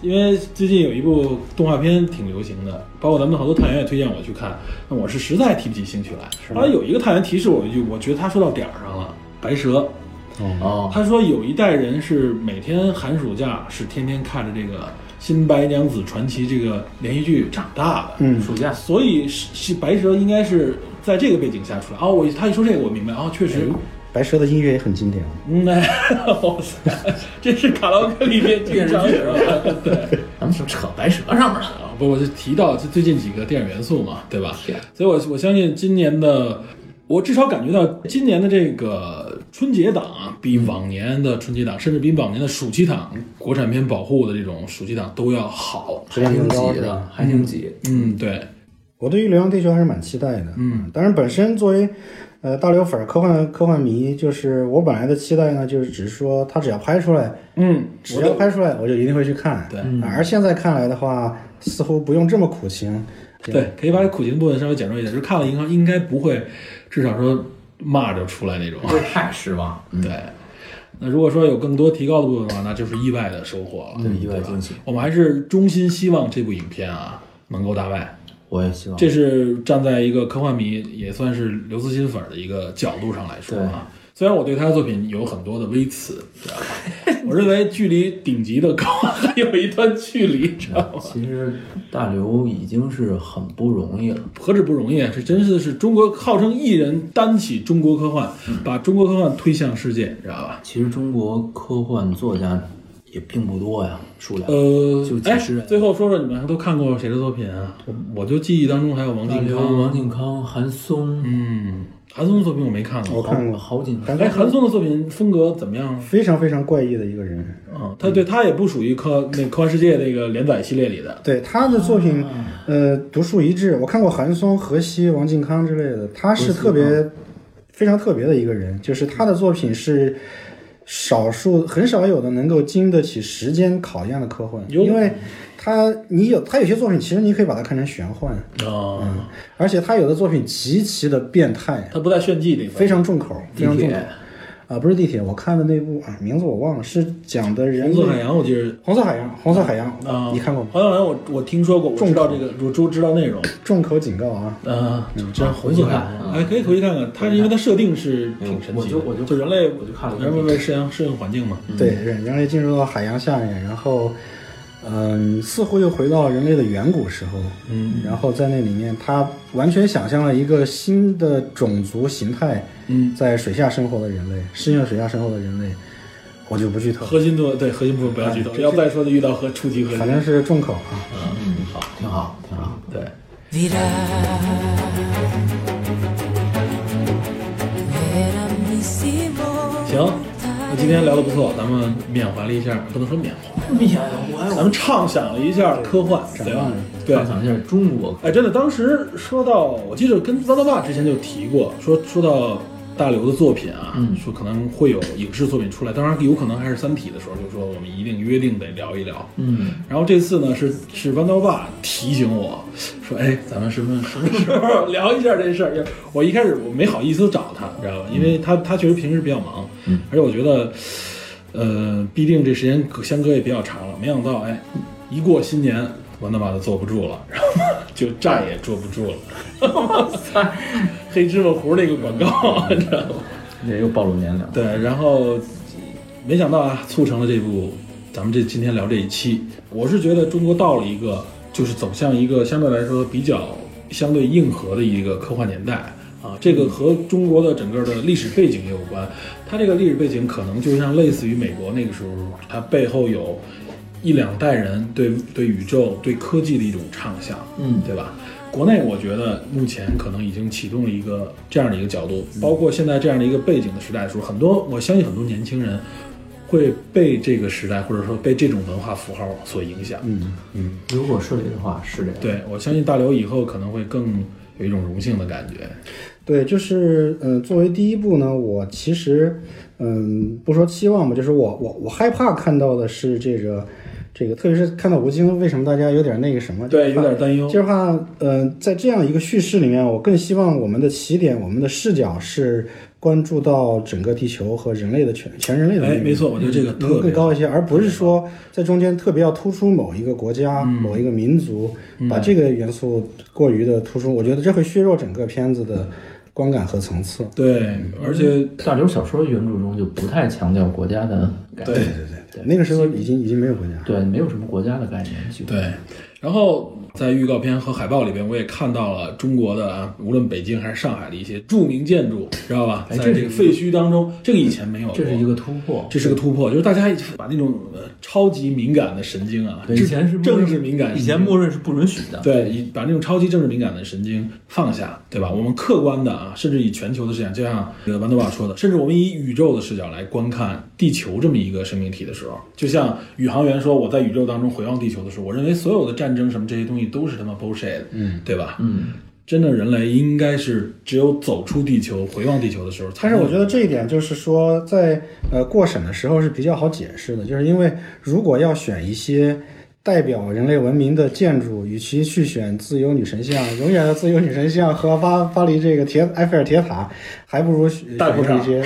[SPEAKER 2] 因为最近有一部动画片挺流行的，包括咱们的好多探员也推荐我去看，那我是实在提不起兴趣来。后来有一个探员提示我一句，我觉得他说到点儿上了，白蛇。
[SPEAKER 3] 哦，
[SPEAKER 2] 他说有一代人是每天寒暑假是天天看着这个《新白娘子传奇》这个连续剧长大的，
[SPEAKER 4] 嗯，
[SPEAKER 3] 暑假
[SPEAKER 2] 所以是是白蛇应该是在这个背景下出来。哦，我他一说这个我明白，哦，确实，
[SPEAKER 4] 白蛇的音乐也很经典啊。
[SPEAKER 2] 嗯，哎， (laughs) 哇塞，这是卡拉 OK 里面经常有的，对。
[SPEAKER 3] 咱们是扯白蛇上面了。
[SPEAKER 2] 啊，不，我就提到这最近几个电影元素嘛，对吧
[SPEAKER 3] 是？
[SPEAKER 2] 所以我我相信今年的，我至少感觉到今年的这个春节档啊，比往年的春节档，甚至比往年的暑期档，国产片保护的这种暑期档都要好。
[SPEAKER 4] 质量
[SPEAKER 3] 还挺
[SPEAKER 4] 更高
[SPEAKER 3] 挤
[SPEAKER 4] 是
[SPEAKER 3] 的
[SPEAKER 4] 吧，
[SPEAKER 3] 还挺挤。
[SPEAKER 2] 嗯，对，
[SPEAKER 4] 我对于《流浪地球》还是蛮期待的。嗯，当然本身作为呃大刘粉儿、科幻科幻迷，就是我本来的期待呢，就是只是说他只要拍出来，
[SPEAKER 2] 嗯，
[SPEAKER 4] 只要拍出来，我就一定会去看。
[SPEAKER 2] 对
[SPEAKER 4] 啊，而现在看来的话，似乎不用这么苦情。
[SPEAKER 2] 对，可以把苦情部分稍微减弱一点，就是看了银行应该不会，至少说骂着出来那种
[SPEAKER 3] 不。会太失望，
[SPEAKER 2] 对。那如果说有更多提高的部分的话，那就是意外的收获了。
[SPEAKER 3] 对意外惊喜。
[SPEAKER 2] 我们还是衷心希望这部影片啊能够大卖。
[SPEAKER 3] 我也希望
[SPEAKER 2] 这是站在一个科幻迷，也算是刘慈欣粉儿的一个角度上来说啊。虽然我对他的作品有很多的微词，知道吧？我认为距离顶级的高还有一段距离，知道吗？
[SPEAKER 3] 其实大刘已经是很不容易了，
[SPEAKER 2] 何止不容易啊！这真是是中国号称一人担起中国科幻，把中国科幻推向世界，知道吧？
[SPEAKER 3] 其实中国科幻作家也并不多呀，数量。
[SPEAKER 2] 呃
[SPEAKER 3] 就，几
[SPEAKER 2] 哎
[SPEAKER 3] 十人，
[SPEAKER 2] 最后说说你们都看过谁的作品啊？我我就记忆当中还有王啊
[SPEAKER 3] 大
[SPEAKER 2] 靖
[SPEAKER 3] 刘、
[SPEAKER 2] 康，
[SPEAKER 3] 王靖康、韩松，
[SPEAKER 2] 嗯，韩松的作品我没看过。
[SPEAKER 4] 我看过，
[SPEAKER 3] 郝景
[SPEAKER 4] 感
[SPEAKER 2] 哎，
[SPEAKER 4] 觉
[SPEAKER 2] 韩松的作品风格怎么样？
[SPEAKER 4] 非常非常怪异的一个人。
[SPEAKER 2] 嗯，他对他也不属于科那科幻世界那个连载系列里的。
[SPEAKER 4] 对他的作品，
[SPEAKER 2] 嗯
[SPEAKER 4] 呃，独树一帜。我看过韩松、荷西、王靖康之类的，他是特
[SPEAKER 2] 嗯
[SPEAKER 4] 别非常特别的一个人，就是他的作品是少数很少有的能够经得起时间考验的科幻，
[SPEAKER 2] 哟
[SPEAKER 4] 因为他你有他有些作品，其实你可以把它看成玄幻，嗯
[SPEAKER 2] 啊，
[SPEAKER 4] 而且他有的作品极其的变态，
[SPEAKER 2] 他不在炫技这块
[SPEAKER 4] 非。常重口，非
[SPEAKER 3] 地
[SPEAKER 4] 常重口。
[SPEAKER 3] 铁，
[SPEAKER 4] 啊，不是地铁，我看的那部啊，名字我忘了，是讲的人
[SPEAKER 2] 红色海洋，我记得
[SPEAKER 4] 红色海洋，红色海洋，
[SPEAKER 2] 啊，
[SPEAKER 4] 你看过吗？
[SPEAKER 2] 红色海洋我我听说过，我知道这个，我知知道内容。
[SPEAKER 4] 重口警告啊！
[SPEAKER 2] 啊，真红
[SPEAKER 3] 去
[SPEAKER 2] 色海
[SPEAKER 3] 看嗯
[SPEAKER 2] 洋，哎，可以回去看看。它是因为它设定是挺神奇的，
[SPEAKER 3] 我就我就
[SPEAKER 2] 就人类，
[SPEAKER 3] 我就看了
[SPEAKER 2] 人们为适应适应环境嘛。
[SPEAKER 4] 对，人人类进入到海洋下面，然后，嗯、似乎又回到人类的远古时候，嗯，然后在那里面，他完全想象了一个新的种族形态，
[SPEAKER 2] 嗯，
[SPEAKER 4] 在水下生活的人类，适应水下生活的人类，我就不剧透，
[SPEAKER 2] 核心部对核心部分不要剧透，要再说就遇到和触及核
[SPEAKER 4] 反
[SPEAKER 2] 心。
[SPEAKER 4] 正是重口啊。
[SPEAKER 3] 嗯，好，挺好，挺好。
[SPEAKER 2] 对，
[SPEAKER 5] Era misimo
[SPEAKER 2] 行，那今天聊的不错，咱们缅怀了一下，不能说缅怀，
[SPEAKER 3] 哎呀，我
[SPEAKER 2] 咱们畅想了一下科幻，对吧？对，
[SPEAKER 3] 畅想一下中国，
[SPEAKER 2] 哎，真的，当时说到，我记得跟张大爸之前就提过，说说到大刘的作品啊，说可能会有影视作品出来，当然有可能还是《三体》的时候，就说我们一定约定得聊一聊。
[SPEAKER 3] 嗯，
[SPEAKER 2] 然后这次呢，是是豌豆爸提醒我说，哎，咱们什么什么时候 (laughs) 聊一下这事儿？我一开始我没好意思找他，你知道吧？因为他他确实平时比较忙，而且我觉得，呃，毕竟这时间可相隔也比较长了，没想到哎，一过新年，豌豆爸就坐不住了，然后 (laughs) 就再也坐不住了。 (laughs) 黑芝麻糊那个广告，你知道吗？
[SPEAKER 3] 这又暴露年龄了。
[SPEAKER 2] 对，然后没想到啊，促成了这部咱们这今天聊这一期，我是觉得中国到了一个就是走向一个相对来说比较相对硬核的一个科幻年代啊，这个和中国的整个的历史背景也有关。它这个历史背景可能就像类似于美国那个时候，它背后有一两代人对对宇宙、对科技的一种畅想，
[SPEAKER 3] 嗯
[SPEAKER 2] 对吧？国内我觉得目前可能已经启动了一个这样的一个角度，包括现在这样的一个背景的时代的时候，很多我相信很多年轻人会被这个时代或者说被这种文化符号所影响。嗯，
[SPEAKER 3] 如果顺利的话是这样。
[SPEAKER 2] 对我相信大刘以后可能会更有一种荣幸的感觉。
[SPEAKER 4] 对，就是嗯、呃作为第一步呢，我其实嗯，不说期望吧，就是我我我害怕看到的是这个这个，特别是看到吴京，为什么大家有点那个什么？
[SPEAKER 2] 对，
[SPEAKER 4] 就
[SPEAKER 2] 有
[SPEAKER 4] 是怕
[SPEAKER 2] 点担忧。
[SPEAKER 4] 就是怕呃，在这样一个叙事里面，我更希望我们的起点，我们的视角是关注到整个地球和人类的全全人类的命
[SPEAKER 2] 哎，
[SPEAKER 4] 运。嗯
[SPEAKER 2] 没错，我觉得这个特
[SPEAKER 4] 能
[SPEAKER 2] 别
[SPEAKER 4] 更高一些，而不是说在中间特别要突出某一个国家、
[SPEAKER 2] 嗯
[SPEAKER 4] 某一个民族，把这个元素过于的突出，我觉得这会削弱整个片子的观感和层次。
[SPEAKER 2] 对，而且
[SPEAKER 3] 大刘小说原著中就不太强调国家的概
[SPEAKER 2] 对
[SPEAKER 3] 念，
[SPEAKER 4] 那个时候已经已经没有国家，
[SPEAKER 3] 对，没有什么国家的概念，几乎
[SPEAKER 2] 对，然后在预告片和海报里边，我也看到了中国的啊，无论北京还是上海的一些著名建筑，知道吧？
[SPEAKER 3] 哎
[SPEAKER 2] 在
[SPEAKER 3] 这是
[SPEAKER 2] 这个废墟当中，这个以前没有过，
[SPEAKER 3] 这是一个突破。
[SPEAKER 2] 这是个突破，就是大家把那种呃超级敏感的神经啊，
[SPEAKER 3] 对以前是默认
[SPEAKER 2] 政治敏感神经，
[SPEAKER 3] 以前默认是不允许的。
[SPEAKER 2] 对，以把那种超级政治敏感的神经放下，对吧？我们客观的啊，甚至以全球的视角，就像这个豌豆爸说的，甚至我们以宇宙的视角来观看地球这么一个生命体的时候，就像宇航员说，我在宇宙当中回望地球的时候，我认为所有的战争什么这些东西都是他妈 bullshit，嗯，对吧？嗯，真的人类应该是只有走出地球、回望地球的时候才
[SPEAKER 4] 但
[SPEAKER 2] 能，
[SPEAKER 4] 是我觉得这一点就是说，在呃过审的时候是比较好解释的，就是因为如果要选一些代表人类文明的建筑，与其去选自由女神像、永远的自由女神像和巴巴黎这个铁埃菲尔铁塔，还不如选
[SPEAKER 2] 大裤衩
[SPEAKER 4] 选一些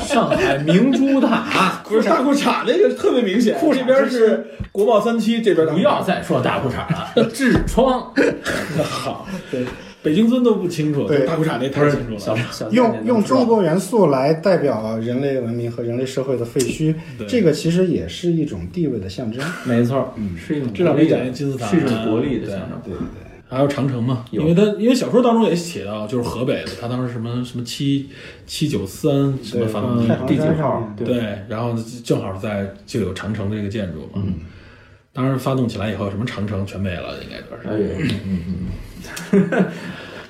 [SPEAKER 3] 上
[SPEAKER 2] (laughs)
[SPEAKER 3] 海明珠塔，
[SPEAKER 2] 不是大裤衩那个特别明显，
[SPEAKER 3] 裤衩
[SPEAKER 2] 这边是国贸三期，这边大裤衩
[SPEAKER 3] 不要再说大裤衩了， (laughs) 痔疮。
[SPEAKER 2] 好，对，北京尊都不清楚，
[SPEAKER 4] 对
[SPEAKER 2] 大裤衩那太清楚了。
[SPEAKER 3] 小小
[SPEAKER 4] (laughs)
[SPEAKER 3] (laughs)
[SPEAKER 4] 用用中国元素来代表人类文明和人类社会的废墟，这个其实也是一种地位的象征。
[SPEAKER 3] 没错，嗯，是一种
[SPEAKER 2] 这两
[SPEAKER 3] 国力
[SPEAKER 2] 天
[SPEAKER 3] 的
[SPEAKER 2] 讲金字塔
[SPEAKER 3] 是一种国力的象征。
[SPEAKER 4] 对对对。
[SPEAKER 2] 还有长城嘛，因为他因为小说当中也写到，就是河北的，他当时什么什么七七九三什么反
[SPEAKER 3] 嗯
[SPEAKER 2] 动
[SPEAKER 4] 太行
[SPEAKER 3] 第
[SPEAKER 4] 山
[SPEAKER 3] 九号
[SPEAKER 4] 上，
[SPEAKER 3] 对，
[SPEAKER 2] 对，然后正好在就有长城这个建筑嘛。
[SPEAKER 3] 嗯
[SPEAKER 2] 当然发动起来以后，什么长城全没了，应该就是。
[SPEAKER 3] 哎呦，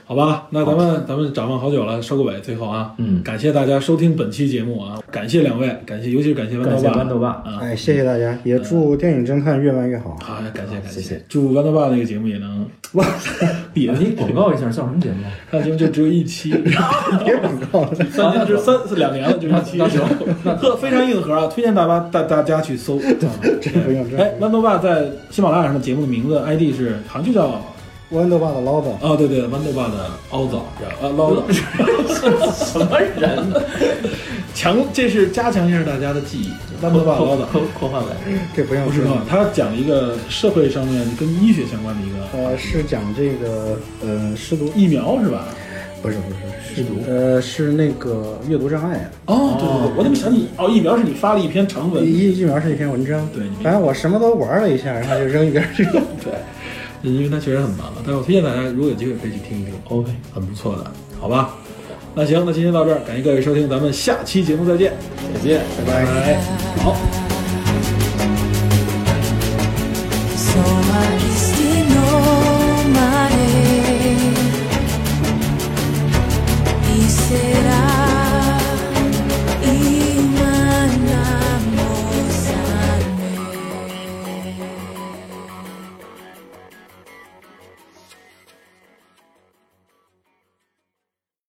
[SPEAKER 2] 好吧，那咱们咱们展望好久了，收个尾，最后啊，
[SPEAKER 3] 嗯
[SPEAKER 2] 感谢大家收听本期节目啊，感谢两位，感谢，尤其是感谢豌
[SPEAKER 3] 感
[SPEAKER 2] 豆
[SPEAKER 3] 谢
[SPEAKER 2] 爸，
[SPEAKER 3] 豌豆爸，
[SPEAKER 2] 啊，
[SPEAKER 4] 哎，谢谢大家，也祝电影侦探越办嗯越好。 (laughs)
[SPEAKER 2] 好，感谢感
[SPEAKER 3] 谢谢，
[SPEAKER 2] 祝豌豆爸那个节目也能，哇， (laughs) 也
[SPEAKER 3] 你广告一下叫什么节目？
[SPEAKER 2] 那节目就只有一期，
[SPEAKER 4] 别广告了，
[SPEAKER 2] 三年就是三四两年了，就一期。
[SPEAKER 3] 那行，
[SPEAKER 2] 特非常硬核啊，推荐大家大大家去 (laughs) 搜。
[SPEAKER 4] 真不用，真不
[SPEAKER 2] 哎
[SPEAKER 4] 用。
[SPEAKER 2] 豌豆爸在喜马拉雅上的节目的名字 ID 是，好像就叫
[SPEAKER 4] 豌豆爸的唠叨。
[SPEAKER 2] 哦，对对，豌豆爸的凹枣，啊唠 (laughs) 叨，
[SPEAKER 3] 什么人？
[SPEAKER 2] 强，这是加强一下大家的记忆。豌豆爸的 (laughs)
[SPEAKER 3] 扣
[SPEAKER 2] 凹
[SPEAKER 3] 扣
[SPEAKER 2] 枣
[SPEAKER 3] 扣扣范伟，
[SPEAKER 4] 这不用
[SPEAKER 2] 不是
[SPEAKER 4] 说
[SPEAKER 2] 吧，？他讲了一个社会上面跟医学相关的一个
[SPEAKER 4] 呃，是讲这个呃失读，
[SPEAKER 2] 疫苗是吧？
[SPEAKER 4] 不是不是
[SPEAKER 3] 试毒。
[SPEAKER 4] 呃是那个阅读障碍。啊
[SPEAKER 2] 哦，对对对，我怎么想起哦，疫苗是你发了一篇长文，
[SPEAKER 4] 疫疫苗是一篇文章，
[SPEAKER 2] 对你
[SPEAKER 4] 反正我什么都玩了一下，然后就扔一边去。 (laughs)
[SPEAKER 2] 对，因为它确实很忙，但是我推荐大家如果有机会可以去听一听。
[SPEAKER 3] OK，
[SPEAKER 2] 很不错的，好吧？那行，那今天到这儿，感谢各位收听，咱们下期节目再见，
[SPEAKER 3] 再见。
[SPEAKER 4] 拜拜。
[SPEAKER 2] 拜拜。好。
[SPEAKER 5] I